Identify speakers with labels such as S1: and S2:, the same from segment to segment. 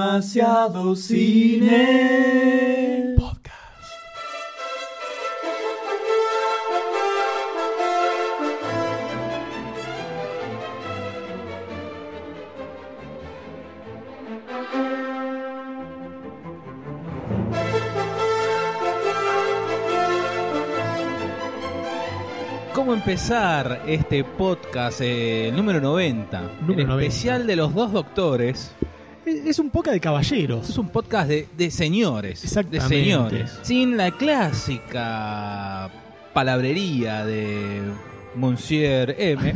S1: Demasiado cine.
S2: ¿Cómo empezar este podcast eh, número 90?
S3: Número
S2: el
S3: 90.
S2: especial de los dos doctores.
S3: Es es un poca de
S2: Es
S3: caballeros.
S2: un podcast de, de señores.
S3: Exactamente.
S2: De señores. Sin la clásica palabrería de Monsieur M.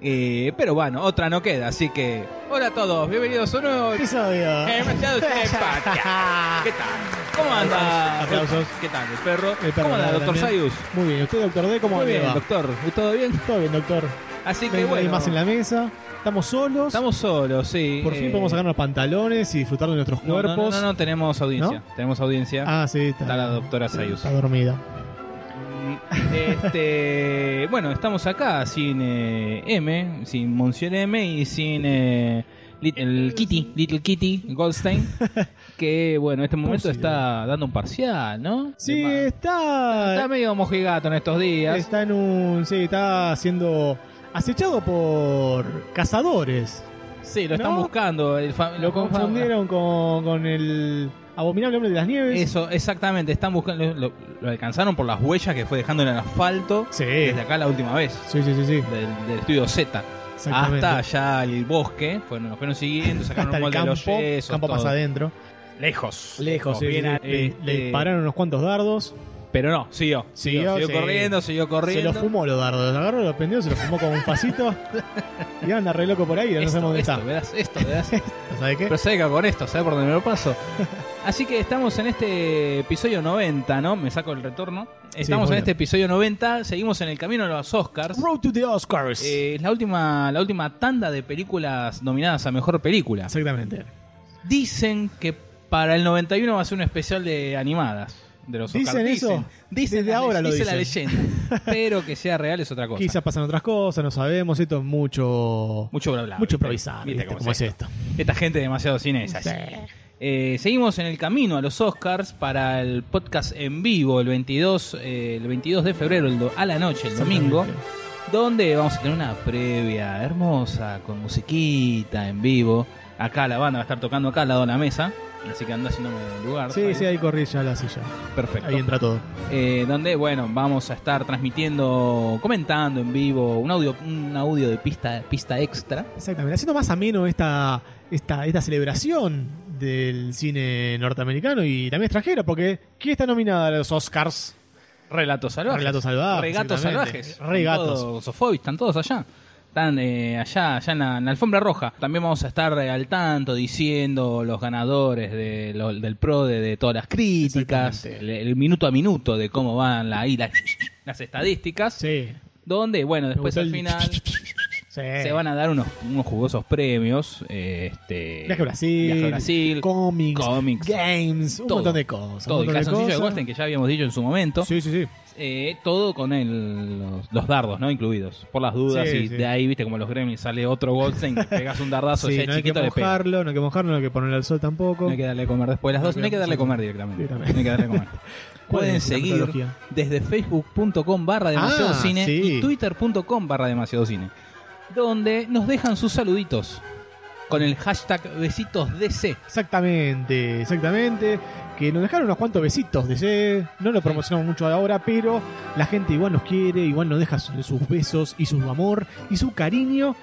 S2: Eh, pero bueno, otra no queda, así que. Hola a todos, bienvenidos a un nuevo.
S3: Episodio.
S2: Demasiado Cine Podcast. ¿Qué tal? ¿Cómo anda?
S3: Aplausos.
S2: ¿Qué tal? El perro.
S3: El perro
S2: ¿Cómo anda,
S3: anda
S2: doctor
S3: también.
S2: Sayus?
S3: Muy bien, usted doctor D, ¿cómo
S2: Muy
S3: le
S2: bien,
S3: va?
S2: doctor. ¿Todo bien?
S3: Todo bien, doctor.
S2: Así
S3: No
S2: que
S3: hay
S2: bueno.
S3: nadie más en la mesa. Estamos solos.
S2: Estamos solos, sí.
S3: Por fin
S2: Eh,
S3: podemos sacar los pantalones y disfrutar de nuestros
S2: no,
S3: cuerpos.
S2: No, no, no, no, tenemos audiencia. Tenemos audiencia.
S3: Ah, sí, está.
S2: Está la doctora Sayus. Mm,
S3: Está dormida.
S2: Este, bueno, estamos acá sin eh, M, sin Monsieur M y sin eh, Lit- el Kitty, Little Kitty Goldstein, que bueno, en este momento
S3: Pussy.
S2: está dando un parcial, ¿no?
S3: Sí,
S2: De ma-
S3: está.
S2: está medio mojigato en estos días.
S3: Está en un. Sí, está siendo acechado por cazadores.
S2: Sí, lo están
S3: ¿no?
S2: buscando. el fa-
S3: Lo confundieron con, con el abominable hombre de las nieves.
S2: Eso, exactamente, están buscando, lo, lo alcanzaron por las huellas que fue dejando en el asfalto
S3: Sí.
S2: desde acá la última vez.
S3: Sí, sí, sí, sí.
S2: del, del estudio Z
S3: Exactamente.
S2: hasta allá el bosque. Fueron, nos fueron siguiendo, sacaron
S3: Hasta el
S2: un gol de los
S3: campo,
S2: yesos.
S3: campo
S2: todo.
S3: pasa adentro.
S2: Lejos.
S3: Lejos, sí,
S2: bien
S3: sí,
S2: a-
S3: le,
S2: este,
S3: le dispararon unos cuantos dardos.
S2: Pero no, siguió. Siguió,
S3: Siguió,
S2: siguió
S3: sí.
S2: corriendo, siguió
S3: Se los
S2: corriendo.
S3: fumó los dardos. Los agarró, los prendió, se los fumó con un pasito. y anda re loco por ahí, no
S2: Esto,
S3: sabemos dónde
S2: esto,
S3: está.
S2: verás, esto, verás.
S3: ¿Sabe qué?
S2: Pero sabe que con esto, sabe por dónde me lo paso. Así que estamos en este episodio 90, ¿no? Me saco el retorno. Estamos en
S3: muy
S2: este episodio 90, seguimos en el camino a los Oscars.
S3: Road to the Oscars.
S2: Eh, es la última, la última tanda de películas nominadas a mejor película.
S3: Exactamente.
S2: Dicen que para el 91 va a ser un especial de animadas. De los
S3: ¿Dicen
S2: Oscar.
S3: eso?
S2: Dicen
S3: Desde
S2: la-
S3: ahora lo
S2: dice la
S3: dicen.
S2: leyenda. Pero que sea real es otra cosa.
S3: Quizás pasan otras cosas, no sabemos. Esto es mucho.
S2: Mucho bla bla.
S3: mucho
S2: ¿viste?
S3: improvisar.
S2: ¿Viste
S3: ¿viste?
S2: cómo
S3: ¿Cómo
S2: es
S3: es esto?
S2: Esta gente demasiado cine es así. Eh, seguimos en el camino a los Oscars para el podcast en vivo el 22, eh, el 22 de febrero el do- a la noche, el domingo.
S3: Exactamente.
S2: Donde vamos a tener una previa hermosa con musiquita en vivo. Acá la banda va a estar tocando acá al lado de la mesa. Así que anda haciéndome lugar.
S3: Sí, sí, ahí corrí ya la silla.
S2: Perfecto.
S3: Ahí entra todo.
S2: Eh, donde, bueno, vamos a estar transmitiendo, comentando en vivo un audio, un audio de pista, pista extra.
S3: Exactamente. Haciendo más ameno esta, esta, esta celebración del cine norteamericano y también extranjero, porque ¿quién está nominada a los Oscars?
S2: Relatos salvajes.
S3: Relatos salvajes,
S2: Regatos
S3: exactamente.
S2: salvajes.
S3: Regatos.
S2: Todos, Sofovich, están todos allá. Están eh, allá, allá en la, en la alfombra roja. También vamos a estar eh, al tanto diciendo los ganadores de, lo- del PRO, de, de todas las críticas, el,
S3: Exactamente.
S2: el minuto a minuto de cómo van la, ahí las, las estadísticas.
S3: Sí.
S2: Donde, bueno, después
S3: gustó
S2: al
S3: el-
S2: final... Se van a dar unos, unos jugosos premios. eh, Este,
S3: Viaje a Brasil,
S2: Viaje a Brasil,
S3: cómics,
S2: cómics,
S3: games, un
S2: todo.
S3: montón de cosas. un
S2: todo
S3: montón
S2: el
S3: de
S2: calzoncillo de
S3: cosas.
S2: Goldstein que ya habíamos dicho en su momento.
S3: Sí, sí, sí.
S2: eh, todo con el- los, los dardos, ¿no? Incluidos. Por las dudas
S3: Sí,
S2: y
S3: sí.
S2: de ahí, viste, como los gremlins sale otro Goldstein, que pegas un dardazo,
S3: Sí,
S2: ya
S3: no hay que
S2: chiquito le pegas.
S3: mojarlo, no hay que mojarlo, no hay que ponerlo al sol tampoco.
S2: No hay que darle de comer después de las dos, no hay que darle de comer
S3: Sí,
S2: directamente. No
S3: también.
S2: hay que darle de comer.
S3: ¿Cuál
S2: Pueden
S3: es la
S2: seguir
S3: metodología?
S2: desde facebook.com barra demasiado
S3: Ah,
S2: cine
S3: sí.
S2: y twitter.com barra demasiado cine, donde nos dejan sus saluditos con el hashtag besitosdc.
S3: Exactamente, exactamente. Que nos dejaron unos cuantos besitos de ese. No lo promocionamos mucho ahora, pero la gente igual nos quiere, igual nos deja su- sus besos y su amor y su cariño.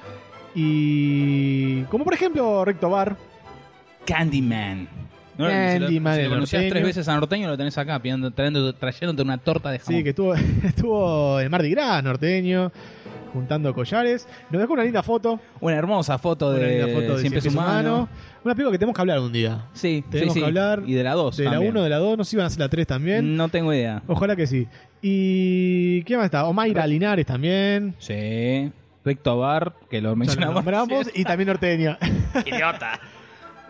S3: Y. Como por ejemplo, Recto Bar.
S2: Candyman. No, si lo-
S3: Candyman,
S2: si lo,
S3: el
S2: pronunciás
S3: norteño.
S2: tres veces a norteño, lo tenés acá, pidiendo, trayendo- trayéndote una torta de jamón.
S3: Sí, que estuvo, estuvo en Mardi Gras, norteño, juntando collares. Nos dejó una linda foto.
S2: Una hermosa foto
S3: Una
S2: de,
S3: linda foto de
S2: Cien
S3: Cien
S2: Pies
S3: Pies
S2: Humano.
S3: Humano. Una película que tenemos que hablar un día.
S2: Sí,
S3: Tenemos
S2: sí, sí.
S3: que hablar
S2: Y de la 2.
S3: De la 1, de la 2, no sé si iban a hacer la 3 también.
S2: No tengo idea.
S3: Ojalá que sí. ¿Y qué más está? Omaira Linares también.
S2: Sí. Recto Bar, que lo
S3: Ya lo
S2: mencionamos.
S3: nombramos. Y también norteño.
S2: Idiota.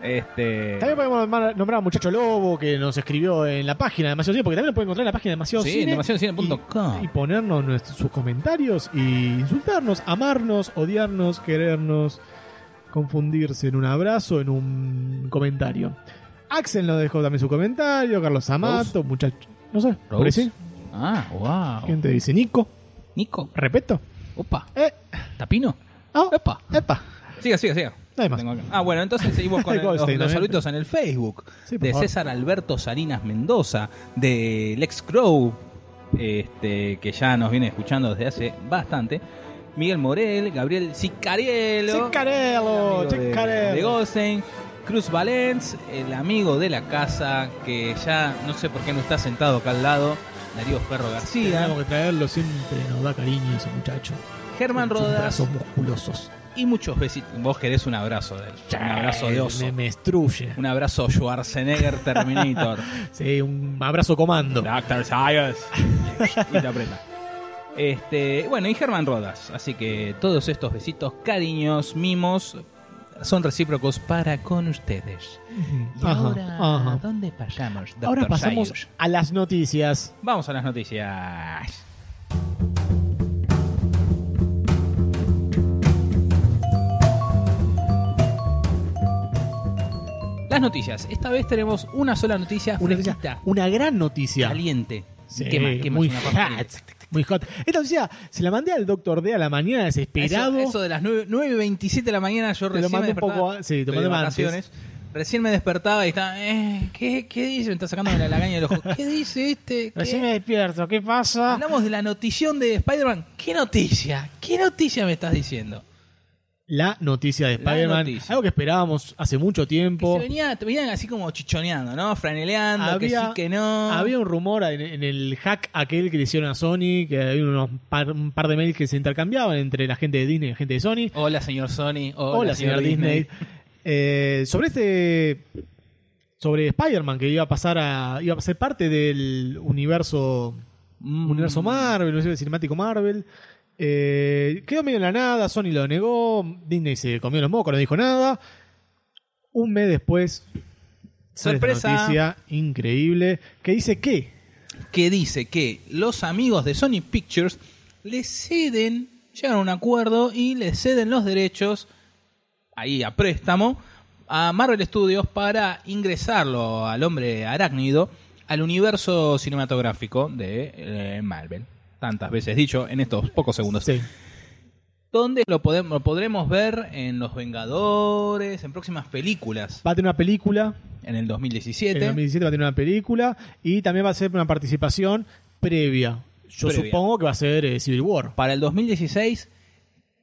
S2: Este.
S3: También podemos nombrar, nombrar a Muchacho Lobo, que nos escribió en la página de Demasiado Cine, porque también lo pueden encontrar en la página de Demasiado
S2: Sí,
S3: Cine.
S2: demasiadocine.com.
S3: y, y ponernos nuestros- sus comentarios y insultarnos, amarnos, odiarnos, querernos, confundirse en un abrazo, en un comentario. Axel nos dejó también su comentario, Carlos Amato, muchacho. No sé,
S2: Rose.
S3: por ahí sí.
S2: Ah, wow.
S3: ¿Quién te dice? Nico,
S2: Nico.
S3: repeto.
S2: Opa.
S3: Eh,
S2: Tapino.
S3: oh,
S2: Epa.
S3: epa.
S2: Siga, siga, siga.
S3: Nada más.
S2: Tengo acá. Ah, bueno, entonces seguimos con el- los,
S3: Goldstein
S2: los
S3: también.
S2: saluditos en el Facebook
S3: Sí, por
S2: de
S3: favor.
S2: César Alberto Salinas Mendoza, de Lex Crow, este, que ya nos viene escuchando desde hace bastante. Miguel Morel, Gabriel Sicarielo,
S3: Chicarello,
S2: amigo de, de
S3: Chicarello.
S2: Goldstein, Cruz Valens, el amigo de la casa, que ya no sé por qué no está sentado acá al lado, Darío Ferro García,
S3: Tenemos que traerlo siempre, nos da cariño ese muchacho.
S2: Germán
S3: Con sus
S2: Rodas
S3: brazos musculosos.
S2: y muchos besitos. Vos querés un abrazo de él, un abrazo de oso.
S3: Eh, Me, me estruye.
S2: Un abrazo Schwarzenegger Terminator.
S3: Sí, un abrazo comando.
S2: Doctor Science. y te aprieta. Este, bueno, y Germán Rodas. Así que todos estos besitos, cariños, mimos son recíprocos para con ustedes. Y
S3: Ajá,
S2: ahora,
S3: ajá.
S2: ¿a ¿dónde pasamos? Dr.
S3: Ahora pasamos
S2: Sayus?
S3: a las noticias.
S2: Vamos a las noticias. Las noticias. Esta vez tenemos una sola noticia
S3: Una,
S2: fresquita,
S3: noticia- una gran noticia.
S2: caliente.
S3: Sí,
S2: quema, quema
S3: muy
S2: es una papa
S3: hot. Muy hot. Esta noticia se la mandé al doctor D a la mañana desesperado.
S2: Eso, eso de las 9, 9 y 27 de la mañana yo
S3: Te lo
S2: recién me
S3: mandé un
S2: despertaba.
S3: poco a- sí, te
S2: Estoy
S3: mandé
S2: de
S3: más
S2: vacaciones. Recién me despertaba y estaba, eh, ¿qué, ¿qué dice? Me está sacándome la lagaña del ojo. ¿Qué dice este? ¿Qué?
S3: Recién me despierto. ¿Qué pasa?
S2: Hablamos de la notición de Spider-Man. ¿Qué noticia? ¿Qué noticia me estás diciendo?
S3: La noticia de
S2: La
S3: Spider-Man.
S2: noticia.
S3: Algo que esperábamos hace mucho
S2: Que
S3: tiempo.
S2: se venía, te venían así como chichoneando, ¿no? Franeleando, que
S3: Había-
S2: sí, que no.
S3: Había un rumor en, en el hack aquel que le hicieron a Sony, que había unos par, un par de mails que se intercambiaban entre la gente de Disney y la gente de Sony.
S2: Hola, señor Sony. Hola,
S3: Hola, señor Disney. Eh, sobre este. Sobre Spider-Man, que iba a pasar a. iba a ser parte del universo.
S2: Mm.
S3: Universo Marvel, universo cinemático Marvel. Eh, quedó medio en la nada, Sony lo negó, Disney se comió los mocos, no dijo nada. Un mes después. sale esta
S2: Sorpresa.
S3: Noticia increíble. Que dice que.
S2: que dice que los amigos de Sony Pictures le ceden, llegan a un acuerdo y le ceden los derechos, ahí a préstamo, a Marvel Studios para ingresarlo al hombre arácnido al universo cinematográfico de eh, Marvel. Tantas veces dicho en estos pocos segundos.
S3: Sí.
S2: Donde lo, podemos, lo podremos ver en Los Vengadores, en próximas películas,
S3: Va a tener una película.
S2: en el
S3: En
S2: 2017.
S3: 2017 va a tener una película. Y también va a ser una participación previa. Yo
S2: Previa.
S3: supongo que va a ser eh, Civil War.
S2: Para el 2016,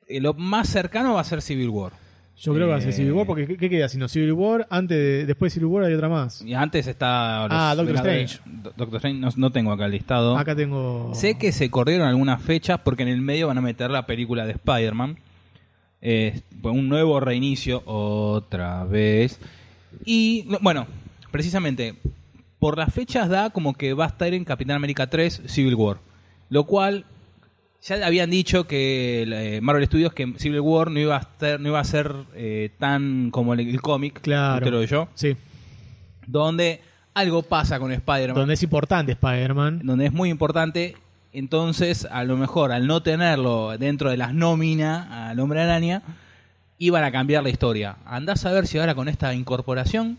S2: eh, lo más cercano va a ser Civil War.
S3: Yo creo que va a ser
S2: Eh.
S3: Civil War, porque ¿qué, qué queda? Si no Civil War, antes de- después de Civil War hay otra más.
S2: Y antes está. los
S3: Ah, Doctor
S2: Vengadores- Do- Doctor Strange, no, no tengo acá el listado.
S3: Acá tengo.
S2: Sé que se corrieron algunas fechas porque en el medio van a meter la película de Spider-Man. Eh, un nuevo reinicio otra vez. Y no, bueno, precisamente por las fechas da como que va a estar en Capitán América 3 Civil War. Lo cual ya habían dicho que eh, Marvel Studios que Civil War no iba a, estar- no iba a ser eh, tan como el, el cómic.
S3: Claro.
S2: usted lo oyó
S3: Sí.
S2: donde algo pasa con Spider-Man, donde,
S3: Donde es importante Spider-Man.
S2: es muy importante. Entonces, a lo mejor, al no tenerlo dentro de las nóminas al hombre araña, iban a cambiar la historia. Andás a ver si ahora con esta incorporación.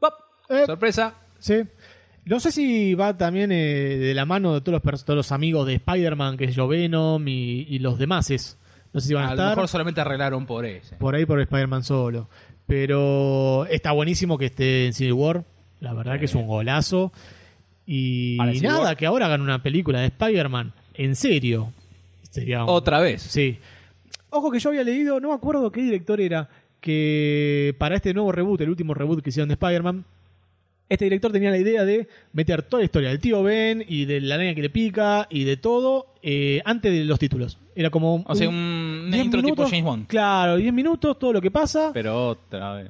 S2: ¡pop!
S3: Eh.
S2: ¡Sorpresa!
S3: Sí. No sé si va también eh, de la mano de todos los, pers- todos los amigos de Spider-Man, que es yo Venom y, y los demás. Es. No sé si van a,
S2: A lo
S3: estar
S2: mejor solamente arreglaron por ese.
S3: por ahí por Spider-Man solo. Pero está buenísimo que esté en Civil War. La verdad que es un golazo. Y
S2: Para Civil
S3: nada,
S2: War.
S3: que ahora hagan una película de Spider-Man. En serio. Sería un-
S2: Otra vez.
S3: Sí. Ojo que yo había leído, no me acuerdo qué director era, que para este nuevo reboot, el último reboot que hicieron de Spider-Man, este director tenía la idea de meter toda la historia del tío Ben y de la araña que le pica y de todo eh, antes de los títulos. Era como
S2: O sea,
S3: un
S2: un,
S3: 10
S2: intro tipo
S3: minutos,
S2: James Bond.
S3: Claro, 10 minutos, todo lo que pasa.
S2: Pero otra vez.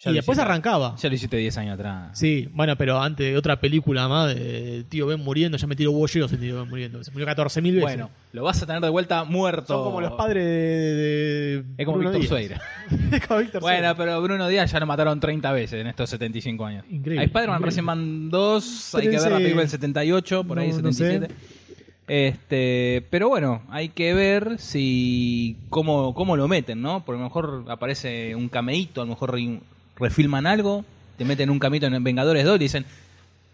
S2: Ya
S3: y
S2: lo
S3: después
S2: hiciste-
S3: arrancaba.
S2: Ya lo hiciste 10 años atrás.
S3: Sí, bueno, pero antes de otra película más de tío Ben muriendo, ya me tiro bolleros el tío Ben muriendo. Se murió 14.000 veces.
S2: bueno, lo vas a tener de vuelta muerto.
S3: son como los padres de. de-
S2: Es como
S3: Bruno
S2: Víctor
S3: Díaz.
S2: Sueira.
S3: Es como Víctor Sueira.
S2: Bueno, pero Bruno Díaz ya lo mataron 30 veces en estos 75 años.
S3: Increíble,
S2: A Spider-Man
S3: increíble.
S2: recién van dos, hay
S3: Pero
S2: que ver la
S3: dice-
S2: película del 78, por ahí
S3: No,
S2: 77.
S3: no
S2: Este, pero bueno, hay que ver si cómo, cómo lo meten, ¿no? Por lo mejor aparece un cameíto, a lo mejor hay un- refilman algo, te meten un camito en Vengadores 2 y dicen,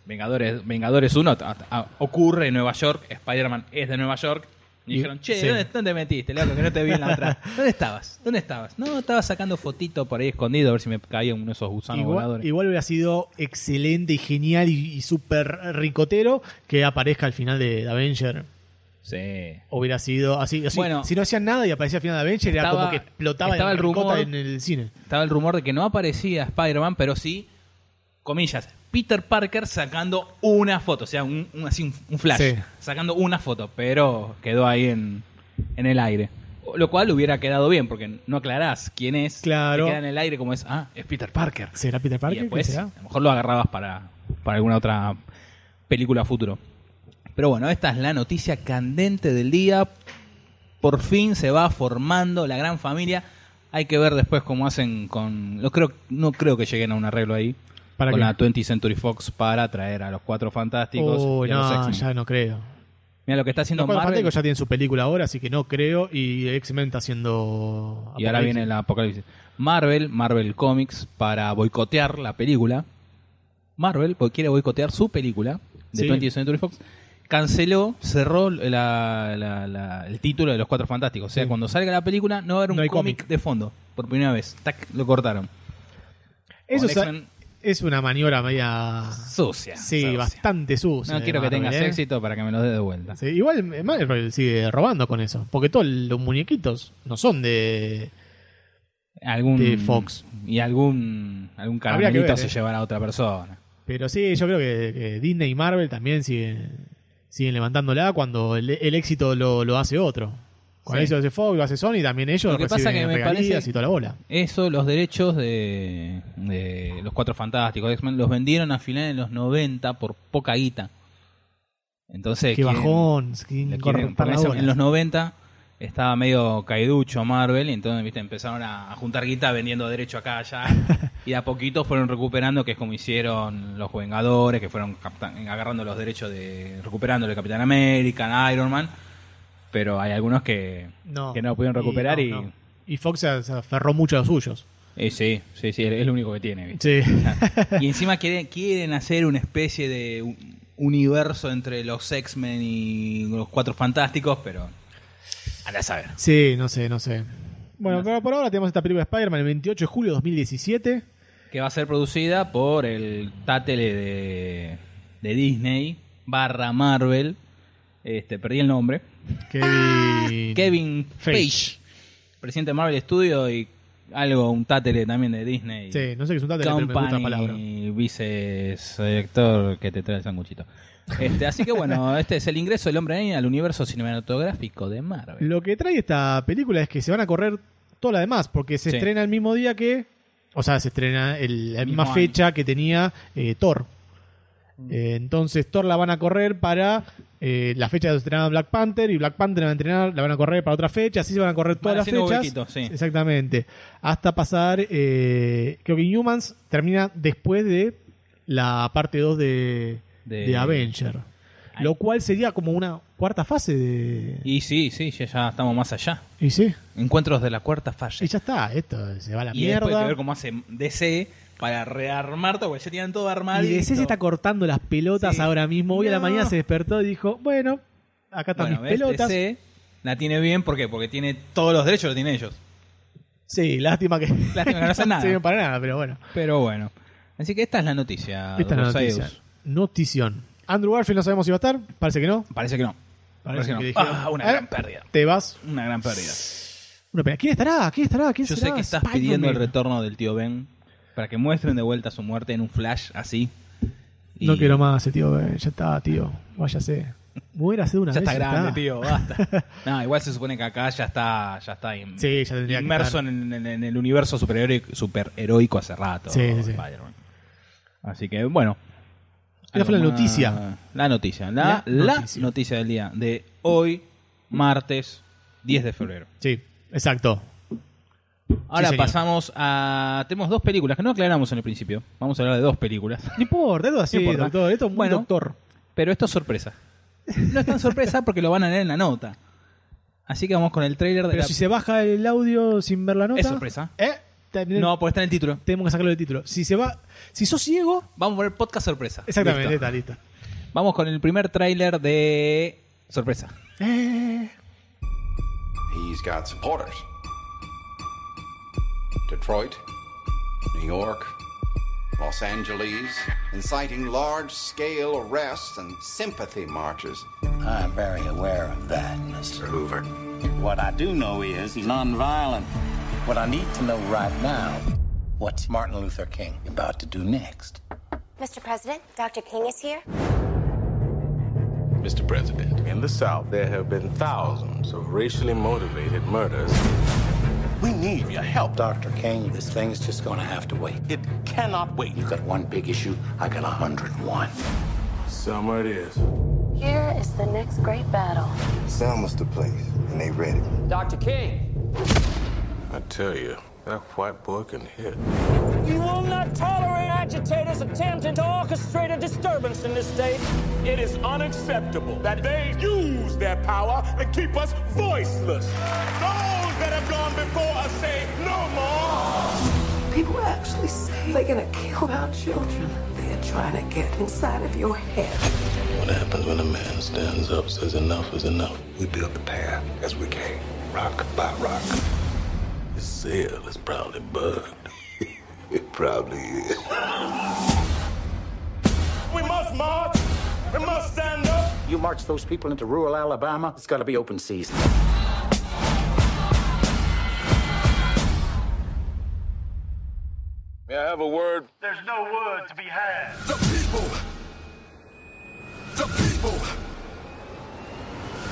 S2: Vengadores, Vengadores 1 ta- ta- ocurre en Nueva York, Spider-Man es de Nueva York. Y
S3: Y-
S2: dijeron, che,
S3: sí.
S2: ¿dónde, dónde metiste, loco? Que no te vi en la entrada. ¿Dónde estabas? ¿Dónde estabas? No, estaba sacando fotito por ahí escondido a ver si me caía uno de esos gusanos
S3: Igual,
S2: voladores.
S3: igual hubiera sido excelente y genial y, y súper ricotero que aparezca al final de Avenger.
S2: Sí.
S3: Hubiera sido así. así
S2: Bueno.
S3: si no hacían nada y aparecía al final de Avenger, era
S2: Estaba-
S3: como que explotaba
S2: estaba
S3: en
S2: el rumor.
S3: ricota en el cine.
S2: Estaba el rumor de que no aparecía Spider-Man, pero sí, comillas, Peter Parker sacando una foto, o sea, un, un- así un, un flash,
S3: Sí.
S2: sacando una foto, pero quedó ahí en, en el aire. Lo cual hubiera quedado bien, porque no aclarás quién es,
S3: Claro.
S2: te queda en el aire como es, ah, es Peter Parker.
S3: ¿Será Peter
S2: y
S3: Parker?
S2: después,
S3: ¿Qué será?
S2: a lo mejor lo agarrabas para, para alguna otra película a futuro. Pero bueno, esta es la noticia candente del día. Por fin se va formando la gran familia. Hay que ver después cómo hacen con. No creo, no creo que lleguen a un arreglo ahí.
S3: ¿Para
S2: con
S3: qué?
S2: la 20th Century Fox para traer a los cuatro fantásticos
S3: Oh,
S2: y a los
S3: no,
S2: X-Men.
S3: ya no creo.
S2: Mira lo que está haciendo
S3: Los Cuatro
S2: Marvel.
S3: Fantásticos ya tienen su película ahora, así que no creo. Y X-Men está haciendo.
S2: Y ahora
S3: Apocalipsis.
S2: viene el apocalipsis. Marvel, Marvel Comics, para boicotear la película. Marvel bo- quiere boicotear su película de
S3: Sí.
S2: 20th Century Fox. Canceló, cerró la- la- la- el título de Los Cuatro Fantásticos. O sea,
S3: Sí.
S2: cuando salga la película no va a haber un
S3: No hay
S2: cómic
S3: cómic.
S2: de fondo. Por primera vez. Tac, lo cortaron.
S3: Eso
S2: Con
S3: es,
S2: X-Men.
S3: es una maniobra media.
S2: Sucia.
S3: Sí,
S2: sucia.
S3: bastante sucia.
S2: No
S3: de
S2: quiero que
S3: Marvel,
S2: tengas
S3: ¿eh?
S2: éxito para que me los dé de vuelta.
S3: Sí, igual eh, Marvel sigue robando con eso. Porque todos los muñequitos no son de.
S2: Algún,
S3: De Fox.
S2: Y algún,
S3: Habría
S2: algún
S3: que
S2: caramelito
S3: ver,
S2: se
S3: eh.
S2: llevará a otra persona.
S3: Pero sí, yo creo que, que Disney y Marvel también siguen, siguen levantándola cuando el, el éxito lo, lo hace otro. Cuando
S2: Sí.
S3: eso lo hace Fox, lo hace Sony, también ellos
S2: Lo que pasa
S3: reciben
S2: que me
S3: regalías
S2: parece-
S3: y toda la bola.
S2: Eso, los derechos de, de los Cuatro Fantásticos de X-Men los vendieron a finales de los 90 por poca guita. Entonces,
S3: Qué
S2: quieren-
S3: bajón.
S2: le
S3: sin
S2: quieren-
S3: cortar
S2: porque
S3: la
S2: en ese-
S3: bola.
S2: en los 90 estaba medio caiducho Marvel, y entonces viste empezaron a, a juntar guita vendiendo derecho acá allá y de a poquito fueron recuperando, que es como hicieron los Vengadores, que fueron captan- agarrando los derechos de recuperando el Capitán América, Iron Man, pero hay algunos que que no pudieron recuperar y-
S3: no. Y Fox se se aferró mucho a los suyos.
S2: eh, sí, sí, sí, es lo único que tiene, ¿viste?
S3: Sí.
S2: Y encima quieren, quieren hacer una especie de u- universo entre los X-Men y los Cuatro Fantásticos, pero... Anda a saber.
S3: Sí, no sé, no sé. Bueno,
S2: No sé.
S3: pero por ahora tenemos esta película de Spider-Man el 28 de julio de 2017.
S2: Que va a ser producida por el Tatele de, de Disney barra Marvel. Este, perdí el nombre.
S3: Kevin.
S2: Ah, Kevin Page.
S3: Feige.
S2: Presidente de Marvel Studio y algo, un Tatele también de Disney.
S3: Sí, no sé qué es un dato, pero me gusta la palabra.
S2: Company, vicedirector que te trae el sanguchito. Este, así que bueno, este es el ingreso del hombre araña al universo cinematográfico de Marvel.
S3: Lo que trae esta película es que se van a correr todas las demás, porque se
S2: Sí.
S3: estrena el mismo día que. O sea, se estrena el- la
S2: El
S3: misma
S2: mismo Mm.
S3: fecha que tenía eh, Thor. Eh, entonces Thor la van a correr para eh, la fecha de estrenar Black Panther y Black Panther la van a entrenar, la van a correr para otra fecha, así se van a correr todas las
S2: haciendo
S3: fechas.
S2: huequitos, sí.
S3: Exactamente. Hasta pasar, eh, creo que Inhumans termina después de la parte 2 de,
S2: De-
S3: de Avenger.
S2: Ay.
S3: Lo cual sería como una cuarta fase de...
S2: Y sí, sí, ya, ya estamos más allá.
S3: y sí.
S2: Encuentros de la cuarta
S3: Y
S2: fase.
S3: ya está, esto se va a la
S2: Y después hay que
S3: mierda.
S2: ver cómo hace DC para rearmar todo, porque ya tienen todo armado.
S3: Y DC se está cortando las pelotas
S2: Sí.
S3: ahora mismo. Hoy a la
S2: No.
S3: mañana se despertó y dijo, bueno, acá están
S2: bueno, este
S3: mis
S2: ¿ves?
S3: pelotas.
S2: DC la tiene bien, ¿por qué? Porque tiene todos los derechos, los tienen ellos.
S3: Sí, lástima que,
S2: Lástima que no hacen nada.
S3: sirven para nada, pero bueno.
S2: Pero bueno. Así que esta es la noticia.
S3: Esta es la
S2: Rosaeus.
S3: noticia. Notición. Andrew Garfield no sabemos si va a estar, parece que no.
S2: Parece que no. Parece, que no.
S3: dijeron,
S2: Ah, una
S3: "Eh,
S2: gran pérdida.
S3: Te vas.
S2: Una gran pérdida.
S3: Una pena. ¿Quién estará? ¿Quién estará? ¿Quién
S2: Yo sé
S3: será?
S2: que estás
S3: Spider-Man.
S2: pidiendo el retorno del tío Ben para que muestren de vuelta su muerte en un flash así. Y
S3: No quiero más, ese tío. eh, Ya está, tío. Váyase. Muérase de una
S2: Ya
S3: vez.
S2: está grande, tío, basta. no, igual se supone que acá ya está, ya está in-
S3: Sí, ya tendría que
S2: inmerso
S3: estar.
S2: en, en- en el universo superheroico, superheroico hace rato.
S3: Sí, sí, sí.
S2: Spider-Man. Así que, bueno.
S3: Esa fue la
S2: Algo
S3: noticia.
S2: La noticia. La,
S3: La
S2: la
S3: noticia.
S2: noticia del día de hoy, martes 10 de febrero.
S3: Sí, exacto.
S2: Ahora
S3: señor.
S2: pasamos a. Tenemos dos películas que no aclaramos en el principio. Vamos a hablar de dos películas.
S3: No importa, esto es así,
S2: No importa.
S3: doctor. Esto es muy
S2: Bueno.
S3: doctor.
S2: Pero esto es sorpresa. No es tan sorpresa porque lo van a leer en la nota. Así que vamos con el trailer de
S3: Pero
S2: la.
S3: si se baja el audio sin ver la nota.
S2: Es sorpresa.
S3: ¿Eh? también
S2: No, porque está en el título.
S3: tenemos que sacarlo del título. Si se va, si sos ciego,
S2: Vamos a poner podcast sorpresa.
S3: exactamente,
S2: Listo.
S3: está listo.
S2: Vamos con el primer tráiler de sorpresa.
S3: Eh,
S1: He's got supporters. Detroit, New York, Los Angeles, inciting large scale arrests and sympathy marches.
S4: I'm very aware of that, Mr.
S1: Hoover.
S4: What I do know is he's nonviolent. What I need to know right now, what's Martin Luther King about to do next?
S5: Mr. President, Dr. King is here.
S6: Mr. President. In the South, there have been thousands of racially motivated murders.
S4: We need your help, Dr. King. This thing's just gonna have to wait. It cannot wait. You got one big issue, I got a hundred and one.
S6: Summer it is.
S7: Here is the next great battle.
S8: Sound was the place, and they read it.
S9: Dr. King.
S6: I tell you, that white boy can hit.
S9: You will not tolerate agitators attempting to orchestrate a disturbance in this state.
S10: It is unacceptable that they use their power to keep us voiceless. Those that have gone before us say no more.
S7: People actually say they're gonna kill our children. They're trying to get inside of your head.
S6: What happens when a man stands up, says enough is enough? We built the path as we came, rock by rock. His cell is probably bugged. it probably is.
S10: We must march. We must stand up.
S4: You march those people into rural Alabama, it's gotta be open season.
S6: May I have a word?
S10: There's no word to be had.
S6: The people! The people!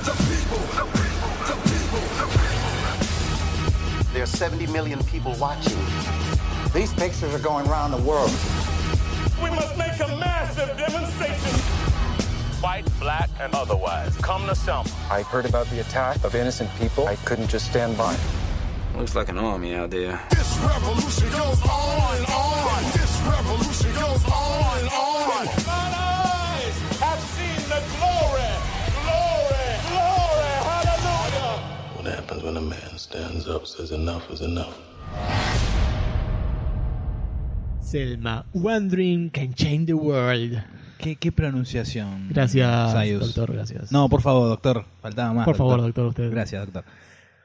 S6: The people! The people! The people! The people!
S4: There are 70 million people watching. These pictures are going around the world.
S10: We must make a massive demonstration. White, black, and otherwise. Come to summer.
S4: I heard about the attack of innocent people. I couldn't just stand by.
S11: Looks like an army out there.
S6: This revolution goes on and on. This revolution goes on and on.
S10: Mine eyes have seen the glory, glory, glory. Hallelujah.
S6: What happens when a man stands up, says enough is enough?
S3: Selma, One Dream Can Change the World.
S2: ¿Qué, qué pronunciación?
S3: Gracias,
S2: Sayus.
S3: doctor, gracias.
S2: No, por favor, doctor. Faltaba más.
S3: Por favor, doctor, usted.
S2: Gracias, doctor.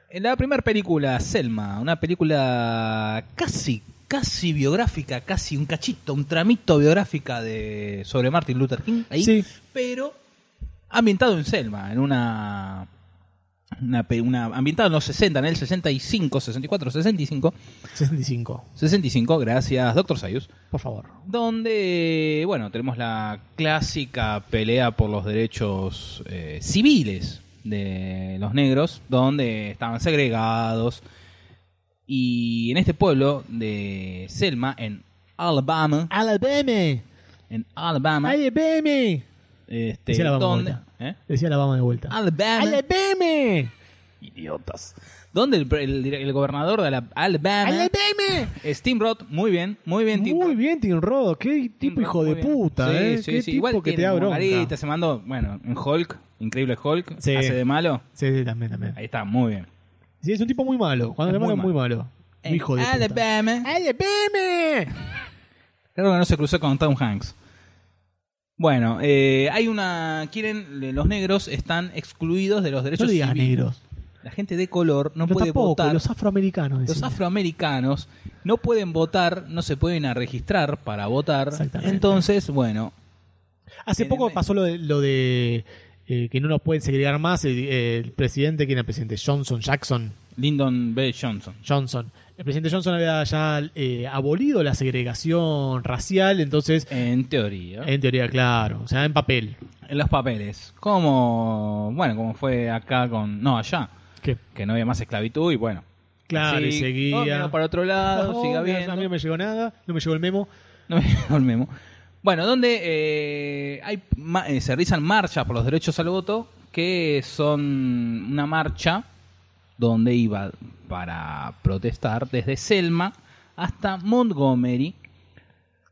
S2: En la primera película, Selma, una película casi, casi biográfica, casi un cachito, un tramito biográfica de sobre Martin Luther King, ahí,
S3: Sí.
S2: pero ambientado en Selma, en una, una, pe- una ambientado en los 60, en el 65, 64, 65,
S3: 65,
S2: 65, gracias, doctor Sayus
S3: por favor.
S2: donde, bueno, tenemos la clásica pelea por los derechos eh, civiles de los negros, donde estaban segregados. Y en este pueblo de Selma, en Alabama,
S3: Alabama,
S2: en Alabama,
S3: Alabama.
S2: este,
S3: Decía Alabama de
S2: donde,
S3: vuelta.
S2: ¿eh?
S3: Decía Alabama de vuelta.
S2: Alabama.
S3: Alabama.
S2: idiotas, donde el, el- el gobernador de la- Alabama,
S3: Alabama.
S2: Steamrod, muy bien, muy bien, Tim
S3: Muy
S2: Roth.
S3: bien, Tim Rodo. Qué tipo hijo de
S2: Muy bien.
S3: puta,
S2: Sí,
S3: ¿eh?
S2: sí,
S3: Qué
S2: sí.
S3: tipo
S2: Igual
S3: que te
S2: tiene
S3: da bronca.
S2: margarita, se mandó, bueno, en Hulk, increíble Hulk,
S3: Sí.
S2: hace de malo.
S3: Sí, sí, también, también.
S2: Ahí está, muy bien.
S3: Sí, es un tipo muy malo. Cuando le
S2: Es muy Eh, ah,
S3: mandan muy malo. Un hijo de puta.
S2: Alabama.
S3: Alabama.
S2: Claro que no se cruzó con Tom Hanks. Bueno, eh, hay una. Quieren. Los negros están excluidos de los
S3: No
S2: derechos
S3: le digas
S2: civiles.
S3: negros.
S2: La gente de color no
S3: Pero
S2: puede
S3: tampoco,
S2: votar.
S3: los afroamericanos.
S2: Los
S3: decime.
S2: afroamericanos no pueden votar, no se pueden a registrar para votar.
S3: Exactamente.
S2: Entonces, bueno,
S3: Hace
S2: Tienen-
S3: poco pasó lo de, lo de, eh, que no nos pueden segregar más el, eh, el presidente, ¿quién era el presidente? Johnson, Jackson,
S2: Lyndon B. Johnson.
S3: Johnson. El presidente Johnson había ya eh, abolido la segregación racial, entonces,
S2: En teoría.
S3: en teoría, claro, o sea, en papel.
S2: En los papeles. Como. Bueno, como fue acá con. No, allá.
S3: ¿Qué?
S2: Que no había más esclavitud y bueno.
S3: Claro, y
S2: Así,
S3: seguía.
S2: oh, mira, para otro lado,
S3: No,
S2: siga
S3: mira,
S2: viendo.
S3: A mí no me llegó nada, no me llegó el memo.
S2: No me llegó el memo. Bueno, donde eh, hay, ma- eh, se realizan marchas por los derechos al voto, que son una marcha donde iba para protestar desde Selma hasta Montgomery,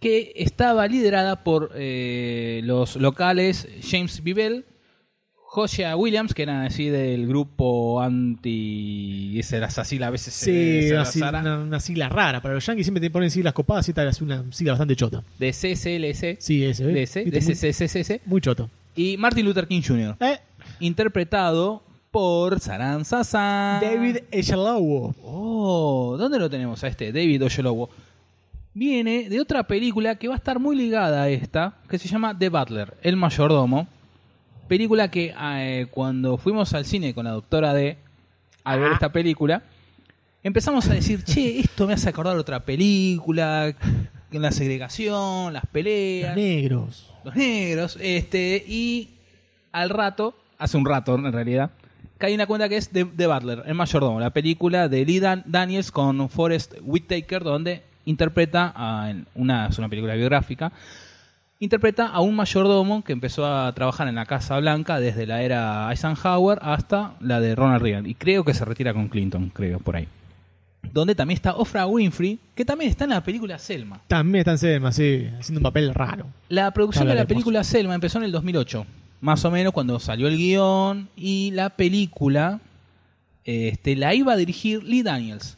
S2: que estaba liderada por eh, los locales James Bibel, Josia Williams, que era así del grupo anti. Esa era así a veces.
S3: Sí, una, si- una- una sigla rara. Para los yankees siempre te ponen siglas copadas y esta es una sigla bastante chota.
S2: De CCLC.
S3: Sí, ese. ¿eh?
S2: De ese,
S3: Viste,
S2: de
S3: muy-
S2: CCCC.
S3: Muy choto. Eh,
S2: Y Martin Luther King Jr. Interpretado por Saran Sasan.
S3: David Oyelowo.
S2: Oh, ¿dónde lo tenemos a este? David Oyelowo. Viene de otra película que va a estar muy ligada a esta, que se llama The Butler, El Mayordomo. Película que eh, cuando fuimos al cine con la doctora D al ver esta película, empezamos a decir, che, esto me hace acordar otra película, en la segregación, las peleas
S3: Los negros.
S2: los negros, este, y al rato, hace un rato en realidad, cae una cuenta que es The, The Butler, El Mayordomo, la película de Lee Dan- Daniels con Forrest Whitaker, donde interpreta, a, en una, es una película biográfica, interpreta a un mayordomo que empezó a trabajar en la Casa Blanca desde la era Eisenhower hasta la de Ronald Reagan, y creo que se retira con Clinton, creo, por ahí. Donde también está Ofra Winfrey, que también está en la película Selma.
S3: También está en Selma, sí, haciendo un papel raro.
S2: La producción de la
S3: Hablaremos.
S2: película Selma empezó en el 2008, más o menos cuando salió el guión y la película este, la iba a dirigir Lee Daniels.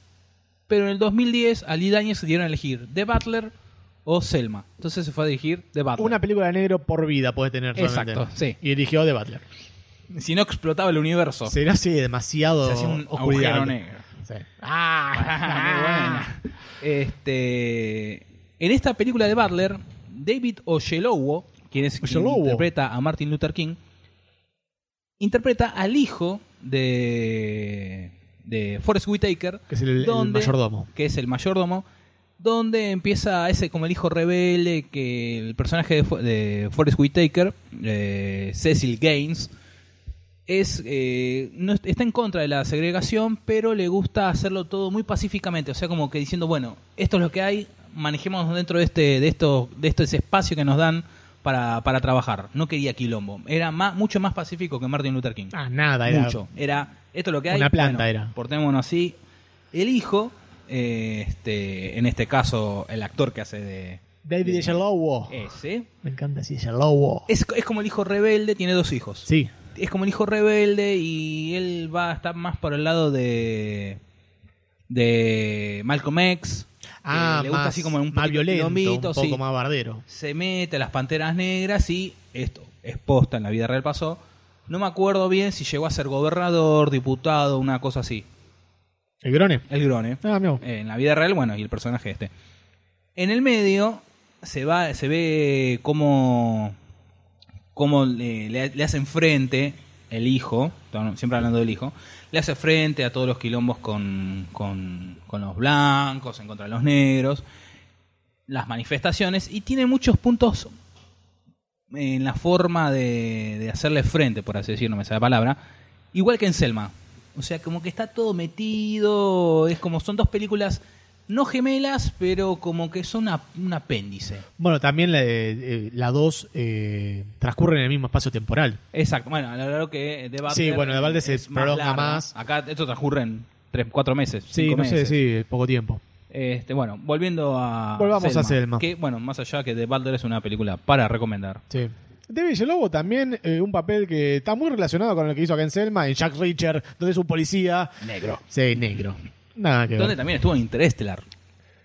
S2: Pero en el 2010 a Lee Daniels le dieron a elegir The Butler o Selma. Entonces se fue a dirigir The Butler.
S3: Una película de negro por vida puede tener solamente.
S2: Exacto, sí.
S3: Y eligió The Butler.
S2: Si no explotaba el universo.
S3: Será así demasiado
S2: Se hacía un
S3: oscuridad.
S2: agujero negro.
S3: Sí.
S2: Ah, muy buena. Este, en esta película de Butler, David Oyelowo, quien es quien
S3: Oyelowo.
S2: interpreta a Martin Luther King, interpreta al hijo de de Forrest Whitaker,
S3: Que es el- el mayordomo.
S2: que es el mayordomo, donde empieza ese como el hijo rebelde que el personaje de, Fo- de Forrest Whitaker, eh, Cecil Gaines, es eh, no es- está en contra de la segregación, pero le gusta hacerlo todo muy pacíficamente, o sea, como que diciendo, bueno, esto es lo que hay, manejémonos dentro de este de esto de este espacio que nos dan para, para trabajar. No quería quilombo, era más, mucho más pacífico que Martin Luther King.
S3: Ah, nada, era.
S2: Mucho. Era, esto es lo que hay.
S3: Una planta
S2: bueno,
S3: era.
S2: Portémonos así. El hijo, eh, este, en este caso, el actor que hace de Eh,
S3: David Oyelowo.
S2: ese,
S3: Me encanta así, Oyelowo.
S2: es, es como el hijo rebelde, tiene dos hijos.
S3: Sí.
S2: Es como el hijo rebelde y él va a estar más por el lado de de Malcolm X. que
S3: Ah,
S2: le gusta
S3: más-
S2: así como un
S3: más
S2: poquito
S3: violento, un
S2: quilombito,
S3: poco
S2: sí.
S3: más bardero.
S2: Se mete a las panteras negras y esto es posta en la vida real pasó. No me acuerdo bien si llegó a ser gobernador, diputado, una cosa así.
S3: El grone.
S2: El Grone.
S3: Ah, mira vos.
S2: Eh, en la vida real, bueno, y el personaje este. En el medio se va, se ve cómo, cómo le, le- le hacen frente el hijo, estamos siempre hablando del hijo, le hace frente a todos los quilombos con, con, con los blancos, en contra de los negros, las manifestaciones, y tiene muchos puntos en la forma de, de hacerle frente, por así decirlo, no me sale la palabra, igual que en Selma. O sea, como que está todo metido, es como son dos películas no gemelas, pero como que son una- un apéndice.
S3: Bueno, también la, eh, la dos eh, transcurre en el mismo espacio temporal.
S2: Exacto, bueno, a lo largo que eh, de Butler
S3: Sí, bueno, de Butler se
S2: es
S3: prolonga
S2: larga.
S3: más.
S2: Acá esto transcurre en tres, cuatro meses.
S3: Sí,
S2: cinco
S3: no sé,
S2: meses.
S3: sí, poco tiempo.
S2: Este, bueno, volviendo a
S3: Volvamos a Selma.
S2: Que, bueno, más allá que The Butler es una película para recomendar.
S3: Sí. David Lobo también, eh, un papel que está muy relacionado con el que hizo acá en Selma, en Jack Reacher, donde es un policía.
S2: Negro.
S3: Sí, negro. Nada que ver.
S2: Donde también estuvo en Interestelar.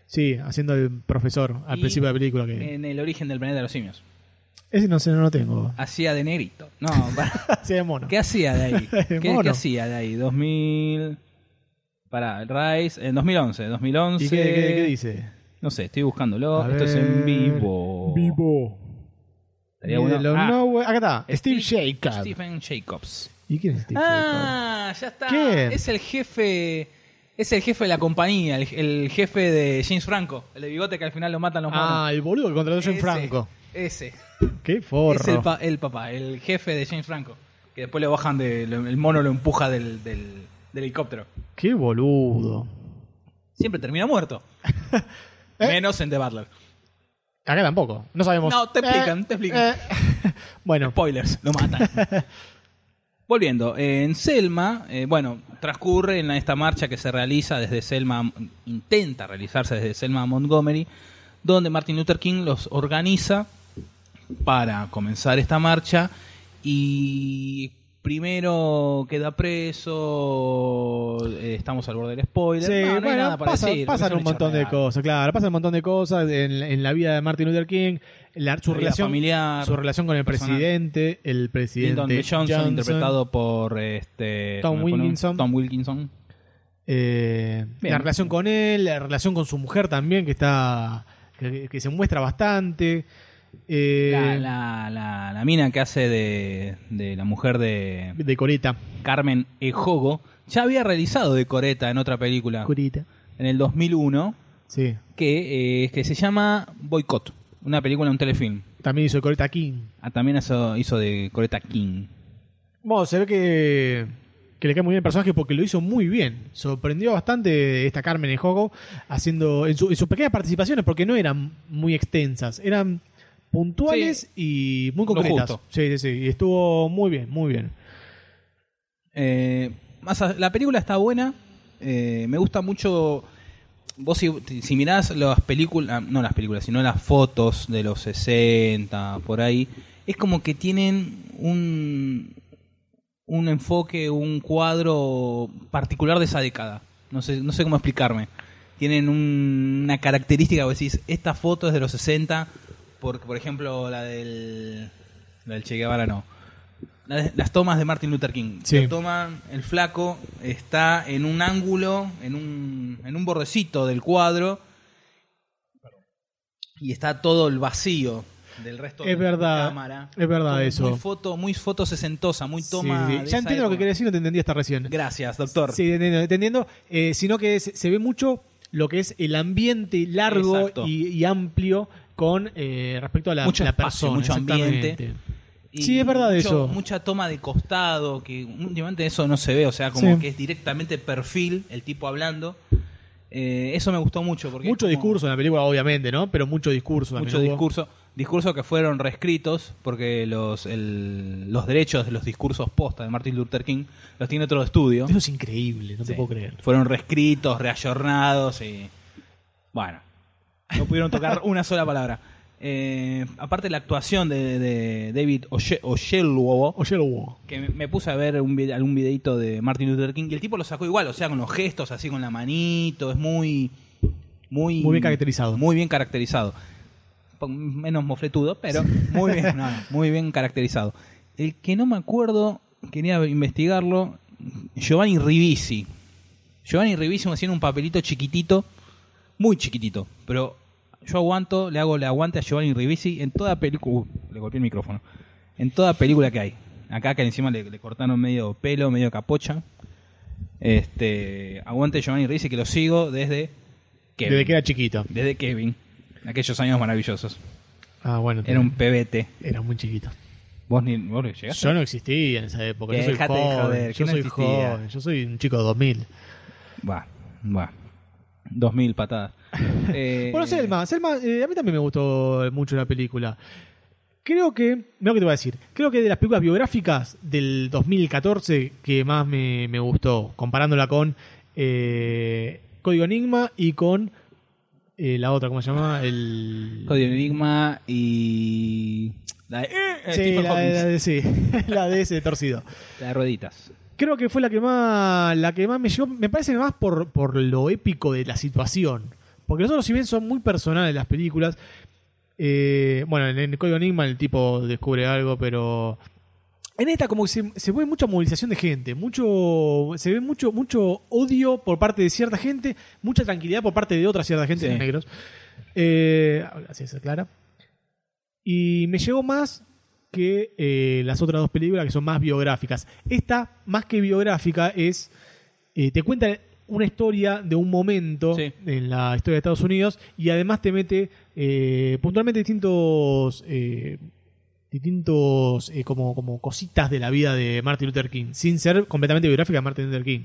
S3: Sí, haciendo el profesor al
S2: Y
S3: principio de la película. Que...
S2: En El origen del planeta de los simios.
S3: Ese no sé, no lo tengo.
S2: Hacía de negrito. No, para-
S3: Sí, es mono.
S2: ¿Qué hacía de ahí? ¿Qué,
S3: Mono.
S2: qué hacía de ahí? 2000. Pará, Rise. En 2011. 2011.
S3: ¿Y qué, qué- qué dice?
S2: No sé, estoy buscándolo.
S3: A
S2: Oh, Esto es en
S3: ver,
S2: vivo.
S3: Vivo.
S2: Estaría bueno.
S3: Middle of
S2: Ah,
S3: nowhere. Acá está, Steve, Jacobs.
S2: Stephen Jacobs.
S3: ¿Y quién es Steve Jacobs?
S2: Ah, ya está.
S3: ¿Quién?
S2: Es el jefe. Es el jefe de la compañía, el, el jefe de James Franco, el de bigote que al final lo matan los
S3: Ah, el boludo que contrató Jim
S2: Ese.
S3: Franco.
S2: Ese.
S3: Qué forro.
S2: Es el, pa- el papá, el jefe de James Franco. Que después lo bajan, de, lo- el mono lo empuja del, del- del helicóptero.
S3: Qué boludo.
S2: Siempre termina muerto.
S3: ¿Eh?
S2: Menos en The Butler.
S3: Acá tampoco. No sabemos.
S2: No, te explican, te explican.
S3: eh. bueno,
S2: Spoilers, lo matan. Volviendo, eh, en Selma, eh, bueno, transcurre en la- esta marcha que se realiza desde Selma, intenta realizarse desde Selma a Montgomery, donde Martin Luther King los organiza para comenzar esta marcha y primero queda preso, eh, estamos al borde del spoiler.
S3: Sí,
S2: no, no hay
S3: bueno,
S2: nada para
S3: pasa-
S2: decir,
S3: pasan
S2: es
S3: un
S2: hecho
S3: montón de
S2: real.
S3: cosas, claro, pasan un montón de cosas en, en la vida de Martin Luther King, la- su,
S2: La vida
S3: relación,
S2: familiar,
S3: su relación con el
S2: personal.
S3: presidente, el presidente
S2: Lyndon B. Johnson, interpretado por este,
S3: Tom
S2: ¿cómo le ponen?
S3: Wilkinson.
S2: Tom Wilkinson.
S3: Eh,
S2: Bien.
S3: la relación con él, la relación con su mujer también, que está que, que se muestra bastante. Eh,
S2: La, la- la- la mina que hace de, de la mujer de,
S3: de Coreta,
S2: Carmen Ejogo, ya había realizado de Coreta en otra película
S3: Coreta.
S2: en el 2001
S3: Sí,
S2: que, eh, que se llama Boycott, una película, un telefilm.
S3: también hizo de Coreta King.
S2: Ah, también hizo, hizo de Coreta King.
S3: Bueno, se ve que, que le cae muy bien el personaje porque lo hizo muy bien. Sorprendió bastante esta Carmen en juego, haciendo en, su- en sus pequeñas participaciones, porque no eran muy extensas, eran puntuales y muy concretas.
S2: justo.
S3: Sí, sí, sí. Y estuvo muy bien, muy bien.
S2: Eh, más a- la película está buena. eh, me gusta mucho. Vos, si, si mirás las películas, ah, no las películas, sino las fotos de los 60, por ahí, es como que tienen un, un enfoque, un cuadro particular de esa década. No sé, no sé cómo explicarme. Tienen un- una característica, vos decís, esta foto es de los 60, porque, por ejemplo, la del, la del Che Guevara no. La de- Las tomas de Martin Luther King.
S3: Sí.
S2: Lo toman, el flaco está en un ángulo, en un, en un bordecito del cuadro, y está todo el vacío del resto
S3: Es
S2: de la
S3: verdad,
S2: cámara.
S3: es verdad
S2: Muy-
S3: eso.
S2: Muy foto, muy foto sesentosa, muy toma.
S3: Sí, sí.
S2: de
S3: Ya
S2: esa
S3: entiendo lo que
S2: época.
S3: quería decir, no te entendí hasta recién.
S2: Gracias, doctor.
S3: Sí, te entiendo, te entiendo. Eh, sino que se, se ve mucho lo que es el ambiente largo
S2: Exacto.
S3: y, y amplio con eh, respecto a la,
S2: Mucho
S3: la
S2: espacio,
S3: persona.
S2: mucho ambiente.
S3: exactamente.
S2: Y
S3: sí, es verdad
S2: mucho-
S3: eso.
S2: Mucha toma de costado, que últimamente eso no se ve, o sea, como
S3: Sí.
S2: que es directamente perfil, el tipo hablando. Eh, eso me gustó mucho. Porque
S3: Mucho
S2: es como
S3: discurso en la película, obviamente, ¿no? Pero mucho discurso. también
S2: Mucho
S3: hubo.
S2: discurso. Discursos que fueron reescritos, porque los, el- los derechos de los discursos posta de Martin Luther King los tiene otro estudio.
S3: Eso es increíble, no
S2: Sí.
S3: te puedo creer.
S2: Fueron reescritos, reayornados y. Bueno. No pudieron tocar una sola palabra. Eh, aparte la actuación de, de David Oye- Oyelowo,
S3: Oye, lo hubo.
S2: que me- me puse a ver un vide- algún videito de Martin Luther King y el tipo lo sacó igual, o sea, con los gestos, así con la manito, es muy. Muy,
S3: Muy bien caracterizado.
S2: Muy bien caracterizado. Po- Menos mofletudo, pero muy bien, no, no, muy bien caracterizado. El que no me acuerdo, quería investigarlo, Giovanni Ribisi. Giovanni Ribisi me hacía un papelito chiquitito, muy chiquitito, pero yo aguanto, le hago le aguante a Giovanni Ribisi en toda película. Uh, le golpeé el micrófono. En toda película que hay. Acá que encima le, le cortaron medio pelo, medio capocha. Este, aguante Giovanni Ribisi que lo sigo desde Kevin.
S3: Desde que era chiquito.
S2: Desde Kevin. Aquellos años maravillosos.
S3: Ah, bueno.
S2: Era un pebete.
S3: Era muy chiquito.
S2: Vos ni vos ni llegaste.
S3: Yo no existía en esa época. Yo soy
S2: Dejate de
S3: joven.
S2: joder,
S3: yo
S2: ¿quién no
S3: soy
S2: existía?
S3: joven. Yo soy un chico de 2000.
S2: Va, va. Dos mil patadas. Eh,
S3: Bueno, Selma, Selma, eh, a mí también me gustó mucho la película. Creo que, mira lo que te voy a decir, creo que de las películas biográficas del 2014 que más me, me gustó, comparándola con eh, Código Enigma y con eh, la otra, ¿cómo se llama? El...
S2: Código Enigma y. La de, eh,
S3: Sí,
S2: Stephen
S3: la,
S2: Hawking.
S3: la de, sí, la de ese torcido.
S2: La de rueditas.
S3: Creo que fue la que más, la que más me llegó, me parece que más por, por lo épico de la situación. Porque nosotros, si bien son muy personales las películas, eh, bueno, en el Código Enigma el tipo descubre algo, pero en esta como que se, se ve mucha movilización de gente, mucho se ve mucho mucho odio por parte de cierta gente, mucha tranquilidad por parte de otra cierta gente,
S2: Sí.
S3: los negros. Eh, así es, Clara. Y me llegó más que eh, las otras dos películas que son más biográficas. Esta, más que biográfica, es. eh, te cuenta una historia de un momento
S2: Sí.
S3: en la historia de Estados Unidos y además te mete eh, puntualmente distintos. eh, distintos eh, como, como cositas de la vida de Martin Luther King, sin ser completamente biográfica de Martin Luther King.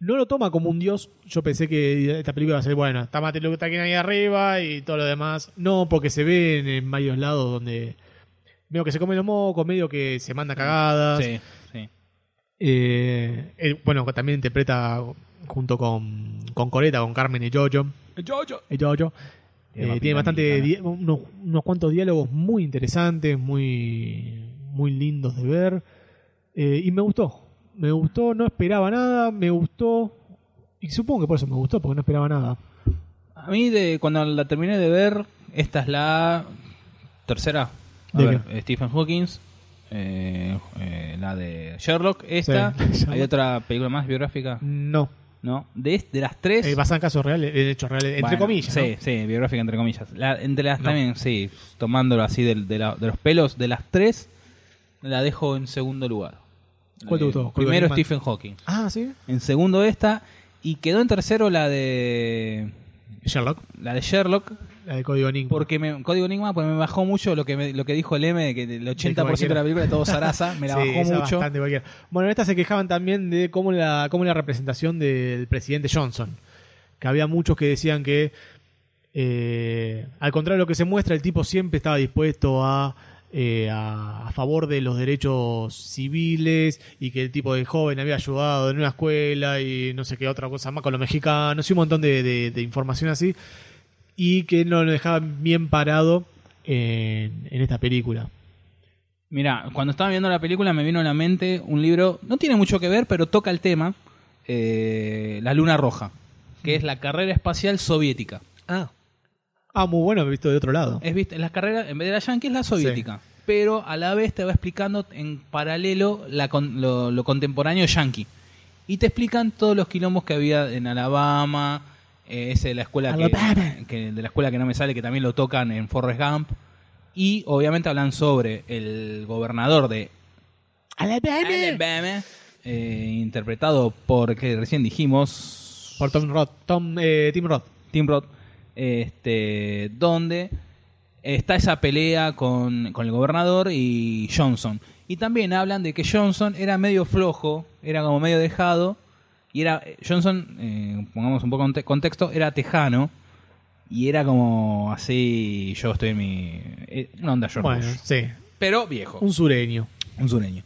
S3: No lo toma como un dios. Yo pensé que esta película iba a ser, bueno, está Martin Luther King ahí arriba y todo lo demás. No, porque se ven en varios lados donde medio que se come los mocos, medio que se manda cagadas.
S2: Sí, sí.
S3: Eh, él, bueno, también interpreta junto con, con Coreta, con Carmen y Jojo. Y Jojo. Eh,
S2: Eva
S3: tiene bastante
S2: Piramidana.
S3: di- unos, unos cuantos diálogos muy interesantes, muy, muy lindos de ver. Eh, y me gustó. Me gustó, no esperaba nada, me gustó. Y supongo que por eso me gustó, porque no esperaba nada.
S2: A mí, de, cuando la terminé de ver, esta es la tercera. A
S3: ¿De
S2: ver, Stephen Hawking, eh, eh, la de Sherlock, esta.
S3: Sí,
S2: ¿Hay otra película más biográfica?
S3: No.
S2: No. De, est- de las tres.
S3: Eh, basada en casos reales, eh, hechos reales, entre
S2: Bueno,
S3: comillas.
S2: Sí,
S3: ¿no?
S2: sí, biográfica entre comillas. La- entre las también, sí, tomándolo así del- de, la- de los pelos, de las tres, la dejo en segundo lugar.
S3: ¿Cuál te
S2: Eh,
S3: gustó? ¿Cuál
S2: Primero
S3: Goldman?
S2: Stephen Hawking.
S3: Ah, sí.
S2: En segundo esta. Y quedó en tercero la de.
S3: Sherlock.
S2: La de Sherlock.
S3: La de Código Enigma.
S2: Porque me, Código Enigma, porque me bajó mucho lo que, me- lo que dijo el M, de que el 80% de la película es todo zaraza. Me la
S3: Sí, esa
S2: bajó mucho.
S3: bastante cualquiera. Bueno, en esta se quejaban también de cómo la, cómo la representación del presidente Johnson. Que había muchos que decían que, eh, al contrario de lo que se muestra, el tipo siempre estaba dispuesto a, eh, a, a favor de los derechos civiles y que el tipo de joven había ayudado en una escuela y no sé qué otra cosa más con los mexicanos y un montón de, de- de información así. Y que no lo dejaban bien parado en- en esta película.
S2: Mira, cuando estaba viendo la película me vino a la mente un libro, no tiene mucho que ver, pero toca el tema, eh, La Luna Roja, que es la carrera espacial soviética.
S3: Ah. Ah, muy bueno, visto de otro lado.
S2: Es viste, la carrera, en vez de la yankee, es la soviética, pero a la vez te va explicando en paralelo la con- lo, lo contemporáneo yankee. Y te explican todos los quilombos que había en Alabama, eh, ese de la escuela que,
S3: Alabama.
S2: que- de la escuela que no me sale, que también lo tocan en Forrest Gump. Y obviamente hablan sobre el gobernador de Alabama. eh, interpretado por que recién dijimos
S3: por Tom Roth Tom eh, Tim Roth
S2: Tim Roth este donde está esa pelea con, con el gobernador y Johnson y también hablan de que Johnson era medio flojo era como medio dejado y era Johnson eh, pongamos un poco de conte- contexto era tejano y era como así yo estoy en mi eh, una onda George
S3: Bueno,
S2: Bush.
S3: sí.
S2: pero viejo
S3: Un sureño.
S2: un sureño.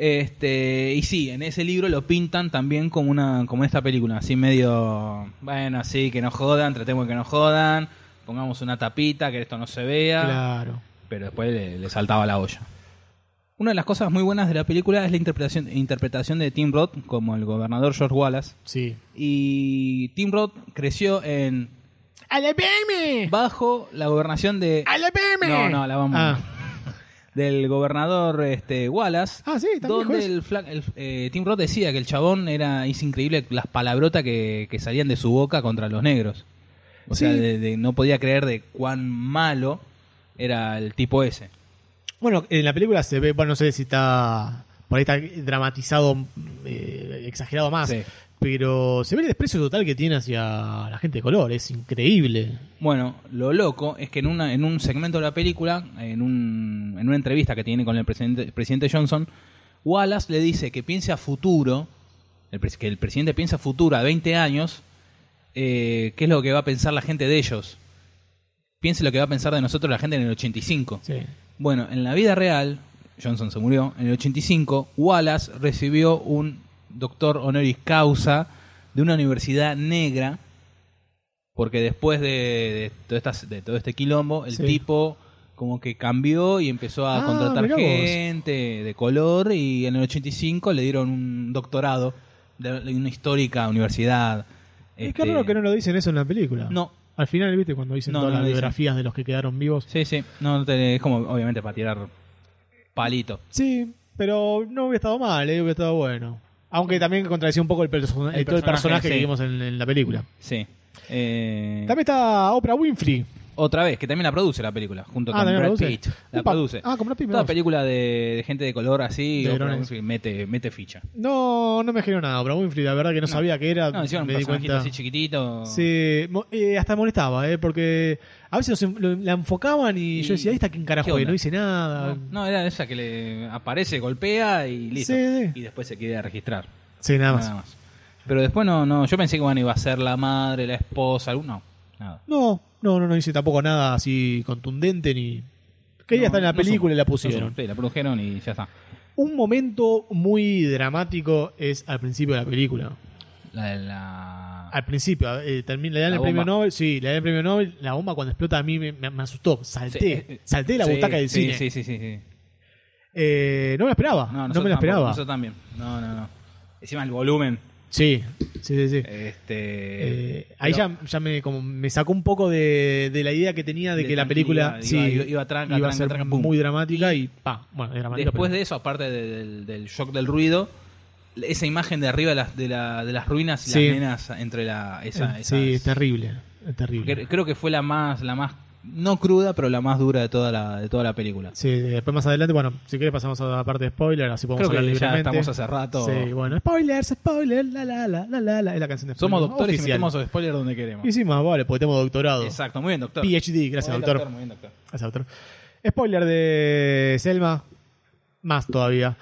S2: Este, y sí, en ese libro lo pintan también como una como esta película, así medio, bueno, así que no jodan, tratemos de que no jodan, pongamos una tapita que esto no se vea,
S3: Claro.
S2: pero después le, le saltaba la olla. Una de las cosas muy buenas de la película es la interpretación, interpretación de Tim Roth como el gobernador George Wallace.
S3: Sí.
S2: Y Tim Roth creció en
S3: ¡Alabama!
S2: bajo la gobernación de
S3: ¡Alabama!
S2: No, no, la vamos.
S3: Ah.
S2: del gobernador este Wallace.
S3: Ah, sí, también
S2: donde
S3: juez.
S2: el, fla- el, eh, Tim Roth decía que el chabón era es increíble las palabrotas que, que salían de su boca contra los negros. O sea,
S3: Sí.
S2: de- de- no podía creer de cuán malo era el tipo ese.
S3: Bueno, en la película se ve, bueno, no sé si está. Por ahí está dramatizado, eh, exagerado más.
S2: Sí.
S3: Pero se ve el desprecio total que tiene hacia la gente de color. Es increíble.
S2: Bueno, lo loco es que en, una, en un segmento de la película, en, un, en una entrevista que tiene con el presidente, el presidente Johnson, Wallace le dice que piense a futuro, el pres- que el presidente piensa a futuro a 20 años, eh, qué es lo que va a pensar la gente de ellos. Piense lo que va a pensar de nosotros la gente en el 85.
S3: Sí.
S2: Bueno, en la vida real, Johnson se murió, en el 85, Wallace recibió un doctor honoris causa de una universidad negra, porque después de, de todo, estas- de todo este quilombo, el
S3: Sí.
S2: tipo como que cambió y empezó a
S3: Ah,
S2: contratar
S3: mirá vos.
S2: gente de color y en el 85 le dieron un doctorado de, de una histórica universidad.
S3: Es
S2: este,
S3: que raro que no lo dicen eso en la película.
S2: No.
S3: Al final, viste, cuando dicen
S2: No,
S3: todas
S2: no lo
S3: las
S2: dicen.
S3: biografías de los que quedaron vivos.
S2: Sí, sí, no, te- es como obviamente para tirar palito.
S3: Sí, pero no hubiera estado mal, eh, hubiera estado bueno. Aunque también contradecía un poco el, perso-
S2: El
S3: eh, todo el
S2: personaje,
S3: personaje
S2: sí.
S3: que vimos en, en la película.
S2: Sí. Eh,
S3: También está Oprah Winfrey.
S2: Otra vez, que también la produce la película, junto
S3: Ah,
S2: con
S3: ¿también la
S2: Brad
S3: produce?
S2: Pitt. La
S3: Upa.
S2: produce.
S3: Ah, con Brad Pitt, mirá
S2: Toda
S3: vos.
S2: película de, de gente de color así,
S3: De
S2: Oprah
S3: varones.
S2: Winfrey mete, mete ficha.
S3: No, no me generó nada Oprah Winfrey, la verdad que no, sabía que era.
S2: No, hicieron un
S3: Ah, me di
S2: personajito
S3: cuenta.
S2: así chiquitito.
S3: Sí, mo- eh, hasta molestaba, eh, porque a veces los en- lo- la enfocaban y, yo
S2: Y-
S3: decía, ahí está quien
S2: ¿qué
S3: carajo,
S2: onda?
S3: es? no hice nada.
S2: No, era esa que le aparece, golpea y listo.
S3: Sí, sí.
S2: Y después se quiere registrar.
S3: Sí, nada más.
S2: Nada más. Pero después no, no. Yo pensé que bueno, iba a ser la madre, la esposa, alguno. No, nada.
S3: No, no, no, no hice tampoco nada así contundente ni. Quería
S2: No,
S3: estar en la
S2: no
S3: película y la
S2: sumó, no
S3: pusieron.
S2: sumó. Sí, la produjeron y ya está.
S3: Un momento muy dramático es al principio de la película.
S2: La, la-
S3: Al principio, eh, termina, le dan
S2: La
S3: el premio
S2: bomba.
S3: Nobel, sí, le dan el premio Nobel, la bomba cuando explota a mí me, me- me asustó,
S2: Sí,
S3: salté,
S2: eh,
S3: salté de la
S2: sí,
S3: butaca del
S2: sí,
S3: cine.
S2: Sí, sí, sí, sí.
S3: Eh, no me la esperaba. No,
S2: No,
S3: me
S2: nosotros
S3: la
S2: tampoco,
S3: esperaba.
S2: Nosotros también. No, no, no. Encima el volumen.
S3: Sí, sí, sí.
S2: Eh,
S3: sí.
S2: Este,
S3: Eh, ahí ya, ya me, como me sacó un poco de, de la idea que tenía de,
S2: De
S3: que la
S2: tranquilidad,
S3: película
S2: iba-
S3: sí,
S2: iba- iba tranca,
S3: iba a
S2: tranca,
S3: ser
S2: tranca, pum.
S3: muy dramática y, pa, bueno, es dramática.
S2: Después
S3: pero-
S2: de eso, aparte de- del, del shock del ruido, esa imagen de arriba de las, de la- de las ruinas y
S3: Sí.
S2: las nenas entre la, esa,
S3: Eh,
S2: esa-
S3: sí, es terrible. Es terrible.
S2: cre- creo que fue la más, la más no cruda, pero la más dura de toda la, de toda la película.
S3: Sí, después más adelante, bueno, si quieres pasamos a la parte de spoiler, así podemos
S2: Creo que
S3: hablar
S2: ya
S3: libremente.
S2: estamos hace rato.
S3: Sí, bueno, spoilers, spoilers, la la la la la la es la canción de
S2: Somos
S3: spoiler
S2: doctores
S3: oficial.
S2: y metemos spoiler donde queremos.
S3: Y sí, más vale, porque tenemos doctorado.
S2: Exacto, muy bien, doctor.
S3: PhD, gracias,
S2: Muy bien,
S3: doctor.
S2: Muy bien, doctor.
S3: Gracias, doctor. Spoiler de Selma, más todavía.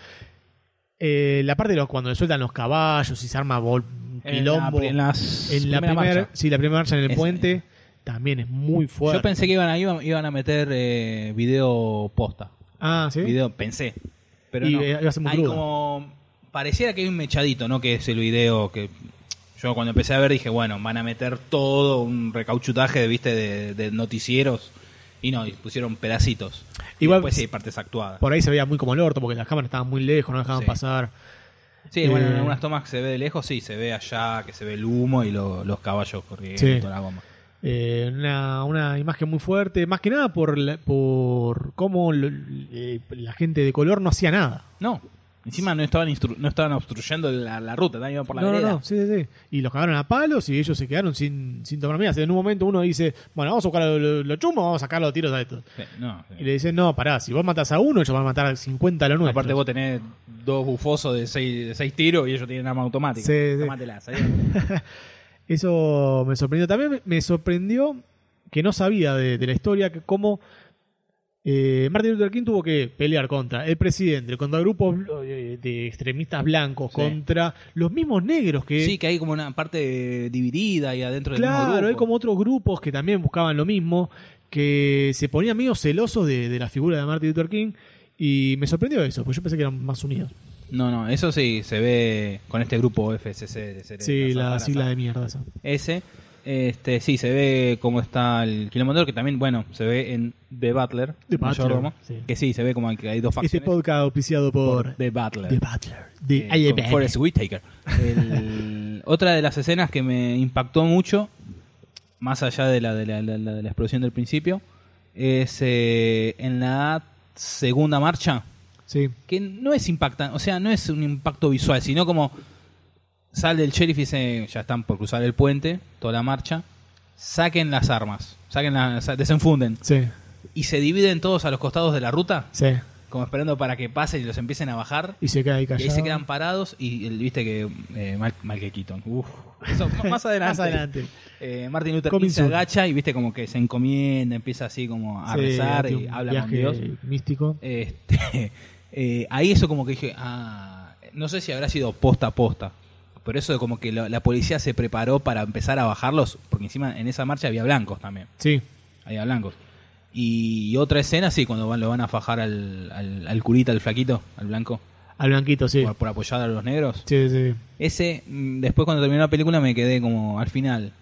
S3: Eh, la parte de los, cuando le sueltan los caballos y se arma bol, un
S2: En la
S3: quilombo.
S2: pri- en las
S3: en la
S2: primera
S3: primera-
S2: marcha.
S3: sí, la primera marcha en el
S2: Es- eh,
S3: puente también es muy fuerte.
S2: Yo pensé que iban a, iban, iban a meter eh, video posta.
S3: Ah, sí.
S2: Video, pensé. Pero
S3: Y,
S2: no.
S3: eh, iba a ser muy
S2: Hay
S3: crudo.
S2: como. Pareciera que hay un mechadito, ¿no? Que es el video que. Yo cuando empecé a ver dije, bueno, van a meter todo un recauchutaje, viste, de, de noticieros. Y no, y pusieron pedacitos.
S3: Igual-
S2: Igual. Después sí hay partes actuadas.
S3: Por ahí se veía muy como el orto, porque las cámaras estaban muy lejos, no dejaban
S2: Sí.
S3: pasar.
S2: Sí, bueno, en
S3: Eh,
S2: algunas tomas que se ve de lejos, sí, se ve allá, que se ve el humo y lo- los caballos corriendo
S3: Sí.
S2: toda la goma.
S3: Eh, una, una imagen muy fuerte, más que nada por, la- por cómo lo- eh, la gente de color no hacía nada.
S2: No, encima no estaban, instru- no estaban obstruyendo la, la ruta, también iban por la
S3: no,
S2: vereda.
S3: no, no, sí, sí, sí. Y los cagaron a palos y ellos se quedaron sin, sin tomar medidas. En un momento uno dice, bueno, vamos a buscar los lo, lo chumos, vamos a sacar los tiros a estos.
S2: Sí, no, sí.
S3: Y le dicen, no, pará, si vos matás a uno, ellos van a matar a 50 a los nuestros.
S2: Aparte vos tenés dos bufosos de seis, de seis tiros y ellos tienen arma automática.
S3: Sí, sí.
S2: Tómatelas, ahí.
S3: Eso me sorprendió. También me- me sorprendió que no sabía de, de la historia, que cómo eh, Martin Luther King tuvo que pelear contra el presidente, contra grupos eh, de extremistas blancos,
S2: Sí.
S3: contra los mismos negros que...
S2: Sí, que hay como una parte dividida y adentro del mismo
S3: Claro,
S2: grupo.
S3: hay como otros grupos que también buscaban lo mismo, que se ponían medio celosos de, de la figura de Martin Luther King y me sorprendió eso, porque yo pensé que eran más unidos.
S2: No, no, eso sí se ve con este grupo FCC. de Ceres,
S3: Sí, la
S2: Zafara,
S3: sigla de mierda esa.
S2: ese. Este, sí, se ve cómo está el kilómetro, que también, bueno, se ve en The Butler,
S3: The
S2: Mayor
S3: Butler,
S2: Domo,
S3: sí.
S2: que sí, se ve como que hay dos
S3: Este
S2: facciones.
S3: podcast auspiciado por,
S2: The Butler.
S3: The Butler, de
S2: Eh, con
S3: IMDb.
S2: Forrest Whitaker. El- otra de las escenas que me impactó mucho, más allá de la de la, la- la- de la explosión del principio, es eh, en la segunda marcha,
S3: Sí.
S2: que no es impactante, o sea, no es un impacto visual, sino como sale el sheriff y dice, ya están por cruzar el puente, toda la marcha, saquen las armas, saquen la- sa- desenfunden,
S3: Sí,
S2: y se dividen todos a los costados de la ruta,
S3: sí.
S2: como esperando para que pasen y los empiecen a bajar.
S3: Y se cae ahí
S2: Y
S3: callado.
S2: ahí se quedan parados y el- viste que eh, Mal- Michael Keaton. Uf. Eso, m- más adelante.
S3: Más adelante.
S2: eh, Martin Luther
S3: Coming
S2: King se
S3: soon.
S2: agacha y viste como que se encomienda, empieza así como a
S3: Sí,
S2: rezar
S3: tiene
S2: y
S3: un
S2: habla con
S3: viaje
S2: Dios.
S3: místico.
S2: Este, eh, ahí eso como que dije, ah, no sé si habrá sido posta a posta, pero eso de como que la, la policía se preparó para empezar a bajarlos, porque encima en esa marcha había blancos también,
S3: Sí,
S2: había blancos. Y otra escena, sí, cuando van, lo van a fajar al, al, al curita, al flaquito, al blanco,
S3: al blanquito, sí.
S2: por, por apoyar a los negros.
S3: Sí, sí.
S2: Ese, mm, después cuando terminó la película me quedé como al final.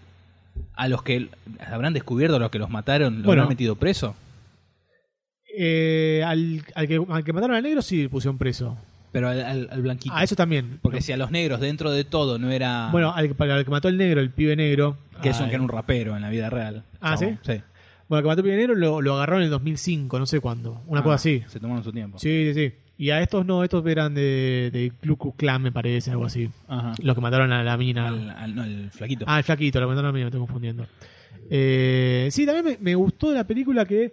S2: A los que habrán descubierto, a los que los mataron, los
S3: Bueno.
S2: habrán metido preso.
S3: Eh, al, al que, al que mataron al negro sí le pusieron preso.
S2: Pero al, al- al blanquito.
S3: A eso también.
S2: Porque si a los negros dentro de todo no era.
S3: Bueno, al, que- para el que mató al negro, el pibe negro.
S2: que, es un,
S3: al-
S2: que era un rapero en la vida real.
S3: Ah,
S2: Chabón,
S3: ¿sí? Bueno, el que mató al pibe negro lo, lo agarraron en el 2005, no sé cuándo. Una
S2: Ah,
S3: cosa así.
S2: Se tomaron su tiempo.
S3: Sí, sí, sí. Y a estos no, estos eran de, de Ku Klux Klan, me parece, algo así.
S2: Ajá.
S3: Los que mataron a la mina.
S2: Al, al- no, el flaquito.
S3: Ah, el flaquito, la comentaron a mí, me estoy confundiendo. Eh, sí, también me, me gustó de la película que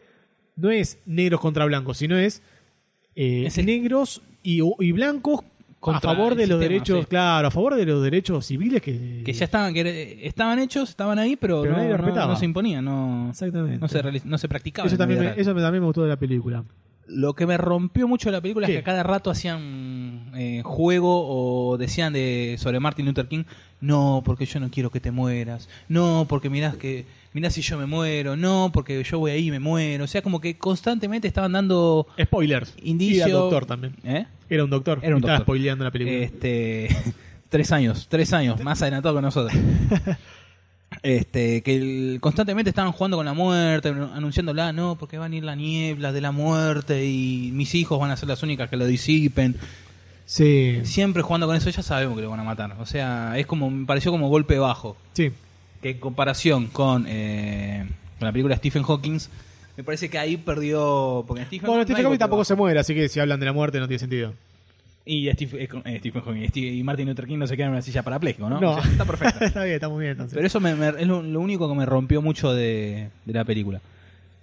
S3: no es negros contra blancos, sino es, eh,
S2: Es el-
S3: negros y, y blancos
S2: Contra
S3: a favor
S2: el
S3: de los
S2: sistema,
S3: derechos,
S2: sí.
S3: claro, a favor de los derechos civiles que,
S2: que ya estaban, que era- estaban hechos, estaban ahí, pero,
S3: Pero
S2: no,
S3: nadie lo
S2: no-
S3: respetaba.
S2: no se imponía, no,
S3: Exactamente.
S2: no, se, reali- no se practicaba.
S3: eso
S2: en la
S3: también,
S2: vida
S3: me,
S2: real.
S3: eso me- también me gustó de la película.
S2: Lo que me rompió mucho de la película
S3: ¿Qué?
S2: es que a cada rato hacían eh, juego o decían de sobre Martin Luther King, no, porque yo no quiero que te mueras, no, porque mirás que mirá si yo me muero, no, porque yo voy ahí y me muero, o sea, como que constantemente estaban dando
S3: Spoilers.
S2: indicios.
S3: Y era doctor también.
S2: ¿Eh?
S3: Era un doctor.
S2: Era un
S3: Estaba
S2: doctor. Eh,
S3: spoileando la película.
S2: Este, tres años, tres años, más adelantado que nosotros. Este, que el- constantemente estaban jugando con la muerte, anunciándola, no, porque van a ir la niebla de la muerte y mis hijos van a ser las únicas que lo disipen.
S3: Sí.
S2: Siempre jugando con eso, ya sabemos que lo van a matar. O sea, es como, me pareció como golpe bajo.
S3: Sí.
S2: Que en comparación con, eh, con la película Stephen Hawking, me parece que ahí perdió. Porque en Stephen
S3: Bueno,
S2: no hay
S3: Stephen Hawking
S2: golpe
S3: tampoco
S2: bajo.
S3: se muere, así que si hablan de la muerte no tiene sentido.
S2: Y Steve- eh, con- eh, Stephen Hawking Steve- y Martin Luther King no se quedan en una silla parapléjico, ¿no?
S3: No.
S2: O sea, está perfecto.
S3: está bien, está muy bien entonces.
S2: Pero eso me- me- es lo, lo único que me rompió mucho de, de la película.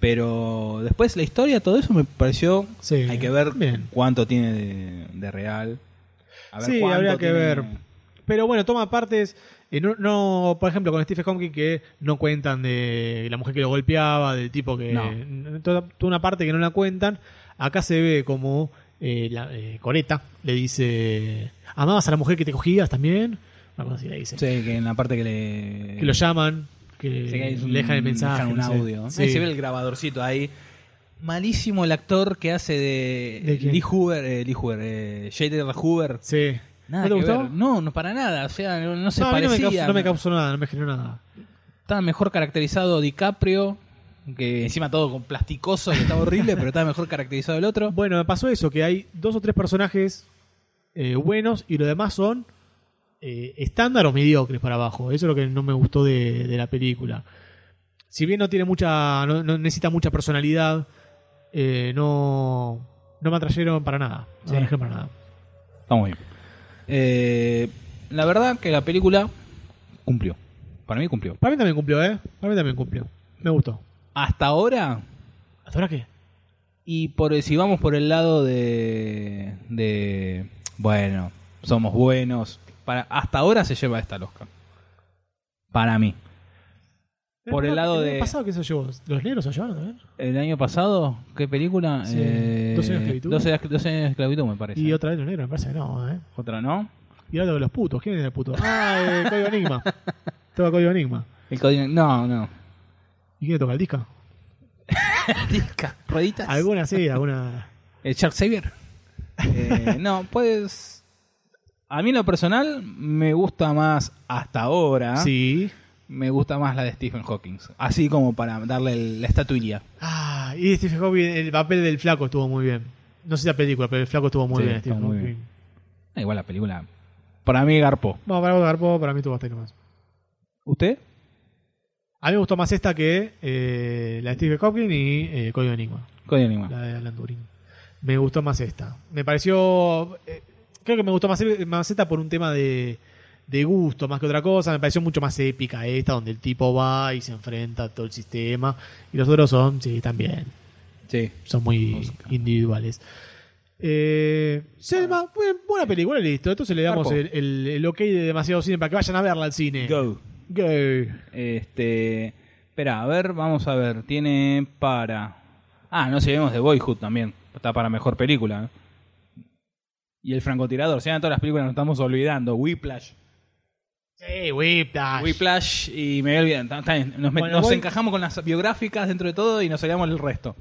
S2: Pero después la historia, todo eso me pareció. hay que ver cuánto tiene de, de real. A ver
S3: sí,
S2: cuánto
S3: habría que
S2: tiene-
S3: ver. Pero bueno, toma partes. eh, no, no, por ejemplo, con Stephen Hawking que no cuentan de la mujer que lo golpeaba, del tipo que.
S2: No.
S3: n- Toda, toda una parte que no la cuentan. Acá se ve como eh, la, eh, Coretta le dice: ¿Amabas a la mujer que te cogías también? Una cosa así le dice.
S2: Sí, que en la parte que le.
S3: Que lo llaman,
S2: Sí, que
S3: que
S2: es un-
S3: le dejan el mensaje.
S2: dejan un
S3: no sé.
S2: audio.
S3: Sí.
S2: Ahí se ve el grabadorcito ahí. Malísimo el actor que hace de,
S3: ¿De quién?
S2: Lee Hoover, eh, Lee Hoover, eh, J.D. Hoover.
S3: Sí. ¿No
S2: Nada
S3: te
S2: que
S3: gustó?
S2: ver. No, no para nada. O sea, no, no se
S3: No, a mí no me
S2: parecía.
S3: causó- no me causó nada, no me generó nada.
S2: Estaba mejor caracterizado DiCaprio, que encima todo con plasticoso, que estaba horrible, pero estaba mejor caracterizado el otro.
S3: Bueno, me pasó eso, que hay dos o tres personajes eh, buenos y los demás son eh, estándar o mediocres para abajo. Eso es lo que no me gustó de, de la película. Si bien no tiene mucha. no, no necesita mucha personalidad, eh, no. No me atrayeron para nada. No
S2: Sí.
S3: me atrajeron para nada.
S2: Está muy bien. Eh, la verdad que la película cumplió. Para mí cumplió.
S3: Para mí también cumplió, ¿eh? Para mí también cumplió. Me gustó.
S2: Hasta ahora,
S3: ¿Hasta ahora qué?
S2: y por si vamos por el lado de. de. bueno, somos buenos. Para, hasta ahora se lleva esta losca. Para mí. Por el lado
S3: año
S2: de.
S3: pasado que se llevó? ¿Los negros se llevaron ¿eh? también?
S2: El año pasado, ¿qué película?
S3: Sí, 12 años de esclavitud.
S2: 12 años- 12 años de esclavitud, me parece.
S3: Y otra vez los negros, me parece que no, ¿eh?
S2: Otra, ¿no?
S3: Y ahora lo de los putos. ¿Quién es el puto? Ah, eh, Código Enigma. Toca Código Enigma.
S2: El código. No, no.
S3: ¿Y quién le toca el disco?
S2: ¿Rueditas?
S3: Alguna sí, alguna.
S2: ¿El Shark Savior? Eh, no, pues. A mí en lo personal me gusta más hasta ahora.
S3: Sí.
S2: Me gusta más la de Stephen Hawking. Así como para darle el- la estatuilla.
S3: Ah, y Stephen Hawking, el papel del flaco estuvo muy bien. No sé si la película, pero el flaco estuvo muy
S2: Sí,
S3: bien.
S2: estuvo
S3: Stephen
S2: muy
S3: Hawking.
S2: bien. Ah, igual la película. Para mí, Garpo.
S3: Bueno, para vos, Garpo, para mí estuvo bastante más.
S2: ¿Usted?
S3: A mí me gustó más esta que eh, la de Stephen Hawking y eh, Código Enigma,
S2: Código Enigma.
S3: la de Alan Turing. Me gustó más esta. Me pareció. eh, creo que me gustó más, más esta por un tema de, de gusto, más que otra cosa. Me pareció mucho más épica esta, donde el tipo va y se enfrenta a todo el sistema. Y los otros son, sí, también.
S2: Sí.
S3: Son muy individuales. Eh, Selma, bu- buena película, listo. Entonces le damos
S2: Garpo.
S3: el, el- el ok de demasiado cine para que vayan a verla al cine.
S2: Go.
S3: Go.
S2: Este. Espera, a ver, vamos a ver. Tiene para. Ah, no si vemos de Boyhood también. Está para mejor película. ¿no? Y el francotirador. Se dan todas las películas, nos estamos olvidando. Whiplash.
S3: Sí, Whiplash.
S2: Whiplash y me voy olvidando. Está- está bien, Nos, met-
S3: Bueno,
S2: nos
S3: voy-
S2: encajamos con las biográficas dentro de todo y nos olvidamos el resto.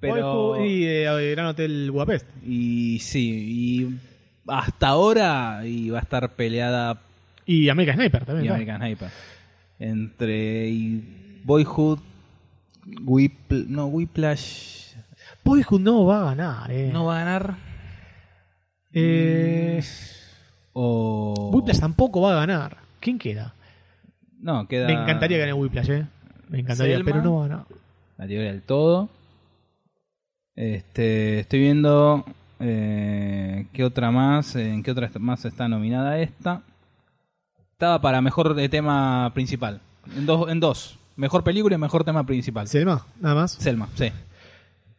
S2: Pero.
S3: Boyhood Y eh, Gran Hotel Budapest.
S2: Y sí, y hasta ahora iba a estar peleada
S3: Y American Sniper también.
S2: y
S3: ¿no?
S2: American Sniper. Entre y Boyhood, Whipl- no, Whiplash
S3: Boyhood no va a ganar. Eh.
S2: no va a ganar.
S3: Eh,
S2: O.
S3: Whiplash tampoco va a ganar. ¿Quién queda?
S2: No, queda.
S3: Me encantaría ganar Whiplash, eh. Me encantaría,
S2: Selma.
S3: pero no va a ganar.
S2: La teoría del todo. Este, estoy viendo eh, qué otra más, en qué otra est- más está nominada esta. Estaba para mejor de tema principal. En dos, en dos. Mejor película y mejor tema principal.
S3: Selma, nada más.
S2: Selma, sí.
S3: Y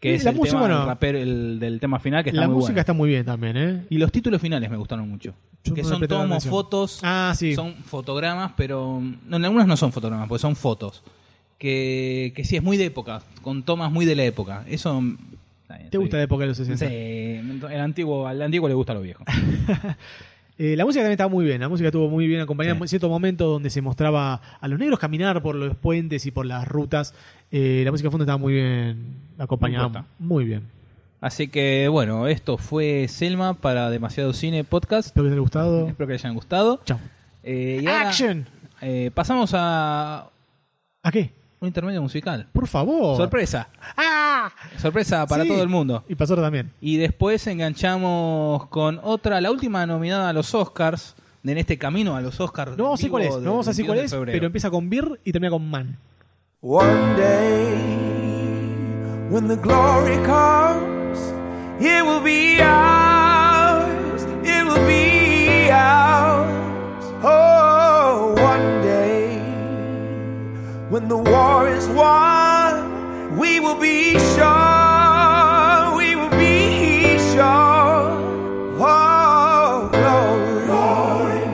S2: Que es
S3: la
S2: el
S3: música,
S2: tema del
S3: bueno.
S2: rapero- el- del tema final que está
S3: La
S2: muy
S3: música
S2: bueno.
S3: está muy bien también, eh.
S2: Y los títulos finales me gustaron mucho.
S3: Yo
S2: que
S3: no le
S2: son
S3: presté la
S2: como
S3: atención.
S2: fotos,
S3: Ah, sí.
S2: son fotogramas, pero no, en algunas no son fotogramas, porque son fotos. Que, que sí, es muy de época, con tomas muy de la época. Eso... mm, está bien,
S3: ¿Te
S2: estoy-
S3: gusta la época de los
S2: Sí,
S3: 60?
S2: el antiguo, al antiguo le gusta lo viejo.
S3: Eh, la música también estaba muy bien, la música estuvo muy bien acompañada en cierto momento donde se mostraba a los negros caminar por los puentes y por las rutas. Eh, la música de fondo estaba muy bien acompañada.
S2: Muy puesta.
S3: Muy bien.
S2: Así que bueno, esto fue Selma para Demasiado Cine Podcast.
S3: Espero que te haya gustado.
S2: Espero que les hayan gustado.
S3: Chao.
S2: Eh, y ahora,
S3: Action.
S2: eh, pasamos a
S3: ¿A qué?
S2: Un intermedio musical.
S3: Por favor.
S2: Sorpresa.
S3: ¡Ah!
S2: Sorpresa para
S3: Sí.
S2: todo el mundo.
S3: Y pasó también.
S2: Y después enganchamos con otra, la última nominada a los Oscars, en este camino a los Oscars.
S3: No vamos a decir cuál es, no vamos a decir cuál es, pero empieza con Beer y termina con Man.
S12: One day, when the glory comes, it will be ours. It will be ours. Oh, one day, when the war is won, we will be sure. We will be sure. Oh, glory,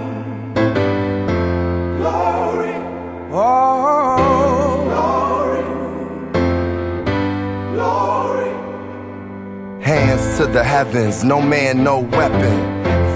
S12: glory, Oh,
S8: Hands to the heavens, no man, no weapon.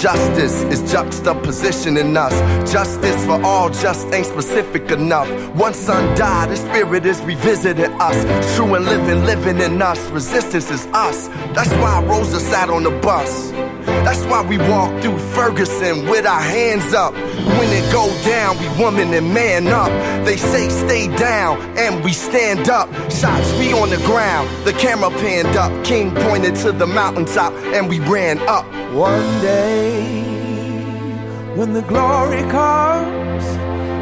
S8: Justice is juxtapositioning us. Justice for all just ain't specific enough. One son died, his spirit is revisiting us. True and living, living in us. Resistance is us. That's why Rosa sat on the bus. That's why we walked through Ferguson with our hands up. When it go down, we woman and man up. They say stay down, and we stand up. Shots we on the ground, the camera panned up. King pointed to the mountaintop, and we ran up.
S12: One day, when the glory comes,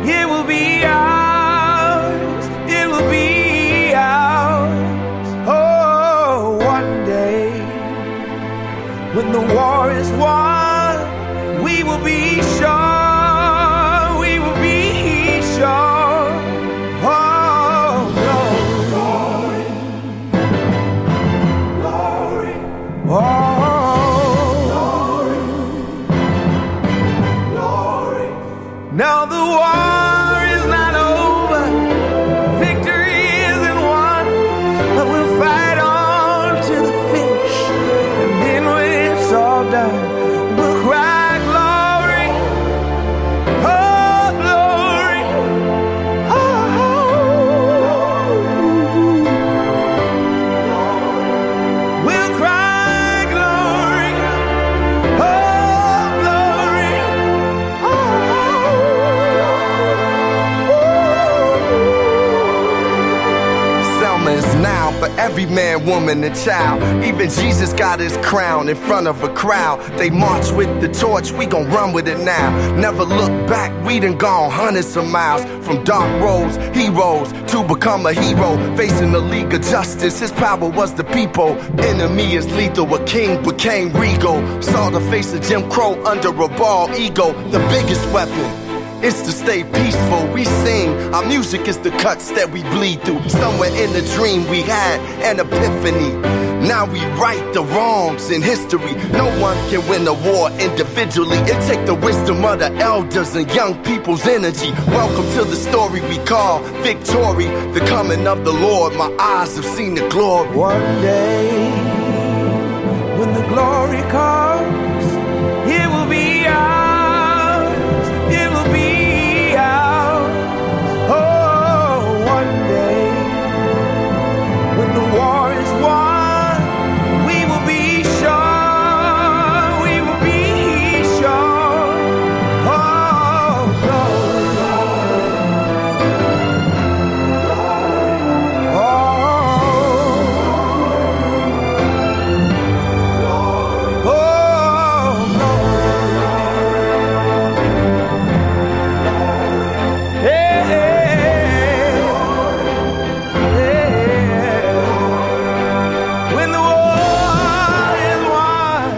S12: it will be ours. It will be ours. Oh, one day, when the war is won, we will be sure. We will be sure. Oh, glory, glory, oh, glory, glory. Now the war is not over. Victory isn't won, but we'll fight on to the finish. And then when it's all done, we'll cry glory, oh glory, oh. We'll cry glory, oh glory,
S8: Selma is now for every man, woman, and child. Even Jesus got his crown in front of a crowd. They march with the torch, we gon' run with it now. Never look back, we done gone hundreds of miles. From dark roads, heroes, to become a hero. Facing the League of Justice, his power was the people. Enemy is lethal, a king became regal. Saw the face of Jim Crow under a bald ego, the biggest weapon. It's to stay peaceful, we sing. Our music is the cuts that we bleed through. Somewhere in the dream we had an epiphany. Now we right the wrongs in history. No one can win a war individually. It take the wisdom of the elders and young people's energy. Welcome to the story we call victory. The coming of the Lord. My eyes have seen the glory.
S12: One day. when the glory comes, it will be ours. It will be ours. Oh, one day when the war is won, we will be sure. We will be sure. Oh, glory, when the war is won,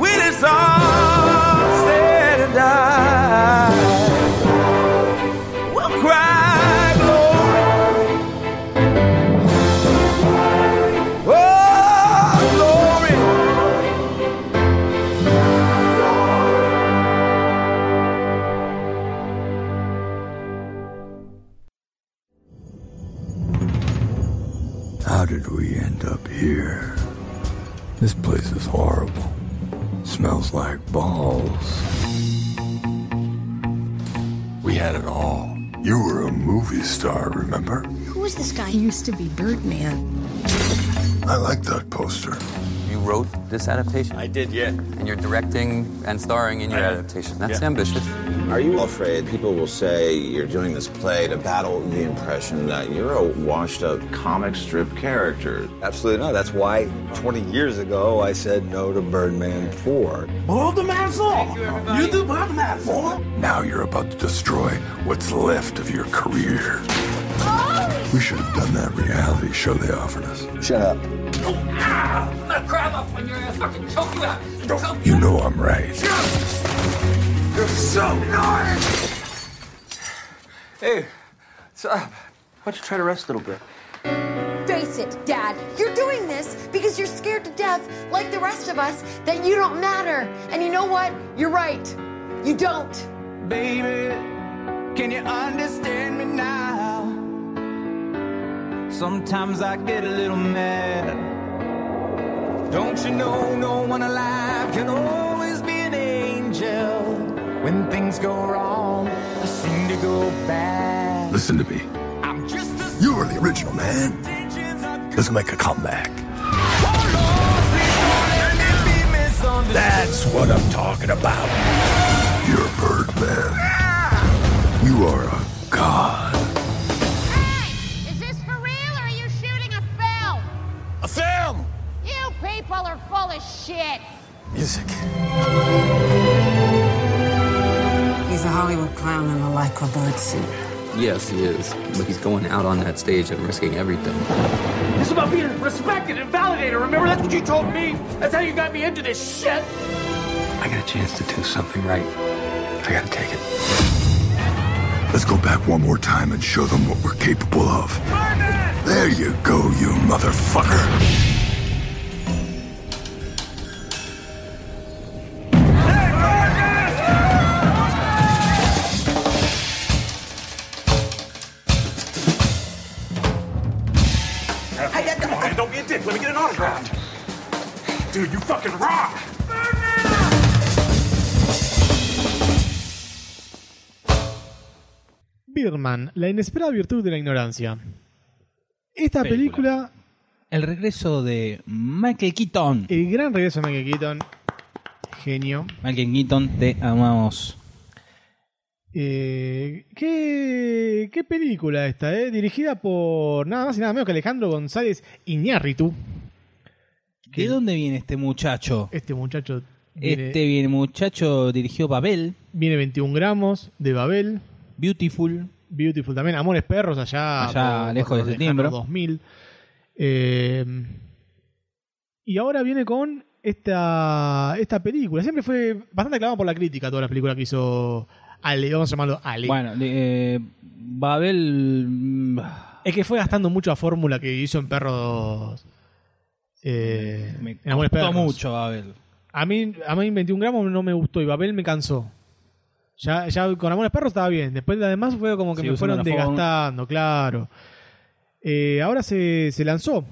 S12: when it's all said and done, we'll cry glory, oh glory.
S6: How did we end up here? This place is horrible. Smells like balls. We had it all You were a movie star, remember?
S13: Who was this guy? He used to be Birdman.
S6: I like that poster.
S14: You wrote this adaptation? I did, yeah. And you're directing and starring in your adaptation. That's ambitious.
S15: Are you afraid people will say you're doing this play to battle the impression that you're a washed up comic strip character?
S16: Absolutely not. That's why 20 years ago I said no to Birdman 4.
S4: Hold the man's law. You do Birdman for?
S6: Now you're about to destroy what's left of your career. We should have done that reality show they offered us. Shut up.
S4: I'm gonna grab up on your ass, fucking choke you out.
S6: You know I'm right.
S4: You're so nice.
S11: Hey, what's up? Why don't you try to rest a little bit?
S17: Face it, Dad. You're doing this because you're scared to death, like the rest of us, that you don't matter. And you know what? You're right. You don't.
S12: Baby, can you understand me now? Sometimes I get a little mad. Don't you know no one alive can always be an angel? When things go wrong, I seem to go bad.
S6: Listen to me. You were the original man. Let's make a comeback. That's what I'm talking about. You're a bird man. You are a god.
S18: Is this for real or are you shooting a film?
S6: A film!
S18: You people are full of shit.
S6: Music.
S13: He's a Hollywood clown in a lycra bird suit.
S14: Yes, he is. But he's going out on that stage and risking everything.
S9: This is about being respected and validated. Remember, that's what you told me. That's how you got me into this shit.
S6: I got a chance to do something right. I gotta take it. Let's go back one more time and show them what we're capable of. There you go, you motherfucker.
S10: Hey, hey, come on, man, don't be a dick. Let me get an autograph. Dude, you fucking rock.
S3: Birdman, la inesperada virtud de la ignorancia. Esta
S2: Película.
S3: película,
S2: El regreso de Michael Keaton.
S3: el gran regreso de Michael Keaton, genio.
S2: Michael Keaton, te amamos.
S3: Eh, ¿qué, qué película esta, eh? Dirigida por nada más y nada menos que Alejandro González Iñárritu.
S2: ¿De dónde viene este muchacho?
S3: Este muchacho. viene-
S2: Este bien muchacho dirigió Babel.
S3: Viene 21 gramos de Babel.
S2: Beautiful.
S3: Beautiful también. Amores Perros allá.
S2: Allá lejos de
S3: los
S2: septiembre.
S3: lejanos 2000. Eh, y ahora viene con esta, esta película. Siempre fue bastante aclamada por la crítica toda la película que hizo Ale. Vamos a llamarlo Ale.
S2: Bueno, de- eh, Babel. mm,
S3: Es que fue gastando mucho la fórmula que hizo en Perros. eh,
S2: Me
S3: en Amores
S2: gustó
S3: Perros.
S2: mucho Babel.
S3: A mí, a mí 21 gramos no me gustó y Babel me cansó. Ya, ya con Amores Perros estaba bien. Después las demás fue como que
S2: Sí,
S3: me
S2: usando
S3: fueron
S2: la fórmula.
S3: desgastando, claro. Eh, ahora se, se lanzó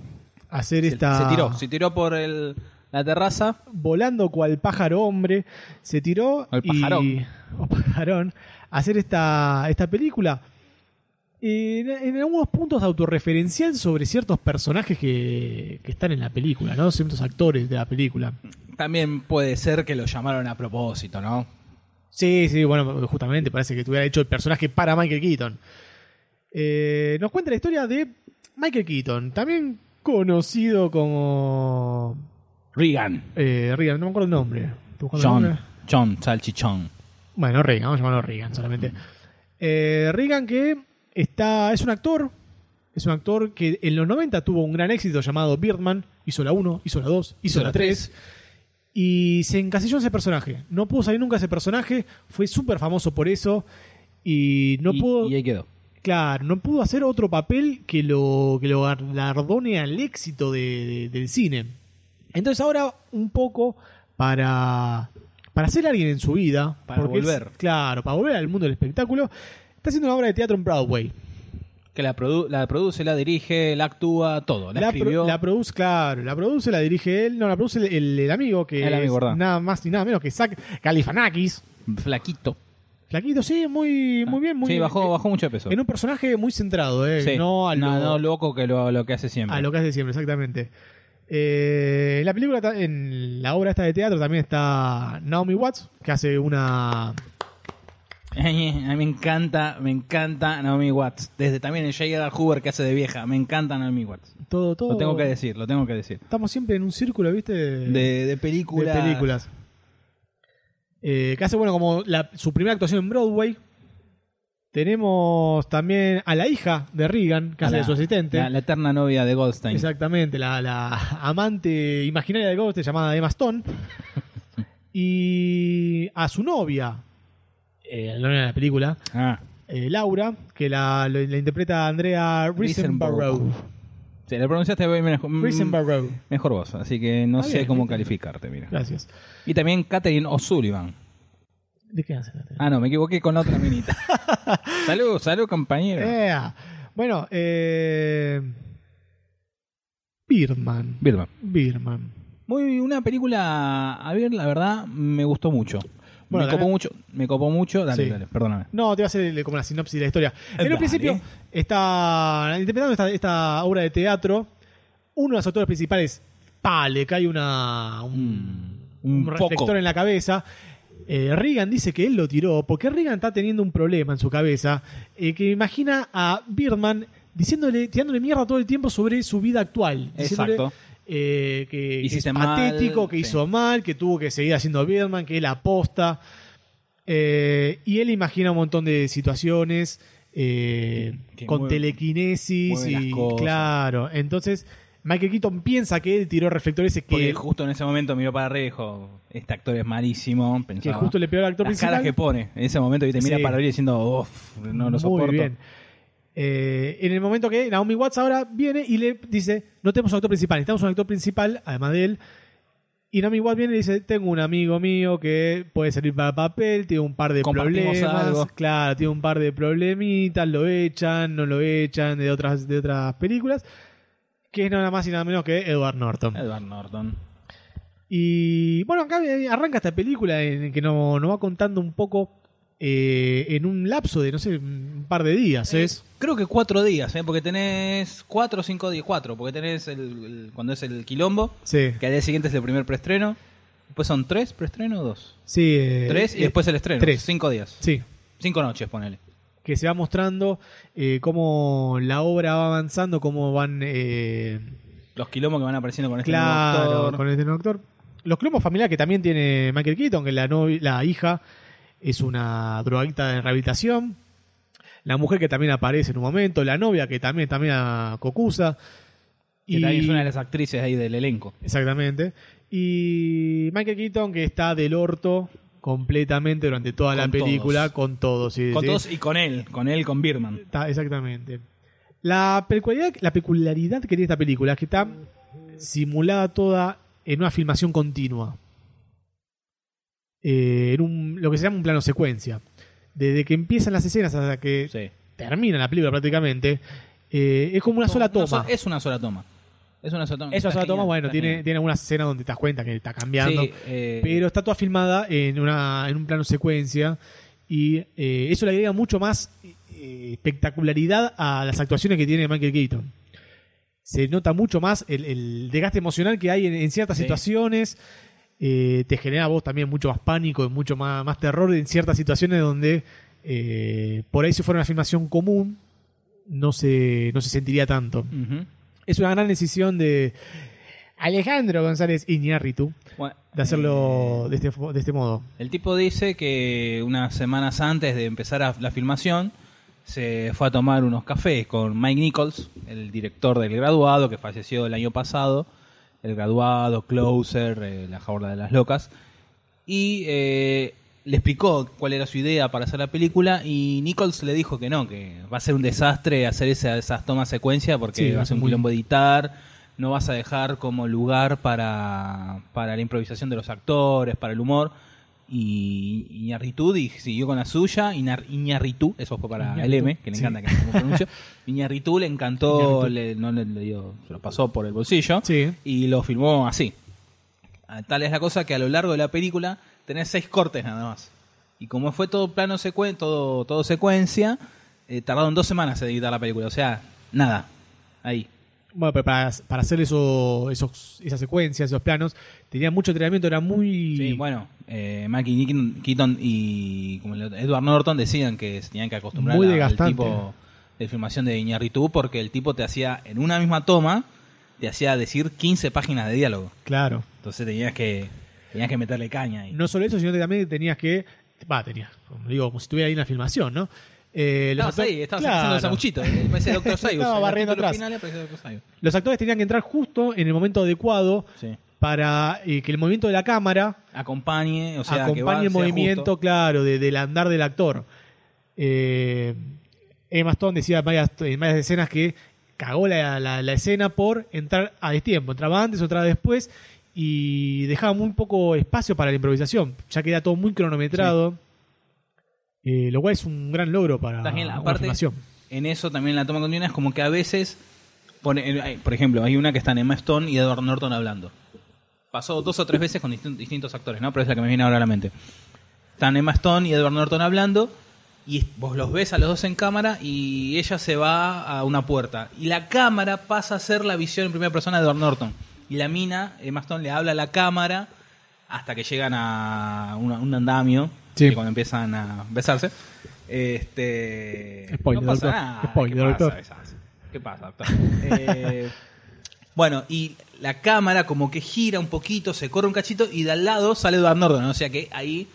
S3: a hacer esta.
S2: Se tiró, se tiró por el, la terraza.
S3: Volando cual pájaro hombre. Se tiró.
S2: Al
S3: y-
S2: pajarón.
S3: o pajarón. A hacer esta, esta película. En, en algunos puntos autorreferencial sobre ciertos personajes que, que están en la película, ¿no? Ciertos actores de la película.
S2: También puede ser que lo llamaron a propósito, ¿no?
S3: Sí, sí, bueno, justamente parece que tuviera hecho el personaje para Michael Keaton. Eh, nos cuenta la historia de Michael Keaton, también conocido como.
S2: Regan.
S3: Eh, Regan, no me acuerdo el nombre. ¿Te acuerdas el
S2: John.
S3: nombre?
S2: John Salchichón.
S3: Bueno, Regan, vamos a llamarlo Regan solamente. Eh, Regan, que está, es un actor. Es un actor que en los 90 tuvo un gran éxito llamado Birdman. Hizo la 1, hizo la 2, hizo, la 3. Y se encasilló ese personaje. No pudo salir nunca de ese personaje. Fue súper famoso por eso. Y no pudo.
S2: Y ahí quedó.
S3: Claro, no pudo hacer otro papel que lo, que lo galardone al éxito de- de- del cine. Entonces ahora un poco para, para ser alguien en su vida.
S2: Para
S3: porque es-
S2: volver.
S3: claro, para volver al mundo del espectáculo. Está haciendo una obra de teatro en Broadway.
S2: Que la, produ- la produce, la dirige, la actúa, todo. La,
S3: pro-
S2: escribió.
S3: la produce, claro, la produce, la dirige él. No, la produce el, el- el amigo que
S2: El amigo,
S3: es
S2: ¿verdad?
S3: nada más ni nada menos que Zach Galifianakis.
S2: Flaquito.
S3: Flaquito, sí, muy, muy bien. Muy
S2: Ah, Sí,
S3: bien. Eh,
S2: bajó, bajó mucho de peso.
S3: En un personaje muy centrado, ¿eh?
S2: Sí.
S3: No a lo,
S2: no, loco que lo, lo que hace siempre.
S3: a lo que hace siempre, exactamente. Eh, en la película, ta- en la obra esta de teatro también está Naomi Watts, que hace una...
S2: Ay, ay, me encanta, me encanta Naomi Watts. Desde también el J. Edgar Hoover que hace de vieja. Me encanta Naomi Watts.
S3: Todo, todo...
S2: Lo tengo que decir, lo tengo que decir.
S3: Estamos siempre en un círculo, ¿viste?
S2: De, de películas.
S3: Eh, De películas. Eh, que hace, bueno, como la- su primera actuación en Broadway. Tenemos también a la hija de Regan, que
S2: A
S3: hace de
S2: la-
S3: su asistente.
S2: La, la eterna novia de Goldstein.
S3: Exactamente, la, la amante imaginaria de Ghost llamada Emma Stone. y a su novia, eh, la novia de la película,
S2: Ah.
S3: eh, Laura, que la, la- la interpreta Andrea Risenborough.
S2: Sí, la pronunciaste bien mejor, mm,
S3: Risenborough.
S2: mejor vos, así que no
S3: Ah,
S2: sé
S3: bien,
S2: cómo
S3: ¿viste?
S2: calificarte, mira.
S3: Gracias.
S2: Y también Catherine O'Sullivan.
S3: ¿De qué hace?
S2: Ah, no, me equivoqué con la otra minita. salud, salud, compañero.
S3: Ea. Bueno, eh... Birdman.
S2: Birdman.
S3: Birdman.
S2: Muy una película, a ver, la verdad, me gustó mucho.
S3: Bueno,
S2: me
S3: dale.
S2: copó mucho, me copó mucho. Dale,
S3: Sí.
S2: dale, perdóname.
S3: No, te voy a hacer como la sinopsis de la historia. En
S2: Dale.
S3: un principio está interpretando esta, esta obra de teatro. Uno de los autores principales, pa, le cae una,
S2: Mm.
S3: un, Mm. un
S2: foco.
S3: reflector en la cabeza. Eh, Reagan dice que él lo tiró porque Reagan está teniendo un problema en su cabeza eh, que imagina a Birdman diciéndole, tirándole mierda todo el tiempo sobre su vida actual. Diciéndole,
S2: Exacto.
S3: eh, que, que es
S2: Hiciste mal,
S3: patético, que
S2: sí.
S3: hizo mal, que tuvo que seguir haciendo Birdman, que él aposta. Eh, y él imagina un montón de situaciones eh,
S2: Que
S3: con
S2: mueve-
S3: telequinesis
S2: mueve las
S3: y
S2: cosas.
S3: claro. Entonces, Michael Keaton piensa que él tiró reflectores ese
S2: Porque
S3: que,
S2: justo en ese momento miró para arriba y dijo, este actor es malísimo.
S3: que
S2: Pensaba,
S3: justo le pegó al actor
S2: las
S3: principal.
S2: caras que pone en ese momento y te mira
S3: Sí.
S2: para arriba diciendo, uff, no lo
S3: Muy
S2: soporto.
S3: bien. Eh, en el momento que Naomi Watts ahora viene y le dice, no tenemos un actor principal, necesitamos un actor principal, además de él. Y Naomi Watts viene y dice, tengo un amigo mío que puede servir para papel, tiene un par de
S2: Compartimos
S3: problemas.
S2: algo.
S3: Claro, tiene un par de problemitas, lo echan, no lo echan, de otras, de otras películas. Que es nada más y nada menos que Edward Norton.
S2: Edward Norton.
S3: Y bueno, acá eh, arranca esta película en que nos no va contando un poco eh, en un lapso de, no sé, un par de días. ¿es?
S2: Eh, Creo que cuatro días, ¿eh? porque tenés cuatro o cinco días, cuatro, porque tenés el, el- cuando es el quilombo,
S3: Sí.
S2: que al día siguiente es el primer preestreno, después son tres preestreno o dos.
S3: Sí. eh,
S2: tres y
S3: eh,
S2: después el estreno.
S3: Tres.
S2: Cinco días.
S3: Sí.
S2: Cinco noches, ponele.
S3: Que se va mostrando eh, cómo la obra va avanzando, cómo van. eh,
S2: Los quilombos que van apareciendo con este
S3: claro,
S2: nuevo actor.
S3: con este nuevo actor. Los clomos familiares que también tiene Michael Keaton, que la, novi- la hija es una drogadicta de rehabilitación. La mujer que también aparece en un momento, la novia que también, también a Cocusa.
S2: que también es una de las actrices ahí del elenco.
S3: Exactamente. Y Michael Keaton que está del orto completamente durante toda la
S2: Con
S3: película,
S2: todos.
S3: con todos. sí,
S2: Con
S3: sí.
S2: todos y con él, con él, con Birman.
S3: Está- exactamente. La peculiaridad, la peculiaridad que tiene esta película es que está simulada toda en una filmación continua. Eh, en un, lo que se llama un plano secuencia. Desde que empiezan las escenas hasta que termina la película prácticamente, eh, es como una sola
S2: No,
S3: toma.
S2: no, es una sola toma. Es una sola toma.
S3: Esa
S2: Está
S3: sola toma,
S2: genial,
S3: bueno,
S2: está
S3: tiene,
S2: genial.
S3: tiene algunas escenas donde te das cuenta que está cambiando.
S2: Sí, eh,
S3: pero está toda filmada en, una, en un plano secuencia. Y eh, eso le agrega mucho más eh, espectacularidad a las actuaciones que tiene Michael Keaton. Se nota mucho más el, el desgaste emocional que hay en, en ciertas
S2: Sí.
S3: situaciones. Eh, te genera a vos también mucho más pánico y mucho más, más terror en ciertas situaciones donde eh, por ahí si fuera una filmación común no se, no se sentiría tanto.
S2: Ujú.
S3: Es una gran decisión de Alejandro González Iñárritu
S2: Bueno, eh,
S3: de hacerlo de, este, fo- de este modo.
S2: El tipo dice que unas semanas antes de empezar a- la filmación se fue a tomar unos cafés con Mike Nichols, el director del graduado que falleció el año pasado, el graduado, Closer, eh, La Jaula de las Locas, y eh, le explicó cuál era su idea para hacer la película y Nichols le dijo que no, que va a ser un desastre hacer esa- esas tomas secuencia porque
S3: Sí,
S2: va a ser un
S3: muy-
S2: quilombo editar, no vas a dejar como lugar para, para la improvisación de los actores, para el humor. Y Iñarritu siguió con la suya. Iñar- Iñárritu, eso fue para
S3: Iñárritu,
S2: el M, que le
S3: sí.
S2: encanta que lo pronuncio. Iñárritu le encantó,
S3: Iñárritu.
S2: le- no le, le dio- se lo pasó por el bolsillo y lo filmó así. Ah, Tal es la cosa que a lo largo de la película tenés seis cortes nada más. Y como fue todo plano secuen todo, todo secuencia, eh, tardaron dos semanas en editar la película. O sea, nada. Ahí.
S3: Bueno, pero para, para hacer eso, esos, esas secuencias, esos planos, tenía mucho entrenamiento, era muy.
S2: Sí, bueno, eh, Mackie Nick- Keaton y como el otro, Edward Norton decían que se tenían que acostumbrar
S3: Muy
S2: a- al
S3: desgastante.
S2: tipo de filmación de Iñarritu porque el tipo te hacía, en una misma toma, te hacía decir 15 páginas de diálogo.
S3: Claro.
S2: Entonces tenías que, tenías que meterle caña ahí.
S3: No solo eso, sino que también tenías que. Va, tenías. Como digo, como si estuviera ahí en la filmación, ¿no? Eh, los
S2: Estabas
S3: actores-
S2: ahí, estabas
S3: Claro.
S2: haciendo los sabuchitos. eh, Parecía Dr. Sayus.
S3: Estaba
S2: En los
S3: barriendo
S2: títulos
S3: atrás.
S2: finales parecía Dr. Sayus.
S3: Los actores tenían que entrar justo en el momento adecuado
S2: Sí.
S3: para eh, que el movimiento de la cámara
S2: Acompañe, o sea, que
S3: acompañe
S2: va, sea
S3: el movimiento,
S2: justo.
S3: claro, de- del andar del actor. Eh, Emma Stone decía en varias, en varias escenas que cagó la, la- la escena por entrar a destiempo. Entraba antes, otra después y dejaba muy poco espacio para la improvisación, ya que era todo muy cronometrado. Eh, lo cual es un gran logro para
S2: También,
S3: una
S2: aparte,
S3: filmación.
S2: en eso también la toma continua es como que a veces, pone- eh, hay- por ejemplo, hay una que están Emma Stone y Edward Norton hablando. Pasó dos o tres veces con distin- distintos actores, ¿no? Pero es la que me viene ahora a la mente. Están Emma Stone y Edward Norton hablando y es- vos los ves a los dos en cámara y ella se va a una puerta. Y la cámara pasa a ser la visión en primera persona de Edward Norton. Y la mina, Emma Stone, le habla a la cámara hasta que llegan a una- un andamio
S3: Sí.
S2: y cuando empiezan a besarse. Este,
S3: Eh, Spoiler,
S2: no pasa
S3: doctor.
S2: nada.
S3: Spoiler,
S2: ¿Qué pasa,
S3: doctor.
S2: besarse? ¿Qué pasa, doctor? Eh, bueno, y la cámara como que gira un poquito, se corre un cachito y de al lado sale Edward Norton. O sea que ahí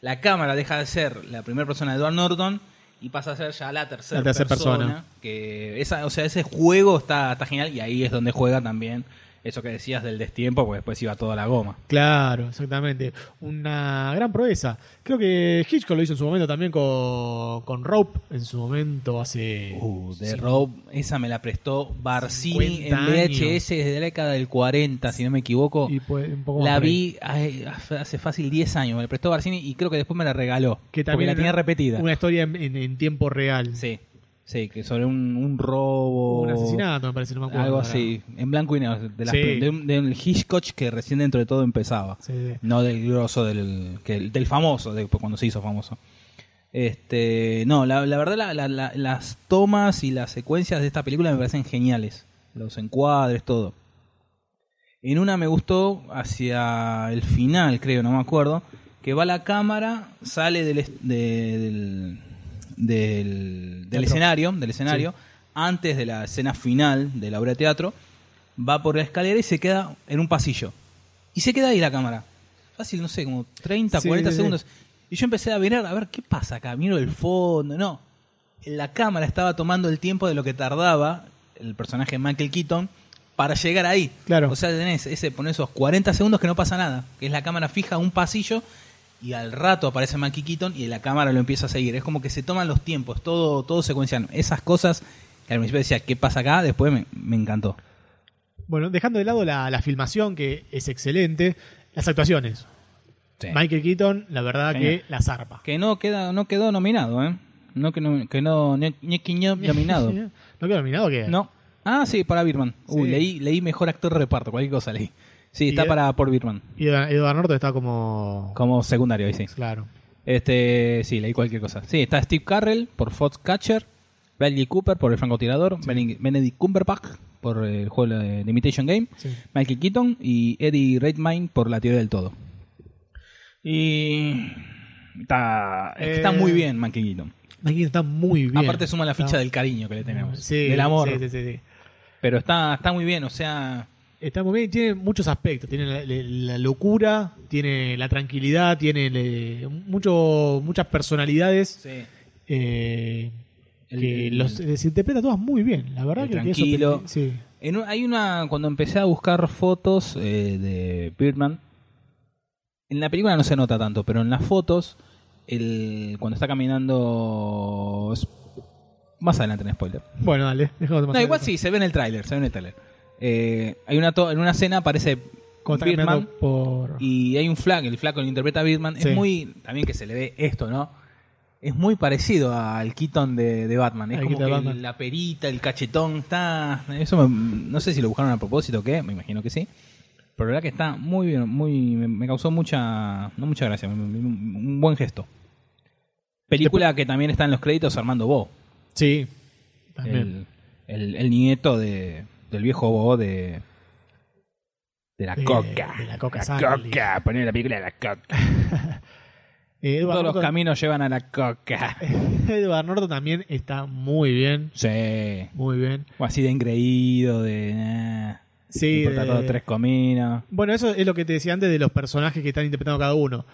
S2: la cámara deja de ser la primera persona de Edward Norton y pasa a ser ya la tercera,
S3: La tercera persona.
S2: Que esa, o sea, ese juego está, está genial y ahí es donde juega también eso que decías del destiempo, porque después iba toda la goma.
S3: Claro, exactamente. Una gran proeza. Creo que Hitchcock lo hizo en su momento también con, con Rope, en su momento hace...
S2: Uh, De
S3: sí,
S2: Rob, esa me la prestó Barcini en
S3: 50
S2: VHS desde la década del 40, si no me equivoco.
S3: y puede- un poco más
S2: La
S3: por ahí.
S2: vi ay, hace fácil 10 años, me la prestó Barcini y creo que después me la regaló.
S3: Que
S2: porque
S3: también
S2: la tenía
S3: era
S2: repetida.
S3: Una historia en, en- en tiempo real.
S2: Sí, sí, que sobre un, un robo.
S3: Un asesinato, me parece, no me acuerdo
S2: Algo
S3: ahora.
S2: así, en blanco y negro. De, las-
S3: Sí.
S2: de un, de un Hitchcock que recién dentro de todo empezaba.
S3: sí.
S2: No del grosso, del, que, el- del famoso, de, cuando se hizo famoso. Este, no, la, la verdad, la- la- la- las tomas y las secuencias de esta película me parecen geniales. Los encuadres, todo. En una me gustó hacia el final, creo, no me acuerdo, que va la cámara, sale del, est- de- del, del- del
S3: Teatro.
S2: escenario, del escenario
S3: Sí.
S2: antes de la escena final de la obra de teatro, va por la escalera y se queda en un pasillo. Y se queda ahí la cámara. Fácil, no sé, como 30,
S3: Sí,
S2: 40
S3: sí, sí.
S2: segundos. Y yo empecé a mirar, a ver, ¿qué pasa acá? Miro el fondo, no. La cámara estaba tomando el tiempo de lo que tardaba el personaje de Michael Keaton para llegar ahí.
S3: Claro.
S2: O sea, tenés ese, poner esos 40 segundos que no pasa nada, que es la cámara fija a un pasillo y al rato aparece Michael Keaton y la cámara lo empieza a seguir. Es como que se toman los tiempos, todo, todo secuencial. Esas cosas que al principio decía, ¿qué pasa acá? Después me, me encantó.
S3: Bueno, dejando de lado la, la filmación, que es excelente, las actuaciones.
S2: Sí.
S3: Michael Keaton, la verdad
S2: Genial.
S3: que la zarpa.
S2: Que no, queda, no quedó nominado, ¿eh? No, que no, que no, ni, ni que no nominado.
S3: ¿No quedó nominado o qué?
S2: No. Ah, sí, para Birman. Uy,
S3: Sí.
S2: leí, leí mejor actor de reparto, cualquier cosa leí. Sí,
S3: Y
S2: está
S3: Ed-
S2: para por Birman,
S3: Y Edward Edward Norton está como...
S2: como secundario, ahí sí.
S3: Claro.
S2: Este, sí, leí cualquier cosa. Sí, está Steve Carrell por Foxcatcher, Bradley Cooper por El Francotirador, Ben- Benedict Cumberbatch por el juego de The Imitation Game,
S3: Sí.
S2: Michael Keaton y Eddie Redmayne por La Teoría del Todo. Y está, es que está
S3: Eh,
S2: muy bien Michael Keaton.
S3: Michael Keaton está muy bien.
S2: Aparte suma la ficha
S3: Está-
S2: del cariño que le tenemos,
S3: Sí,
S2: del amor.
S3: sí, sí, sí, sí.
S2: Pero está, está muy bien, o sea,
S3: Está muy bien y tiene muchos aspectos. Tiene la, la- la locura, tiene la tranquilidad, tiene le- mucho, muchas personalidades eh,
S2: El-
S3: que
S2: el-
S3: los, les interpreta todas muy bien. La verdad
S2: el
S3: que que eso-
S2: tranquilo.
S3: sí.
S2: En un- hay una, cuando empecé a buscar fotos eh, de Birdman, en la película no se nota tanto, pero en las fotos, el, cuando está caminando... es- Más adelante en spoiler.
S3: Bueno, dale. dejamos de
S2: No,
S3: pasar
S2: igual
S3: eso.
S2: sí, se ve en el tráiler, se ve en el tráiler. Eh, hay una to- en una escena aparece
S3: Cuando está
S2: Birdman
S3: caminando por...
S2: y hay un flaco, el flaco lo interpreta a Birdman.
S3: Sí.
S2: Es muy, también que se le ve esto, ¿no? Es muy parecido al Keaton de, de Batman. Es
S3: Al
S2: como
S3: Keaton
S2: que
S3: de Batman.
S2: la perita, el cachetón, está... Eso me- no sé si lo buscaron a propósito o qué, me imagino que sí. Pero la verdad que está muy bien, muy me, me causó mucha, no mucha gracia, me- me- un buen gesto. Película que también está en los créditos Armando Bo.
S3: Sí,
S2: también. El, el- el nieto de, del viejo Bo de. De la
S3: De-
S2: coca.
S3: de la Coca Sandy.
S2: coca. Poner la película de la coca.
S3: Eh, Edward
S2: Todos los
S3: Norton-
S2: caminos llevan a la coca.
S3: Eh. Edward Norton también está muy bien.
S2: Sí.
S3: Muy bien.
S2: O así de engreído, de. nah,
S3: Sí, eh,
S2: me importa
S3: de-
S2: todo, tres cominos.
S3: Bueno, eso es lo que te decía antes de los personajes que están interpretando cada uno.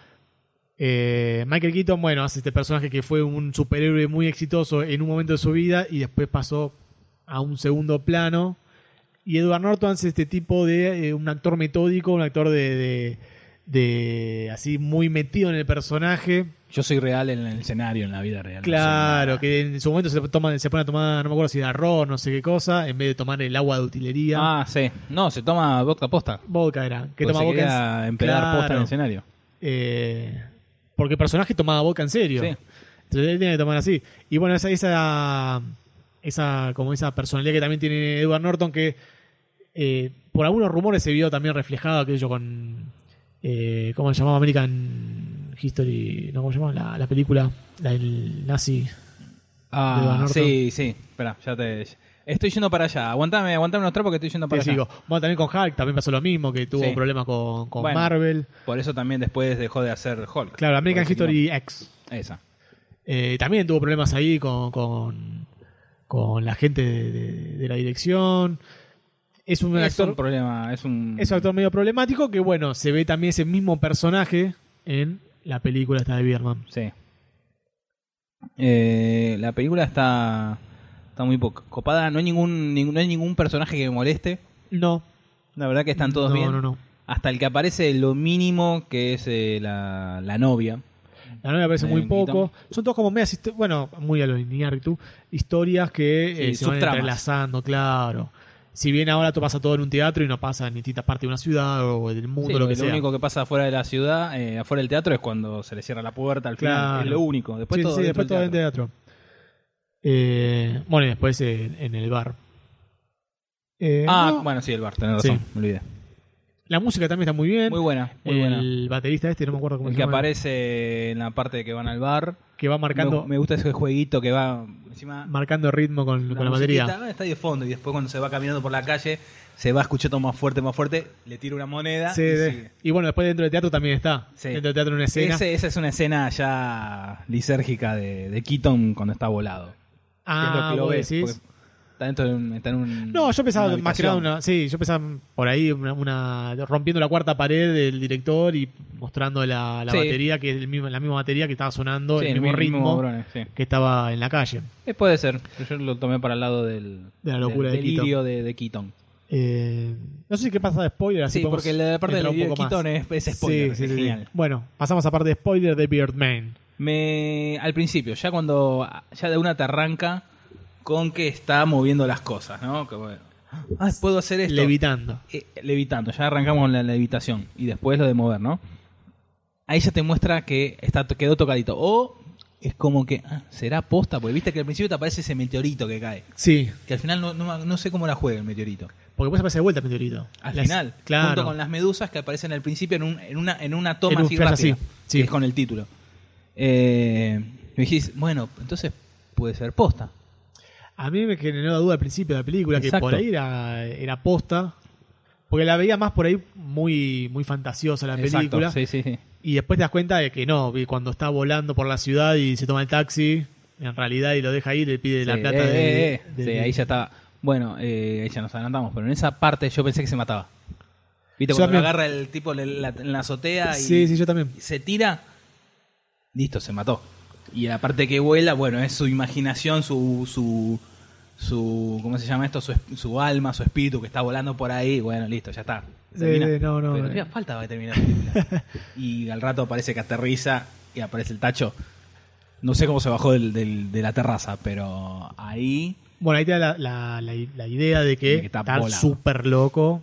S3: Eh, Michael Keaton, bueno, hace este personaje que fue un superhéroe muy exitoso en un momento de su vida y después pasó a un segundo plano. Y Edward Norton hace este tipo de eh, un actor metódico, un actor de, de- de- así muy metido en el personaje.
S2: Yo soy real en el escenario, en la vida real. no soy
S3: Claro, que en su momento se, toma, se pone a tomar, no me acuerdo si de arroz, no sé qué cosa, en vez de tomar el agua de utilería.
S2: Ah, sí. No, se toma vodka posta.
S3: Vodka era. Que
S2: Porque
S3: toma
S2: se
S3: vodka
S2: quería
S3: en-
S2: empedar posta en
S3: Claro.
S2: el escenario.
S3: Eh, porque el personaje tomaba vodka en serio.
S2: Sí.
S3: Entonces él tiene que tomar así. Y bueno, esa, esa, esa, como esa personalidad que también tiene Edward Norton, que eh, por algunos rumores se vio también reflejado, aquello con. Eh, ¿Cómo se llamaba? American History. ¿No? ¿Cómo se llamaba? La, la película. La del nazi. de Edward
S2: Ah,
S3: Norton.
S2: sí, sí. Espera, ya te. Estoy yendo para allá. Aguantame, aguantame unos trapos que estoy yendo
S3: Te
S2: para allá.
S3: sigo. Bueno, también con Hulk también pasó lo mismo, que tuvo
S2: Sí.
S3: problemas con, con
S2: Bueno,
S3: Marvel.
S2: Por eso también después dejó de hacer Hulk.
S3: Claro, American
S2: Por ese
S3: History X.
S2: quilombo. Esa.
S3: Eh, también tuvo problemas ahí con, con, con la gente de, de- de la dirección. Es un
S2: Es un
S3: actor,
S2: problema, es un.
S3: es un actor medio problemático que, bueno, se ve también ese mismo personaje en la película esta de Bierman.
S2: Sí. Eh, la película está está muy po- copada. No hay ningún, ning- no hay ningún personaje que me moleste.
S3: No.
S2: La verdad que están todos
S3: no,
S2: bien.
S3: no, no.
S2: Hasta el que aparece lo mínimo que es eh, la, la novia.
S3: La novia aparece muy
S2: Eh,
S3: poco. Son todos como medias, histo- bueno, muy a lo tú, historias que eh,
S2: Sí,
S3: se van
S2: subtramas.
S3: entrelazando, claro. Si bien ahora tú pasa todo en un teatro y no pasa en distintas partes de una ciudad o del mundo,
S2: Sí,
S3: lo
S2: porque
S3: que sea.
S2: único que pasa afuera de la ciudad, eh, afuera del teatro, es cuando se le cierra la puerta al final.
S3: Claro.
S2: Es lo único. Después
S3: Sí,
S2: todo
S3: sí,
S2: dentro
S3: después
S2: del
S3: todo en
S2: teatro.
S3: teatro. Eh, bueno, y después eh, en el bar. Eh,
S2: Ah,
S3: no,
S2: bueno, sí, el bar, tenés razón,
S3: Sí.
S2: me olvidé.
S3: La música también está muy bien. Eh,
S2: Muy buena,
S3: el
S2: muy buena.
S3: baterista este, no me acuerdo cómo
S2: El
S3: se
S2: que
S3: llama.
S2: aparece en la parte de que van al bar.
S3: Que va marcando,
S2: Me, me gusta ese jueguito que va encima
S3: marcando ritmo con con la,
S2: musiquita,
S3: batería.
S2: ah, Está ahí de fondo y después cuando se va caminando por la calle se va escuchando más fuerte, más fuerte, le tira una moneda.
S3: Sí,
S2: y
S3: de-
S2: sigue.
S3: y bueno, después dentro del teatro también está.
S2: Sí.
S3: Dentro del teatro en una escena.
S2: Ese- esa es una escena ya lisérgica de, de Keaton cuando está volado.
S3: Ah,
S2: Que es lo que lo
S3: vos
S2: ves,
S3: decís.
S2: porque Está dentro de un, está en un-
S3: No, yo pensaba
S2: una
S3: más que nada
S2: habitación.
S3: una. Sí, yo pensaba por ahí una, una- rompiendo la cuarta pared del director y mostrando la, la
S2: Sí.
S3: batería, que es el mismo, la misma batería que estaba sonando,
S2: Sí,
S3: el
S2: el
S3: mismo
S2: mismo
S3: ritmo
S2: brones, sí.
S3: que estaba en la calle.
S2: Eh, puede ser. Yo lo tomé para el lado del,
S3: De la locura
S2: del
S3: de Keaton.
S2: delirio de, de Keaton.
S3: Eh, no sé qué pasa de spoiler, así
S2: Sí,
S3: podemos
S2: porque la parte del
S3: entrar un
S2: video de
S3: poco
S2: Keaton
S3: más.
S2: es- es spoiler, es genial.
S3: Bueno, pasamos a parte de spoiler de Birdman.
S2: Me, al principio, ya cuando ya de una te arranca con que está moviendo las cosas, ¿no? Que bueno, ah, puedo hacer esto.
S3: Levitando.
S2: Eh, levitando, ya arrancamos con la levitación y después lo de mover, ¿no? Ahí ya te muestra que está, quedó tocadito. O es como que, ah, ¿será posta? Porque viste que al principio te aparece ese meteorito que cae.
S3: Sí,
S2: Que al final no, no, no sé cómo la juega el meteorito.
S3: porque después aparece de vuelta el meteorito.
S2: Al
S3: Las-
S2: final,
S3: claro.
S2: junto con las medusas que aparecen al principio en, un- en una, en una toma
S3: En un
S2: así
S3: flash
S2: rápida,
S3: así,
S2: que es con el título. Eh, me dijiste, bueno, entonces puede ser posta.
S3: A mí me generó la duda al principio de la película, que
S2: Exacto.
S3: por ahí era, era posta. Porque la veía más por ahí muy, muy fantasiosa la
S2: Exacto,
S3: película.
S2: sí, sí, sí.
S3: Y después te das cuenta de que no, que cuando está volando por la ciudad y se toma el taxi, en realidad y lo deja ahí, le pide la
S2: Sí,
S3: plata
S2: eh,
S3: de,
S2: eh, eh.
S3: de-
S2: Sí, ahí ya estaba. Bueno, eh, ahí ya nos adelantamos, pero en esa parte yo pensé que se mataba. ¿Viste?
S3: Yo
S2: Cuando lo
S3: también.
S2: agarra el tipo en la, en la azotea y
S3: Sí, sí, yo también.
S2: se tira, listo, se mató. Y la parte que vuela, bueno, es su imaginación, su. su su ¿Cómo se llama esto? Su, es- su alma, su espíritu que está volando por ahí. Bueno, listo, ya está.
S3: Sí,
S2: Termina.
S3: sí, no, no,
S2: Pero
S3: eh.
S2: todavía falta que termine la película. y al rato aparece que aterriza y aparece el tacho. No sé cómo se bajó del- del- de la terraza, pero ahí
S3: Bueno, ahí te da la, la- la- la idea de que,
S2: De que está
S3: está
S2: volado.
S3: súper loco,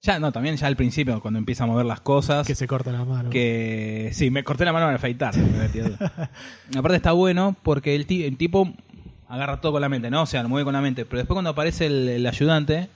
S2: Ya, no, también ya al principio, cuando empieza a mover las cosas.
S3: que se corta la mano.
S2: Que sí, me corté la mano para afeitar. me metí el- Aparte está bueno porque el, ti- el tipo agarra todo con la mente, ¿no? O sea, lo mueve con la mente. Pero después cuando aparece el, el ayudante,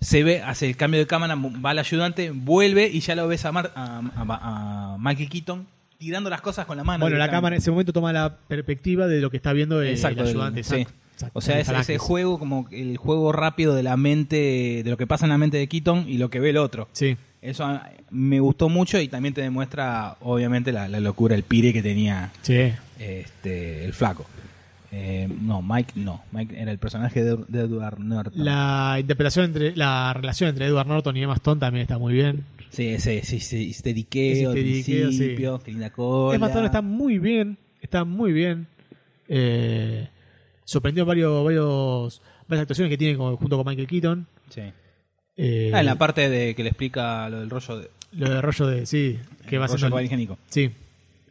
S2: se ve, hace el cambio de cámara, mu- va el ayudante, vuelve y ya lo ves a, Mar- a, a- a Michael Keaton tirando las cosas con la mano.
S3: Bueno, la cámara en
S2: directamente.
S3: ese momento toma la perspectiva de lo que está viendo el,
S2: Exacto, del-
S3: ayudante.
S2: sí.
S3: exacto, exacto,
S2: O sea,
S3: el
S2: es ese
S3: Falakis.
S2: juego como el juego rápido de la mente, de lo que pasa en la mente de Keaton y lo que ve el otro.
S3: Sí.
S2: Eso a- me gustó mucho y también te demuestra, obviamente, la, la locura, el pire que tenía
S3: Sí.
S2: este, el flaco. Eh, no, Mike no. Mike era el personaje de, de Edward Norton.
S3: La interpretación entre la relación entre Edward Norton y Emma Stone también está muy bien.
S2: Sí, ese, ese, ese histeriqueo,
S3: Ese
S2: al
S3: histeriqueo, sí.
S2: principio, qué linda cola.
S3: Emma Stone está muy bien, está muy bien. Eh, sorprendió varios, varios, varias actuaciones que tiene con- junto con Michael Keaton.
S2: Sí.
S3: Eh,
S2: Ah, en la parte de que le explica lo del rollo de,
S3: Lo de rollo de, sí, que va
S2: Rollo
S3: siendo-
S2: higiénico.
S3: Sí.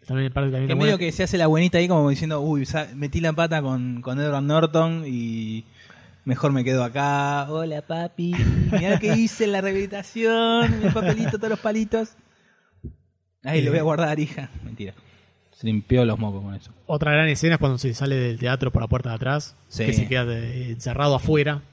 S3: También parte también
S2: Que
S3: está
S2: medio
S3: buena.
S2: que se hace la buenita ahí como diciendo, uy, sa- metí la pata con, con Edward Norton y mejor me quedo acá. Hola papi, mirá que hice en la rehabilitación, en el papelito, todos los palitos. Ahí lo voy a guardar, hija. Mentira. Eh. Se limpió los mocos con eso.
S3: Otra gran escena es cuando se sale del teatro por la puerta de atrás,
S2: Sí.
S3: que se queda de- encerrado afuera.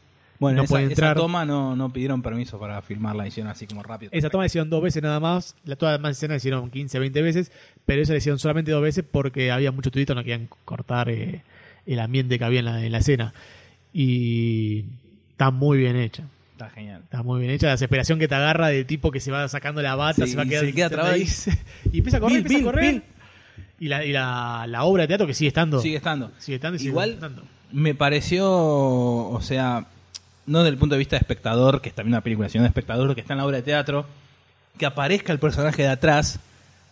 S2: Bueno,
S3: no
S2: esa,
S3: puede
S2: esa
S3: entrar.
S2: toma no, no pidieron permiso para filmarla, hicieron así como rápido.
S3: Esa toma la hicieron dos veces nada más. La, todas las demás escenas la hicieron 15, 20 veces. Pero esa la hicieron solamente dos veces porque había mucho turista, no querían cortar eh, el ambiente que había en la, en la escena. Y está muy bien hecha.
S2: Está genial.
S3: Está muy bien hecha. La desesperación que te agarra del tipo que se va sacando la bata,
S2: Sí,
S3: se va a
S2: y
S3: quedar.
S2: se queda trabado ahí.
S3: Y empieza a correr,
S2: Bill,
S3: empieza
S2: Bill,
S3: a correr.
S2: Bill.
S3: Y, la, y la, la obra de teatro que sigue estando.
S2: Sigue estando.
S3: Sigue estando y sigue
S2: Igual-
S3: estando.
S2: Me pareció, o sea, no desde el punto de vista de espectador, que está viendo una película, sino de espectador que está en la obra de teatro, que aparezca el personaje de atrás,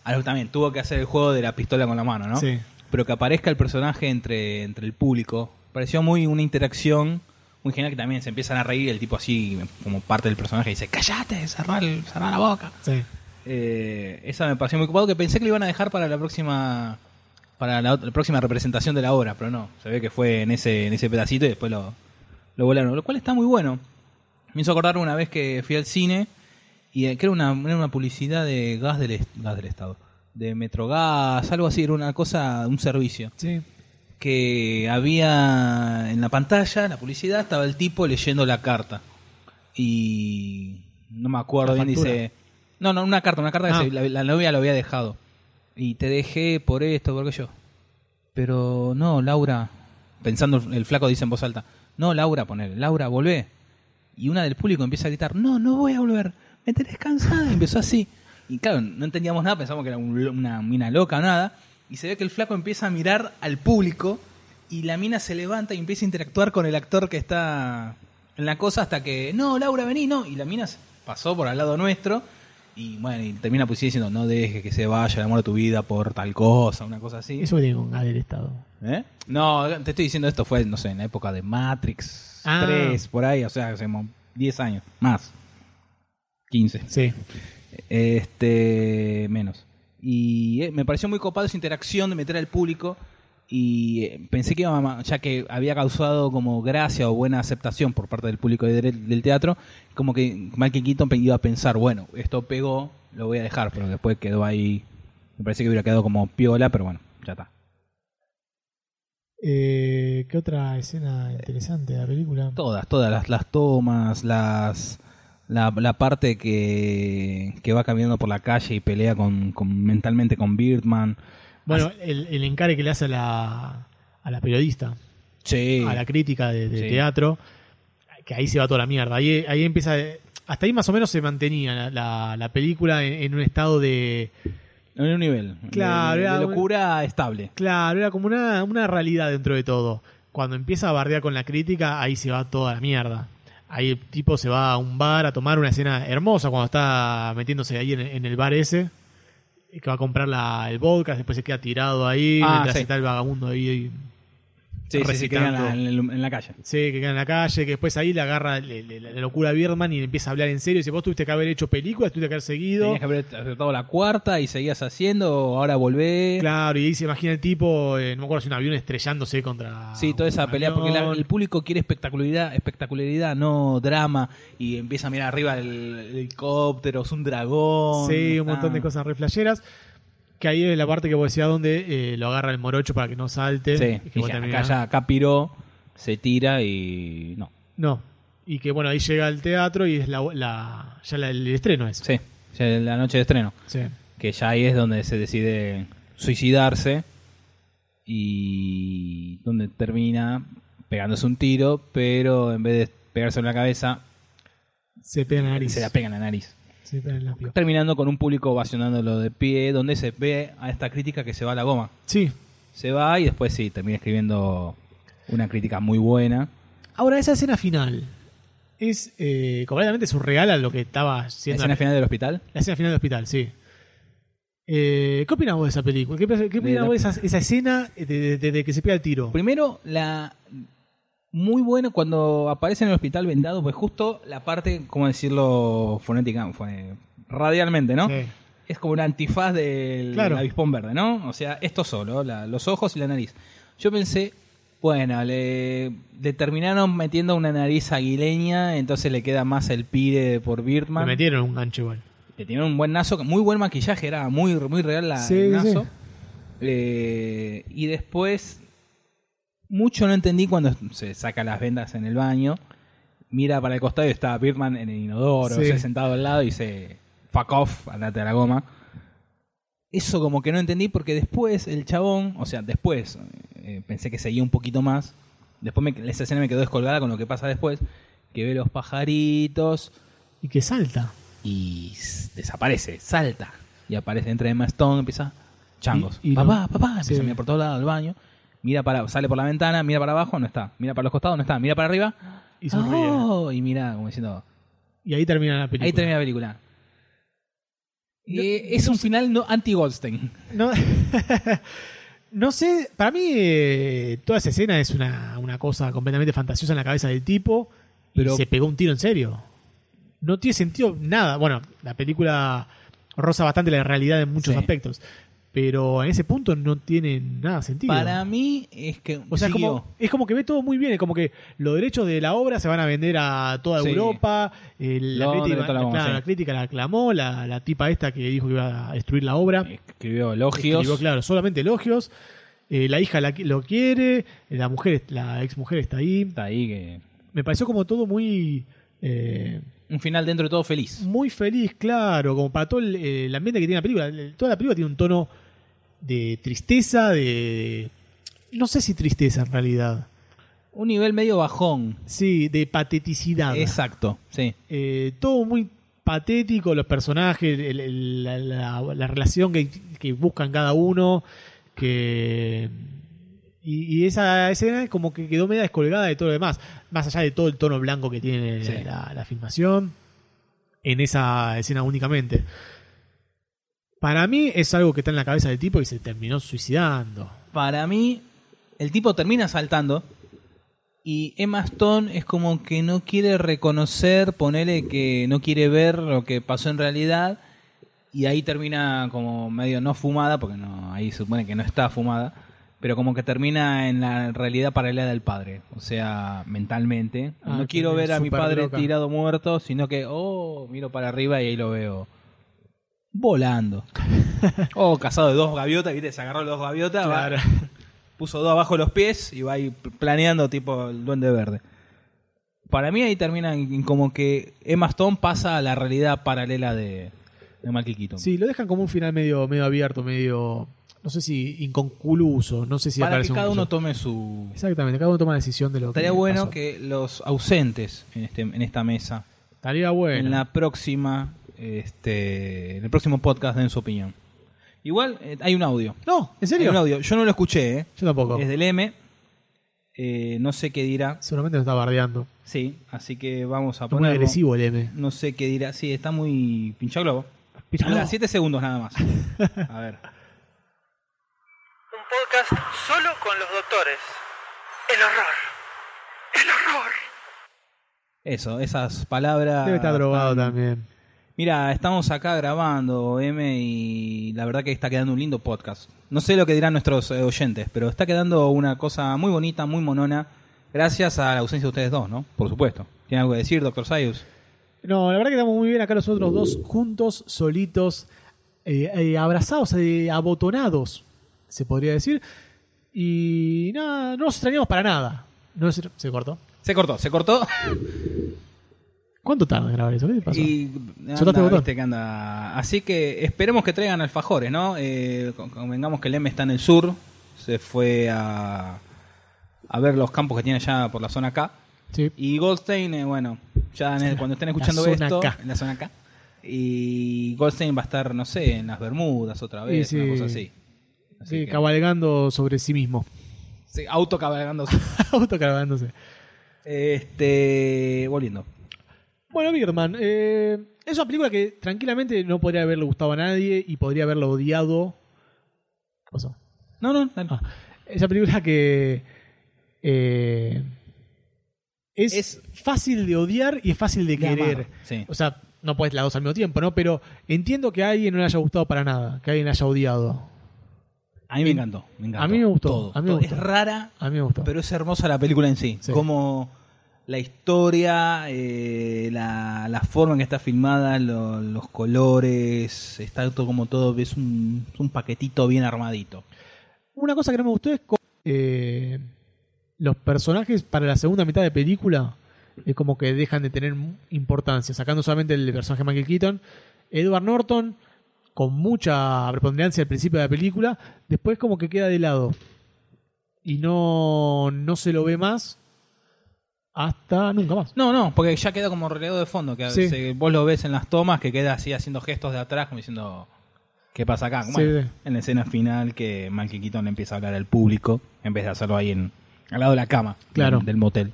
S2: algo que también tuvo que hacer el juego de la pistola con la mano, ¿no?
S3: Sí.
S2: Pero que aparezca el personaje entre, entre el público, pareció muy una interacción muy genial que también se empiezan a reír el tipo así como parte del personaje y dice, callate, cerrá, el- cerrá la boca.
S3: Sí.
S2: Eh, esa me pareció muy copado que pensé que lo iban a dejar para la próxima para la, ot- la próxima representación de la obra, pero no, se ve que fue en ese en ese pedacito y después lo lo volaron, lo cual está muy bueno. Me hizo acordar una vez que fui al cine y eh, que era una, era una publicidad de gas del, est- gas del Estado, de Metrogas, algo así, era una cosa, un servicio. Que había en la pantalla, en la publicidad, estaba el tipo leyendo la carta. Y no me acuerdo
S3: La
S2: bien,
S3: factura.
S2: dice. No, no, una carta, una carta que
S3: Ah.
S2: se- la, la novia lo había dejado. Y te dejé por esto, porque yo. Pero no, Laura, pensando el flaco dice en voz alta, no, Laura, poner, Laura, volvé. Y una del público empieza a gritar, no, no voy a volver, me tenés cansada. Y empezó así. Y claro, no entendíamos nada, pensamos que era un lo- una mina loca o nada. Y se ve que el flaco empieza a mirar al público y la mina se levanta y empieza a interactuar con el actor que está en la cosa hasta que, no, Laura, vení, no. Y la mina se pasó por al lado nuestro y bueno, y termina pues diciendo, no dejes que se vaya el amor de tu vida por tal cosa, una cosa así.
S3: Eso que tiene con gas del Estado.
S2: ¿Eh? No, te estoy diciendo esto fue, no sé, en la época de Matrix
S3: Ah.
S2: 3, por ahí, o sea, hace mo- 10 años, más. 15.
S3: Sí.
S2: Este, menos. Y eh, me pareció muy copado esa interacción de meter al público y eh, pensé que iba a ma- ya que había causado como gracia o buena aceptación por parte del público de- del teatro, como que Michael Keaton pe- iba a pensar, bueno, esto pegó, lo voy a dejar, pero después quedó ahí, me parece que hubiera quedado como piola, pero bueno, ya está.
S3: Eh, ¿Qué otra escena interesante de la película?
S2: Todas, todas las, las tomas, las la, la parte que, que va caminando por la calle y pelea con, con- mentalmente con Birdman.
S3: Bueno, el, el encare que le hace a la, a la periodista,
S2: Sí.
S3: a la crítica de, de
S2: Sí.
S3: teatro, que ahí se va toda la mierda. Ahí, ahí empieza. Hasta ahí más o menos se mantenía la, la- la película en, en un estado de.
S2: En un nivel. de-
S3: Claro,
S2: de,
S3: era un-
S2: locura estable.
S3: Claro, era como una, una realidad dentro de todo. Cuando empieza a bardear con la crítica, ahí se va toda la mierda. Ahí el tipo se va a un bar a tomar una escena hermosa cuando está metiéndose ahí en, en el bar ese. Que va a comprar la, el vodka, después se queda tirado ahí,
S2: Ah,
S3: mientras
S2: sí.
S3: está el vagabundo ahí
S2: Sí, sí, sí, que
S3: recitando.
S2: era en, la- en la calle.
S3: Sí, que queda en la calle, que después ahí le agarra le- le- la locura a Birdman y le empieza a hablar en serio. Dice, vos tuviste que haber hecho películas, tuviste que haber seguido.
S2: Tenías que haber acertado la cuarta y seguías haciendo, o ahora volvés.
S3: Claro, y ahí se imagina el tipo, eh, no me acuerdo si un avión estrellándose contra...
S2: Sí, toda esa
S3: un
S2: pelea, porque la-
S3: avión.
S2: el público quiere espectacularidad, espectacularidad, no drama, y empieza a mirar arriba el, el helicóptero, es un dragón.
S3: Sí, un
S2: Ah.
S3: montón de cosas re flasheras. Que ahí es la parte que vos decías donde eh, lo agarra el morocho para que no salte.
S2: Sí,
S3: y que
S2: y
S3: vos
S2: ya,
S3: terminás-
S2: acá ya acá piró, se tira y no.
S3: No. Y que bueno, ahí llega al teatro y es la, la- ya la- el estreno es.
S2: Sí, ya la noche de estreno.
S3: Sí.
S2: que ya ahí es donde se decide suicidarse y donde termina pegándose un tiro, pero en vez de pegarse en la cabeza,
S3: se pega en la nariz.
S2: se la pega en la nariz.
S3: Se pega en la piola.
S2: Terminando con un público ovacionándolo de pie, donde se ve a esta crítica que se va a la goma.
S3: Sí.
S2: Se va y después sí, termina escribiendo una crítica muy buena.
S3: Ahora, esa escena final es eh, completamente surreal a lo que estaba
S2: ¿La
S3: siendo.
S2: escena final del hospital?
S3: La escena final del hospital, sí. Eh, ¿Qué opinás vos de esa película? ¿Qué, qué opinás
S2: la-
S3: vos de esa, esa escena de, de- de- de que se pega el tiro?
S2: Primero, la muy bueno cuando aparece en el hospital vendado, pues justo la parte, ¿cómo decirlo? Fonética, fue- radialmente, ¿no?
S3: Sí.
S2: Es como una antifaz del
S3: Claro.
S2: avispón verde, ¿no? O sea, esto solo, la- los ojos y la nariz. Yo pensé, bueno, le, le terminaron metiendo una nariz aguileña, entonces le queda más el pire por Birdman.
S3: Le metieron un gancho igual.
S2: Le tiene un buen naso, muy buen maquillaje, era muy, muy real la,
S3: Sí,
S2: el
S3: sí.
S2: naso. Eh, y después, mucho no entendí cuando se saca las vendas en el baño, mira para el costado y está Birdman en el inodoro,
S3: Sí.
S2: se ha sentado al lado y dice, fuck off, andate a la goma. Eso como que no entendí porque después el chabón, o sea, después, eh, pensé que seguía un poquito más, después me, esa escena me quedó descolgada con lo que pasa después, que ve los pajaritos,
S3: Y que salta.
S2: y s- desaparece, salta. Y aparece, entra Emma Stone, empieza changos.
S3: Y- y
S2: papá,
S3: no-
S2: papá,
S3: sí.
S2: empieza a mirar por todos lados al baño. Mira para, sale por la ventana, mira para abajo, no está. Mira para los costados, no está. Mira para arriba.
S3: Y sonríe.
S2: "Oh", y mira, como diciendo.
S3: Y ahí termina la película.
S2: Ahí termina la película. Eh, es un final no anti-Goldstein.
S3: No, no sé, para mí eh, toda esa escena es una, una cosa completamente fantasiosa en la cabeza del tipo.
S2: Pero-
S3: y se pegó un tiro en serio. No tiene sentido nada. Bueno, la película roza bastante la realidad en muchos
S2: Sí.
S3: aspectos. Pero en ese punto no tiene nada de sentido.
S2: Para mí es que.
S3: O sea, es
S2: siguió.
S3: como, es como que ve todo muy bien, es como que los derechos de la obra se van a vender a toda
S2: Sí.
S3: Europa, eh, la,
S2: Londres,
S3: crítica,
S2: toda la
S3: claro,
S2: goma, sí.
S3: la crítica la aclamó, la, la tipa esta que dijo que iba a destruir la obra,
S2: Escribió elogios.
S3: escribió, claro, solamente elogios, eh, la hija la qui- lo quiere, eh, la mujer, la ex mujer está ahí,
S2: Está ahí que.
S3: me pareció como todo muy... eh,
S2: Un final dentro de todo feliz.
S3: muy feliz, claro, como para todo el, eh, el ambiente que tiene la película. El- Toda la película tiene un tono de tristeza, de... No sé si tristeza en realidad.
S2: Un nivel medio bajón.
S3: Sí, de pateticidad.
S2: Exacto, sí.
S3: Eh, todo muy patético, los personajes, el- el- la, la- la relación que, que buscan cada uno, que... Y, y esa escena como que quedó media descolgada de todo lo demás, más allá de todo el tono blanco que tiene
S2: Sí.
S3: la, la filmación, en esa escena únicamente. Para mí es algo que está en la cabeza del tipo y se terminó suicidando.
S2: para mí, el tipo termina saltando. Y Emma Stone es como que no quiere reconocer, ponele que no quiere ver lo que pasó en realidad. Y ahí termina como medio no fumada, porque no, ahí supone que no está fumada. Pero como que termina en la realidad paralela del padre. O sea, mentalmente.
S3: Ah,
S2: no quiero
S3: que
S2: ver a mi
S3: súper
S2: padre
S3: loca.
S2: tirado muerto, sino que, oh, miro para arriba y ahí lo veo. Volando. oh, casado de dos gaviotas, viste, se agarró los dos gaviotas. Ah, va, puso dos abajo de los pies y va ahí planeando tipo el duende verde. Para mí ahí termina en- en como que Emma Stone pasa a la realidad paralela de, de Michael Keaton.
S3: Sí, lo dejan como un final medio, medio abierto, medio. No sé si inconcluso, no sé si
S2: Para
S3: aparece
S2: que
S3: un-
S2: cada uno tome su...
S3: Exactamente, cada uno toma la decisión de lo que.
S2: Estaría bueno
S3: pasó.
S2: que los ausentes en, este, en esta mesa,
S3: Estaría bueno.
S2: en la próxima, este, en el próximo podcast den su opinión. Igual eh, hay un audio.
S3: No, ¿en
S2: Hay
S3: serio?
S2: un audio. Yo no lo escuché, ¿eh?
S3: Yo tampoco.
S2: Es del M. Eh, no sé qué dirá.
S3: Seguramente nos está bardeando.
S2: Sí, así que vamos a
S3: Está muy
S2: poner
S3: agresivo el M.
S2: No sé qué dirá. Sí, está muy pinchaglobo.
S3: Pinchaglobo.
S2: Habla Siete segundos nada más. A ver.
S12: Un podcast solo con los doctores. El horror. El horror.
S2: Eso, esas palabras.
S3: Debe estar drogado también.
S2: Mira, estamos acá grabando, M, y la verdad que está quedando un lindo podcast. No sé lo que dirán nuestros eh, oyentes, pero está quedando una cosa muy bonita, muy monona, gracias a la ausencia de ustedes dos, ¿no? Por supuesto. ¿Tiene algo que decir, doctor Sayus?
S3: No, la verdad que estamos muy bien acá nosotros dos, juntos, solitos, eh, eh, abrazados, eh, abotonados, se podría decir. Y nada, no nos extrañamos para nada. No, se se cortó.
S2: Se cortó, se cortó.
S3: ¿Cuánto tarda en grabar eso? ¿Qué te pasó?
S2: Y
S3: Soltaste el
S2: anda,
S3: botón.
S2: viste que anda. Así que esperemos que traigan alfajores, ¿no? Eh, con- convengamos que el M está en el sur, se fue a, a ver los campos que tiene allá por la zona K. Y Goldstein, eh, bueno, ya en el- cuando estén escuchando
S3: la zona
S2: esto,
S3: K.
S2: en la zona K. Y Goldstein va a estar, no sé, en las Bermudas otra vez,
S3: Y sí.
S2: una cosa así.
S3: Sí, cabalgando sobre sí mismo.
S2: Sí, autocabalgándose.
S3: Autocabalgándose.
S2: Este, volviendo.
S3: Bueno, Birdman, eh, es una película que tranquilamente no podría haberle gustado a nadie y podría haberlo odiado. ¿Qué pasó?
S2: No, no,
S3: Ah, esa película que eh, es, fácil de odiar y es fácil de
S2: De amar,
S3: querer.
S2: sí.
S3: O sea, no puedes las dos al mismo tiempo, ¿no? Pero entiendo que a alguien no le haya gustado para nada, que a alguien la haya odiado.
S2: A mí me encantó, me encantó.
S3: A mí me gustó.
S2: Todo,
S3: a mí me
S2: todo.
S3: gustó.
S2: Es rara,
S3: A mí me gustó.
S2: pero es hermosa la película en sí. Como la historia, eh, la, la forma en que está filmada, lo- los colores, está todo como todo, es un, es un paquetito bien armadito.
S3: Una cosa que no me gustó es co- eh, los personajes para la segunda mitad de película es como que dejan de tener mu- importancia, sacando solamente el personaje de Michael Keaton, Edward Norton con mucha preponderancia al principio de la película, después como que queda de lado y no no se lo ve más hasta nunca más.
S2: No, no, porque ya queda como relegado de fondo, que a
S3: Sí.
S2: veces vos lo ves en las tomas que queda así haciendo gestos de atrás como diciendo ¿qué pasa acá? Ah, Bueno,
S3: Sí, sí.
S2: en la escena final que Michael Keaton le empieza a hablar al público en vez de hacerlo ahí en al lado de la cama
S3: Claro.
S2: del, del motel.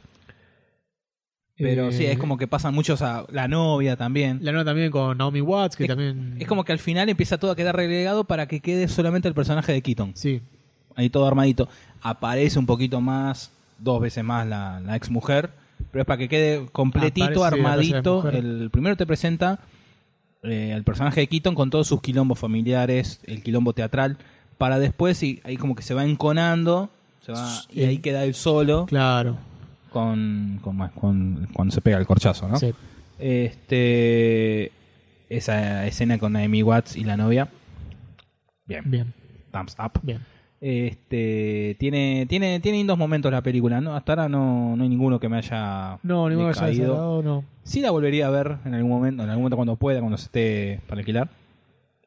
S2: Pero
S3: Eh,
S2: sí, es como que pasan muchos a la novia también.
S3: la nueva también con Naomi Watts que también
S2: Es como que al final empieza todo a quedar relegado para que quede solamente el personaje de Keaton.
S3: Sí.
S2: Ahí todo armadito. Aparece un poquito más, dos veces más la, la ex mujer, pero es para que quede
S3: Aparece-
S2: completito, armadito.
S3: aparece la mujer.
S2: El primero te presenta eh, al personaje de Keaton con todos sus quilombos familiares, el quilombo teatral, para después y ahí como que se va enconando, se va- y ahí queda él solo.
S3: Claro.
S2: Con, con, más- con- cuando se pega el corchazo, ¿no?
S3: Sí.
S2: Este. Esa escena con Naomi Watts y la novia. Bien.
S3: Bien.
S2: Thumbs up.
S3: Bien.
S2: Este. Tiene, tiene, tiene lindos momentos la película, ¿no? Hasta ahora no, no hay ninguno que me haya.
S3: No, ninguno que haya
S2: decaído.
S3: desagradado, no.
S2: Sí la volvería a ver en algún momento, en algún momento cuando pueda, cuando se esté para alquilar.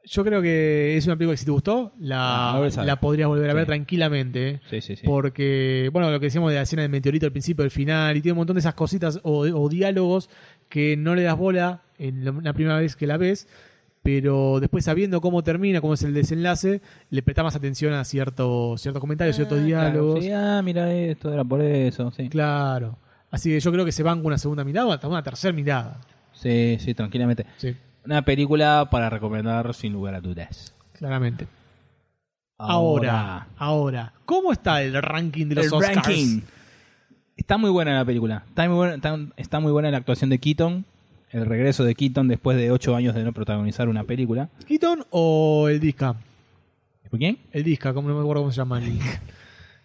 S3: Yo creo que es una película que si te gustó, la,
S2: Ah, volvés a ver.
S3: la podrías volver a ver
S2: Sí.
S3: tranquilamente. ¿eh?
S2: Sí, sí, sí.
S3: Porque, bueno, lo que decíamos de la escena del meteorito al principio, al final, y tiene un montón de esas cositas o, o diálogos que no le das bola en la- la primera vez que la ves, pero después sabiendo cómo termina, cómo es el desenlace, le prestás más atención a ciertos ciertos comentarios, ciertos diálogos.
S2: Claro, sí, ah, mira esto, era por eso, sí.
S3: Claro. Así que yo creo que se van con una segunda mirada o hasta una tercera mirada.
S2: Sí, sí, tranquilamente.
S3: Sí.
S2: Una película para recomendar sin lugar a dudas.
S3: Claramente. Ahora, ahora, ¿cómo está el ranking de los
S2: El
S3: Oscars?
S2: ranking. Está muy buena la película. Está muy buena, está, está muy buena la actuación de Keaton. El regreso de Keaton después de ocho años de no protagonizar una película.
S3: ¿Keaton o el Disca?
S2: ¿Por quién?
S3: El Disca, como no me acuerdo cómo se llama. El,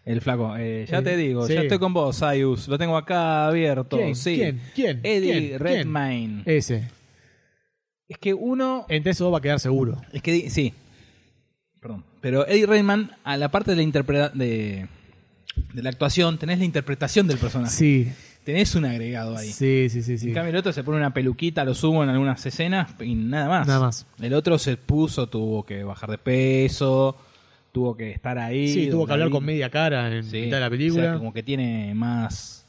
S2: El flaco. eh, ya
S3: Eh,
S2: te digo,
S3: sí.
S2: ya estoy con vos, Sayus. Lo tengo acá abierto.
S3: ¿Quién?
S2: sí.
S3: ¿Quién? ¿Quién?
S2: Eddie
S3: ¿Quién? Eh,
S2: Redmayne.
S3: Ese.
S2: Es que uno.
S3: Entre esos dos va a quedar seguro.
S2: Es que di- sí. Perdón. Pero Eddie Redmayne, a la parte de la interpreta- de, de la actuación, tenés la interpretación del personaje.
S3: Sí.
S2: Tenés un agregado Ah. ahí.
S3: Sí, sí, sí, sí.
S2: En cambio, el otro se pone una peluquita, lo subo en algunas escenas y nada más.
S3: Nada más.
S2: El otro se puso, tuvo que bajar de peso, tuvo que estar ahí.
S3: Sí, tuvo que hablar con
S2: media
S3: media cara en
S2: Sí,
S3: mitad de la
S2: o sea,
S3: película.
S2: que como que tiene más.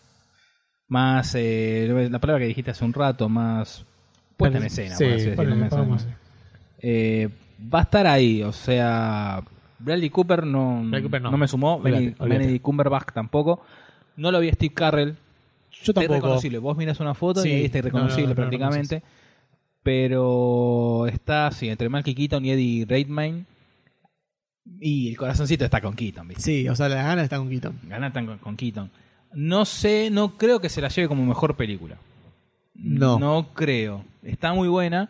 S2: Más. eh, la palabra que dijiste hace un rato, más. Puesta en
S3: Parece-
S2: escena,
S3: sí,
S2: por así decirlo,
S3: ponele,
S2: más o
S3: vamos.
S2: menos. Eh, Va a estar ahí, o sea. Bradley Cooper no,
S3: Bradley Cooper no.
S2: me sumó.
S3: Olvídate,
S2: Benedict
S3: olvídate.
S2: Benedict Cumberbatch tampoco. No lo vi a Steve Carrell.
S3: Yo tampoco.
S2: Es reconocible. Vos miras una foto
S3: Sí,
S2: y ahí está irreconocible
S3: no, no, no, no lo
S2: prácticamente. pero está, sí, entre Malky Keaton y Eddie Redmayne. Y el corazoncito está con Keaton, ¿viste?
S3: Sí, o sea, las ganas están con Keaton.
S2: Ganar tan con, con Keaton. No sé, no creo que se la lleve como mejor película.
S3: No.
S2: No creo. Está muy buena,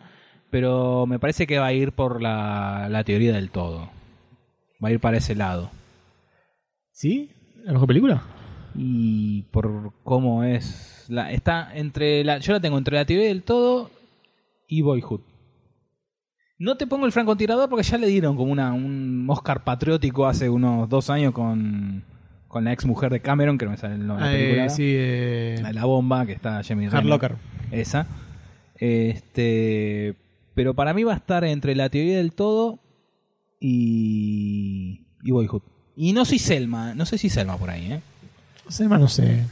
S2: pero me parece que va a ir por la, la teoría del todo. Va a ir para ese lado.
S3: ¿Sí? ¿La mejor película?
S2: Y por cómo es. La, está entre la. Yo la tengo entre la teoría del todo y Boyhood. No te pongo el francotirador porque ya le dieron como una, un Oscar patriótico hace unos dos años con, con la ex mujer de Cameron, que no me sale el nombre. de la
S3: Ah, eh,
S2: película.
S3: sí, eh,
S2: La, la bomba que está Jamie
S3: Hard
S2: Renner.
S3: Locker.
S2: Esa. Este, pero para mí va a estar entre la teoría del todo y, y Boyhood. Y no soy Selma, no sé si Selma por ahí, ¿eh?
S3: Selma no sé.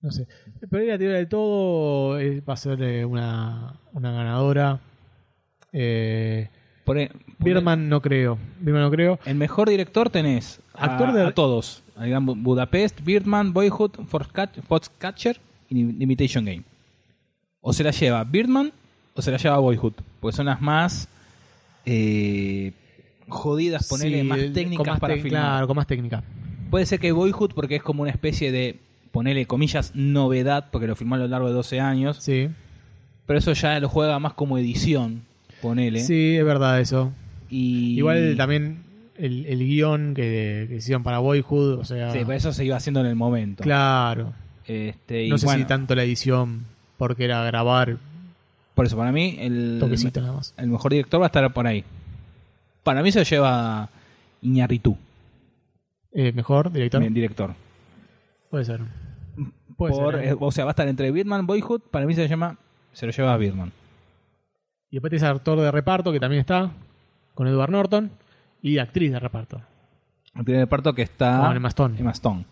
S3: No sé. Pero ahí la teoría del todo eh, va a ser eh, una, una ganadora. Eh, Bierman no creo. Bierman no creo.
S2: El mejor director tenés a-
S3: Actor de-
S2: a todos. Al Gran Bu- Budapest, Birdman, Boyhood, Foxcat- Foxcatcher y The Imitation Game. O se la lleva Birdman o se la lleva Boyhood. Porque son las más eh, jodidas, ponerle
S3: Sí,
S2: más
S3: el- con
S2: técnicas
S3: más
S2: para
S3: tec-
S2: filmar.
S3: Claro, con más técnica.
S2: Puede ser que Boyhood, porque es como una especie de, ponele comillas, novedad, porque lo filmó a lo largo de 12 años.
S3: Sí.
S2: Pero eso ya lo juega más como edición, ponele.
S3: Sí, es verdad eso.
S2: Y...
S3: Igual también el, el guión que, que hicieron para Boyhood, o sea...
S2: Sí, pero eso se iba haciendo en el momento.
S3: Claro.
S2: Este, y
S3: no sé
S2: bueno,
S3: si tanto la edición, porque era grabar
S2: Por eso, para mí, el,
S3: Toquecito nada más.
S2: el mejor director va a estar por ahí. Para mí se lo lleva Iñarritu,
S3: eh, mejor, director.
S2: el director.
S3: Puede ser. Puede
S2: Por-
S3: ser.
S2: eh, o sea, va a estar entre Birdman Boyhood. Para mí se lo, llama, se lo lleva Birdman.
S3: Y después tenés actor de reparto, que también está, con Edward Norton, y actriz de reparto.
S2: Tiene el parto que está.
S3: Con Emma Stone.
S2: Ah. Emma Stone,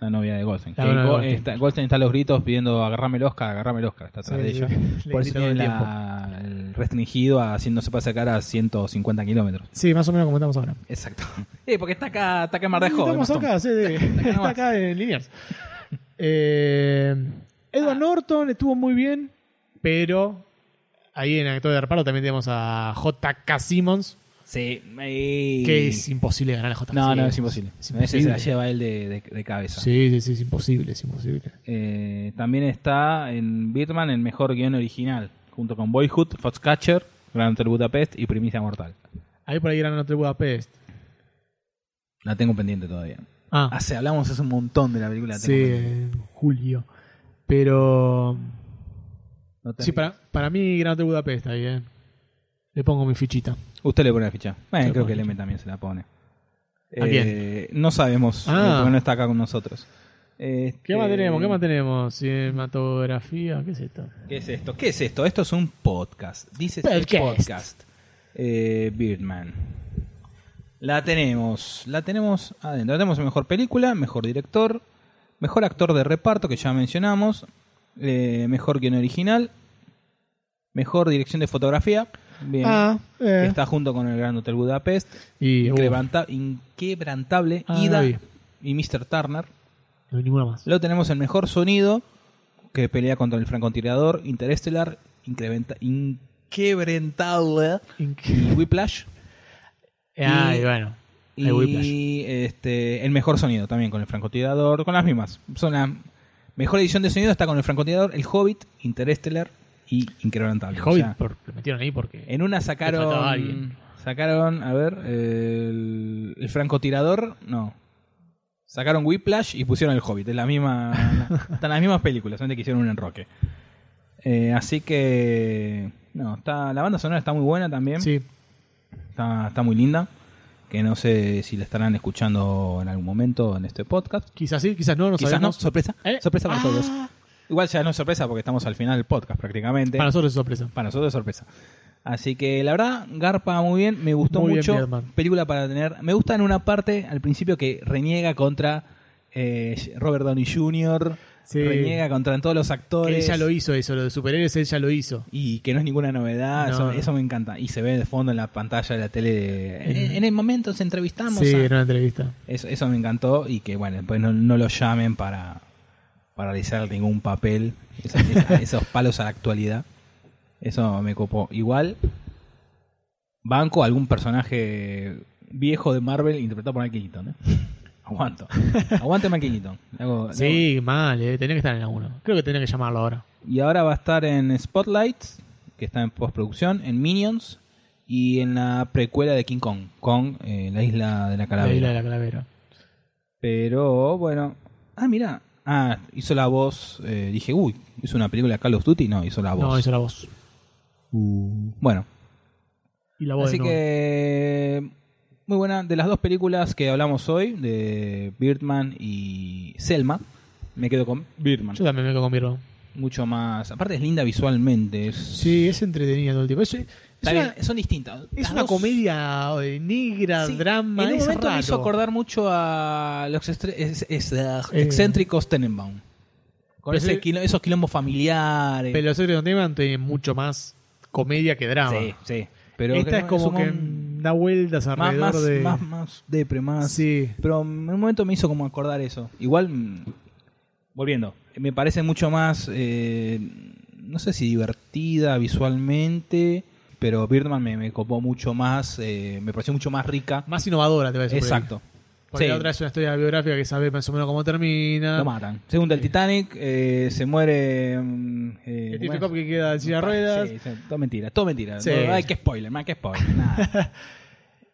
S2: La novia de Goldstein.
S3: La
S2: Que
S3: novia de
S2: Go-
S3: Goldstein.
S2: está, Goldstein está a los gritos pidiendo agarrame el Oscar, agarrame el Oscar. Está atrás
S3: Sí,
S2: de
S3: sí.
S2: ella.
S3: Le
S2: Por
S3: grita
S2: eso
S3: todo
S2: tiene
S3: el
S2: la- el restringido a si no se puede sacar a 150 kilómetros.
S3: Sí, más o menos como estamos ahora.
S2: Exacto. Eh, porque está acá, está acá en Mar de Joven.
S3: Estamos acá, sí, sí. está acá en Liniers. Eh, Edward Norton estuvo muy bien, pero ahí en actor de reparto también tenemos a J.K. Simmons,
S2: Sí.
S3: que es imposible ganar a J.K.
S2: No, no,
S3: Simmons.
S2: es imposible.
S3: Es
S2: Ese se la
S3: imposible.
S2: lleva él de, de- de cabeza.
S3: Sí, sí, sí, es imposible, es imposible.
S2: Eh, también está en Birdman el mejor guión original, junto con Boyhood, Foxcatcher, Gran Hotel Budapest y Primicia Mortal.
S3: Ahí por ahí eran otro Budapest.
S2: La tengo pendiente todavía.
S3: Ah.
S2: Hace, hablamos hace un montón de la película. la
S3: Sí,
S2: tengo pendiente.
S3: en julio. Pero.
S2: No te
S3: Sí,
S2: rías.
S3: para, para mí, Gran Hotel Budapest ahí, eh. Le pongo mi fichita.
S2: Usted le pone la ficha. Bueno,
S3: Yo
S2: creo
S3: pongo
S2: que
S3: la
S2: Leme también se la pone.
S3: También.
S2: Eh, no sabemos,
S3: Ah.
S2: eh, porque no está acá con nosotros. Este,
S3: ¿Qué más tenemos? ¿Qué más tenemos? Cinematografía, ¿qué es esto?
S2: ¿Qué es esto? ¿Qué es esto? Esto es un podcast. Dice este
S3: Podcast.
S2: podcast. Eh, Birdman. La tenemos. La tenemos adentro. La tenemos en mejor película, mejor director, mejor actor de reparto, que ya mencionamos, eh, mejor guion original, mejor dirección de fotografía. Bien.
S3: Ah, eh.
S2: Que Está junto con el Gran Hotel Budapest.
S3: Y, uh, uf,
S2: Inquebranta- inquebrantable.
S3: Ah,
S2: Ida
S3: la vi.
S2: y Mr. Turner.
S3: no hay ninguna más.
S2: Luego tenemos el mejor sonido, que pelea contra el francotirador, Interestelar, Incrementa, Inquebrantable y Whiplash.
S3: Ah, y
S2: Y-
S3: bueno.
S2: Y
S3: hay Whiplash.
S2: este, el mejor sonido también con el francotirador, con las mismas. Son la mejor edición de sonido está con el francotirador, El Hobbit, Interestelar y Inquebrantable.
S3: El
S2: O
S3: Hobbit
S2: sea,
S3: por- lo metieron ahí porque.
S2: en una
S3: Le faltaba alguien.
S2: sacaron. Sacaron, a ver, el, el francotirador, no. Sacaron Whiplash y pusieron el Hobbit. Es la misma. la- están las mismas películas, solamente que hicieron un enroque. Eh, así que. No, está, la banda sonora está muy buena también.
S3: Sí.
S2: Está, está muy linda. Que no sé si la estarán escuchando en algún momento en este podcast.
S3: Quizás sí, quizás no, no
S2: Quizás no,
S3: sabemos.
S2: sorpresa. Sorpresa para
S3: Ah.
S2: todos. Igual ya no es sorpresa porque estamos al final del podcast prácticamente.
S3: Para nosotros es sorpresa.
S2: Para nosotros es sorpresa. Así que la verdad, Garpa muy bien, me gustó
S3: Muy bien,
S2: mucho.
S3: Birdman.
S2: película para tener. Me gusta en una parte al principio que reniega contra eh, Robert Downey Jr.,
S3: Sí.
S2: reniega contra todos los
S3: Él
S2: actores.
S3: ya lo hizo eso, lo de superhéroes él ya lo hizo.
S2: Y que no es ninguna novedad,
S3: No,
S2: eso,
S3: no.
S2: eso me encanta. Y se ve de fondo en la pantalla de la tele. de- en, en el momento se entrevistamos.
S3: sí,
S2: a-
S3: en una entrevista.
S2: eso, eso me encantó y que bueno, después no, no lo llamen para, para realizar ningún papel, Esa- esa- esos palos a la actualidad. Eso me copó. Igual, banco algún personaje viejo de Marvel interpretado por Michael Keaton. ¿eh? Aguanto. Aguante Michael Keaton. Le hago- le hago-
S3: Sí, mal, eh, tenía que estar en alguno. Creo que tenía que llamarlo ahora.
S2: Y ahora va a estar en Spotlight, que está en postproducción, en Minions y en la precuela de King Kong, con eh, la isla de la calavera.
S3: La isla de la calavera.
S2: Pero bueno. Ah, mira. Ah, hizo la voz. eh, dije, uy, hizo una película de Call of Duty. No, hizo la voz. Uh.
S3: No, hizo la voz.
S2: Bueno,
S3: Y la voz
S2: así
S3: de Noel.
S2: que. Muy buena. De las dos películas que hablamos hoy, de Birdman y Selma, me quedo con Birdman.
S3: Yo también me quedo con Birman.
S2: mucho más. Aparte, es linda visualmente. es-
S3: Sí, es entretenida todo el tiempo. Es, es
S2: Está
S3: una,
S2: bien, son distintas.
S3: es
S2: Las
S3: una
S2: dos-
S3: comedia eh, negra,
S2: Sí,
S3: drama.
S2: En un
S3: es
S2: momento
S3: raro.
S2: me hizo acordar mucho a los extre- es- es- ah,
S3: Eh.
S2: excéntricos Tenenbaum. Con
S3: Pero
S2: ese
S3: sí.
S2: quilo- esos quilombos familiares.
S3: Pero los Secret Neverland tienen mucho más comedia que drama.
S2: Sí, sí. Pero
S3: Esta
S2: que
S3: es
S2: no-
S3: como
S2: un-
S3: que da vueltas
S2: más,
S3: alrededor
S2: más,
S3: de.
S2: más, más depre, más.
S3: Sí.
S2: Pero en un momento me hizo como acordar eso. Igual, mm, volviendo, me parece mucho más, eh, no sé si divertida visualmente, pero Birdman me, me copó mucho más, eh, me pareció mucho más rica.
S3: Más innovadora, te voy a decir. por ahí.
S2: Exacto.
S3: Porque
S2: Sí.
S3: la otra es una historia biográfica que sabe más o menos cómo termina.
S2: Lo matan. Según el Titanic, eh, se muere. mm, eh,
S3: Stephen
S2: bueno,
S3: Hopkins queda en silla de ruedas.
S2: sí, sí, todo mentira, todo mentira.
S3: Sí.
S2: No, hay que spoiler, no hay que spoiler. nada.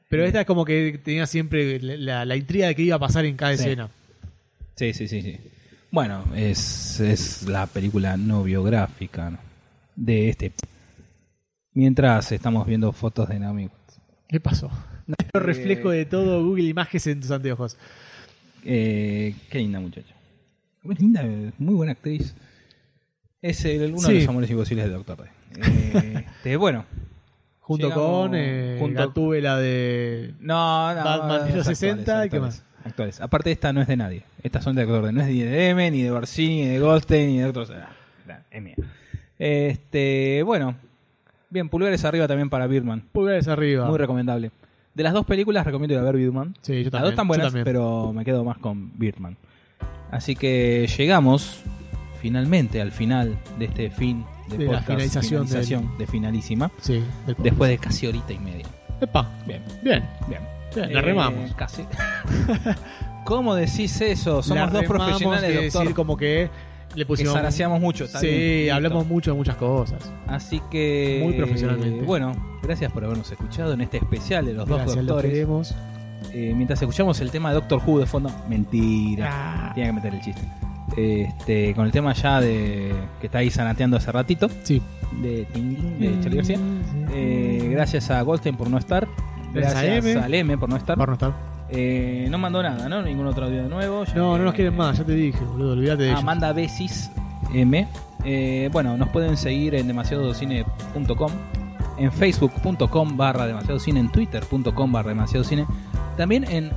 S3: Pero esta es como que tenía siempre la, la intriga de qué iba a pasar en cada
S2: Sí.
S3: escena.
S2: Sí, sí, sí, sí. Bueno, es, es la película no biográfica ¿no? de este. Mientras estamos viendo fotos de Naomi Watts.
S3: ¿Qué pasó? El reflejo de todo Google Imágenes en tus anteojos.
S2: Eh, qué linda muchacha. Muy linda, muy buena actriz. Es el, uno
S3: Sí.
S2: de los amores imposibles de Doctor D. Eh, este, bueno.
S3: Junto
S2: llegamos-
S3: con eh,
S2: junto-
S3: Gatúbela de.
S2: No, no.
S3: Batman de los
S2: actuales,
S3: 60, ¿y qué
S2: actuales, Actuales. Aparte, esta no es de nadie. Estas son de Doctor D. No es ni de M, ni de Barcini, ni de Goldstein, ni de otros. Ah, nah, es mía. Este, bueno. Bien, pulgares arriba también para Birdman.
S3: Pulgares arriba.
S2: Muy recomendable. De las dos películas, recomiendo ir a ver Birdman.
S3: Ah. Sí, yo
S2: Las
S3: también,
S2: dos están
S3: yo
S2: buenas,
S3: también.
S2: pero me quedo más con Birdman. Así que llegamos finalmente al final de este fin de,
S3: De la
S2: podcast,
S3: finalización del-
S2: finalización de finalísima.
S3: Sí, del podcast.
S2: después de casi horita y media.
S3: Epa,
S2: Bien.
S3: bien.
S2: Bien.
S3: Bien, la
S2: Eh,
S3: remamos.
S2: Casi. ¿Cómo decís eso? Somos
S3: La
S2: dos
S3: remamos,
S2: profesionales,
S3: quiere
S2: doctor.
S3: decir como que le pusimos.
S2: Que zaraseamos mucho, está
S3: Sí,
S2: bien, listo.
S3: hablamos mucho de muchas cosas.
S2: Así que...
S3: Muy profesionalmente.
S2: Bueno, gracias por habernos escuchado en este especial de los
S3: Gracias,
S2: dos
S3: lo
S2: doctores.
S3: queremos.
S2: Eh, mientras escuchamos el tema de Doctor Who de fondo, mentira.
S3: Ah.
S2: Tiene que meter el chiste. Este, con el tema ya de que está ahí zanateando hace ratito.
S3: Sí.
S2: De Ting Ting, de Charlie García. Eh, gracias a Goldstein por no estar.
S3: Mm, Gracias a
S2: Gracias
S3: M.
S2: al M por no estar.
S3: Por no estar.
S2: Eh, no mandó nada, ¿no? Ningún otro audio de nuevo.
S3: No,
S2: Ya que- eh, ah,
S3: no nos quieren más, ya te dije, boludo, olvídate de ellos.
S2: Amanda Besis M. Eh, bueno, nos pueden seguir en demasiadocine.com, en facebook.com barra demasiadocine, en twitter.com barra demasiadocine, también en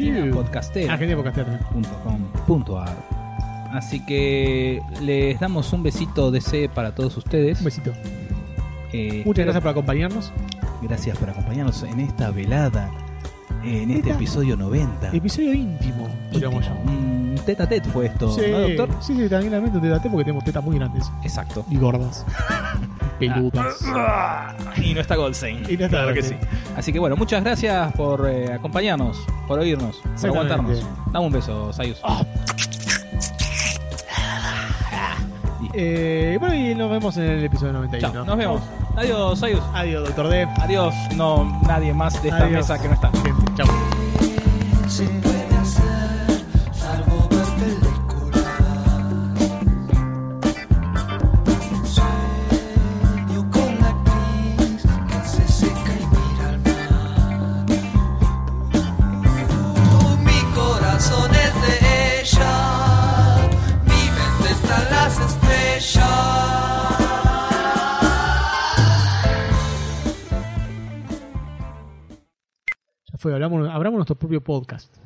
S3: Argentina Podcastera.
S2: argentinapodcastera.com.ar. Así que les damos un besito de C para todos ustedes. Un
S3: besito.
S2: Muchas
S3: Muchas gracias por acompañarnos.
S2: gracias por acompañarnos en esta velada, en este
S3: Esta-
S2: episodio 90.
S3: Episodio íntimo, digamos yo.
S2: Un Mm, tete a tete fue esto,
S3: sí,
S2: ¿no, doctor?
S3: sí, sí, tranquilamente te date porque tenemos tetas muy grandes
S2: Exacto.
S3: y gordas. Peludas.
S2: Ah, Y no está Goldstein.
S3: Ah. Y no está
S2: Claro que sí.
S3: Goldstein.
S2: Así que bueno, muchas gracias por eh, acompañarnos, por oírnos, por
S3: Exactamente.
S2: aguantarnos. Dame un beso, Sayus.
S3: Ah, Eh, bueno, y nos vemos en el episodio 91.
S2: Chao, nos vemos. Adiós, Sayus.
S3: Adiós, doctor D.
S2: Adiós, no nadie más de esta
S3: Adiós.
S2: mesa que no está.
S3: Chao.
S12: Se puede hacer algo de película. Sueño con la actriz que se seca y mira al mar. Uh, Mi corazón es de ella, mi mente está en las estrellas.
S3: Ya fue, hablamos, abramos nuestro propio podcast.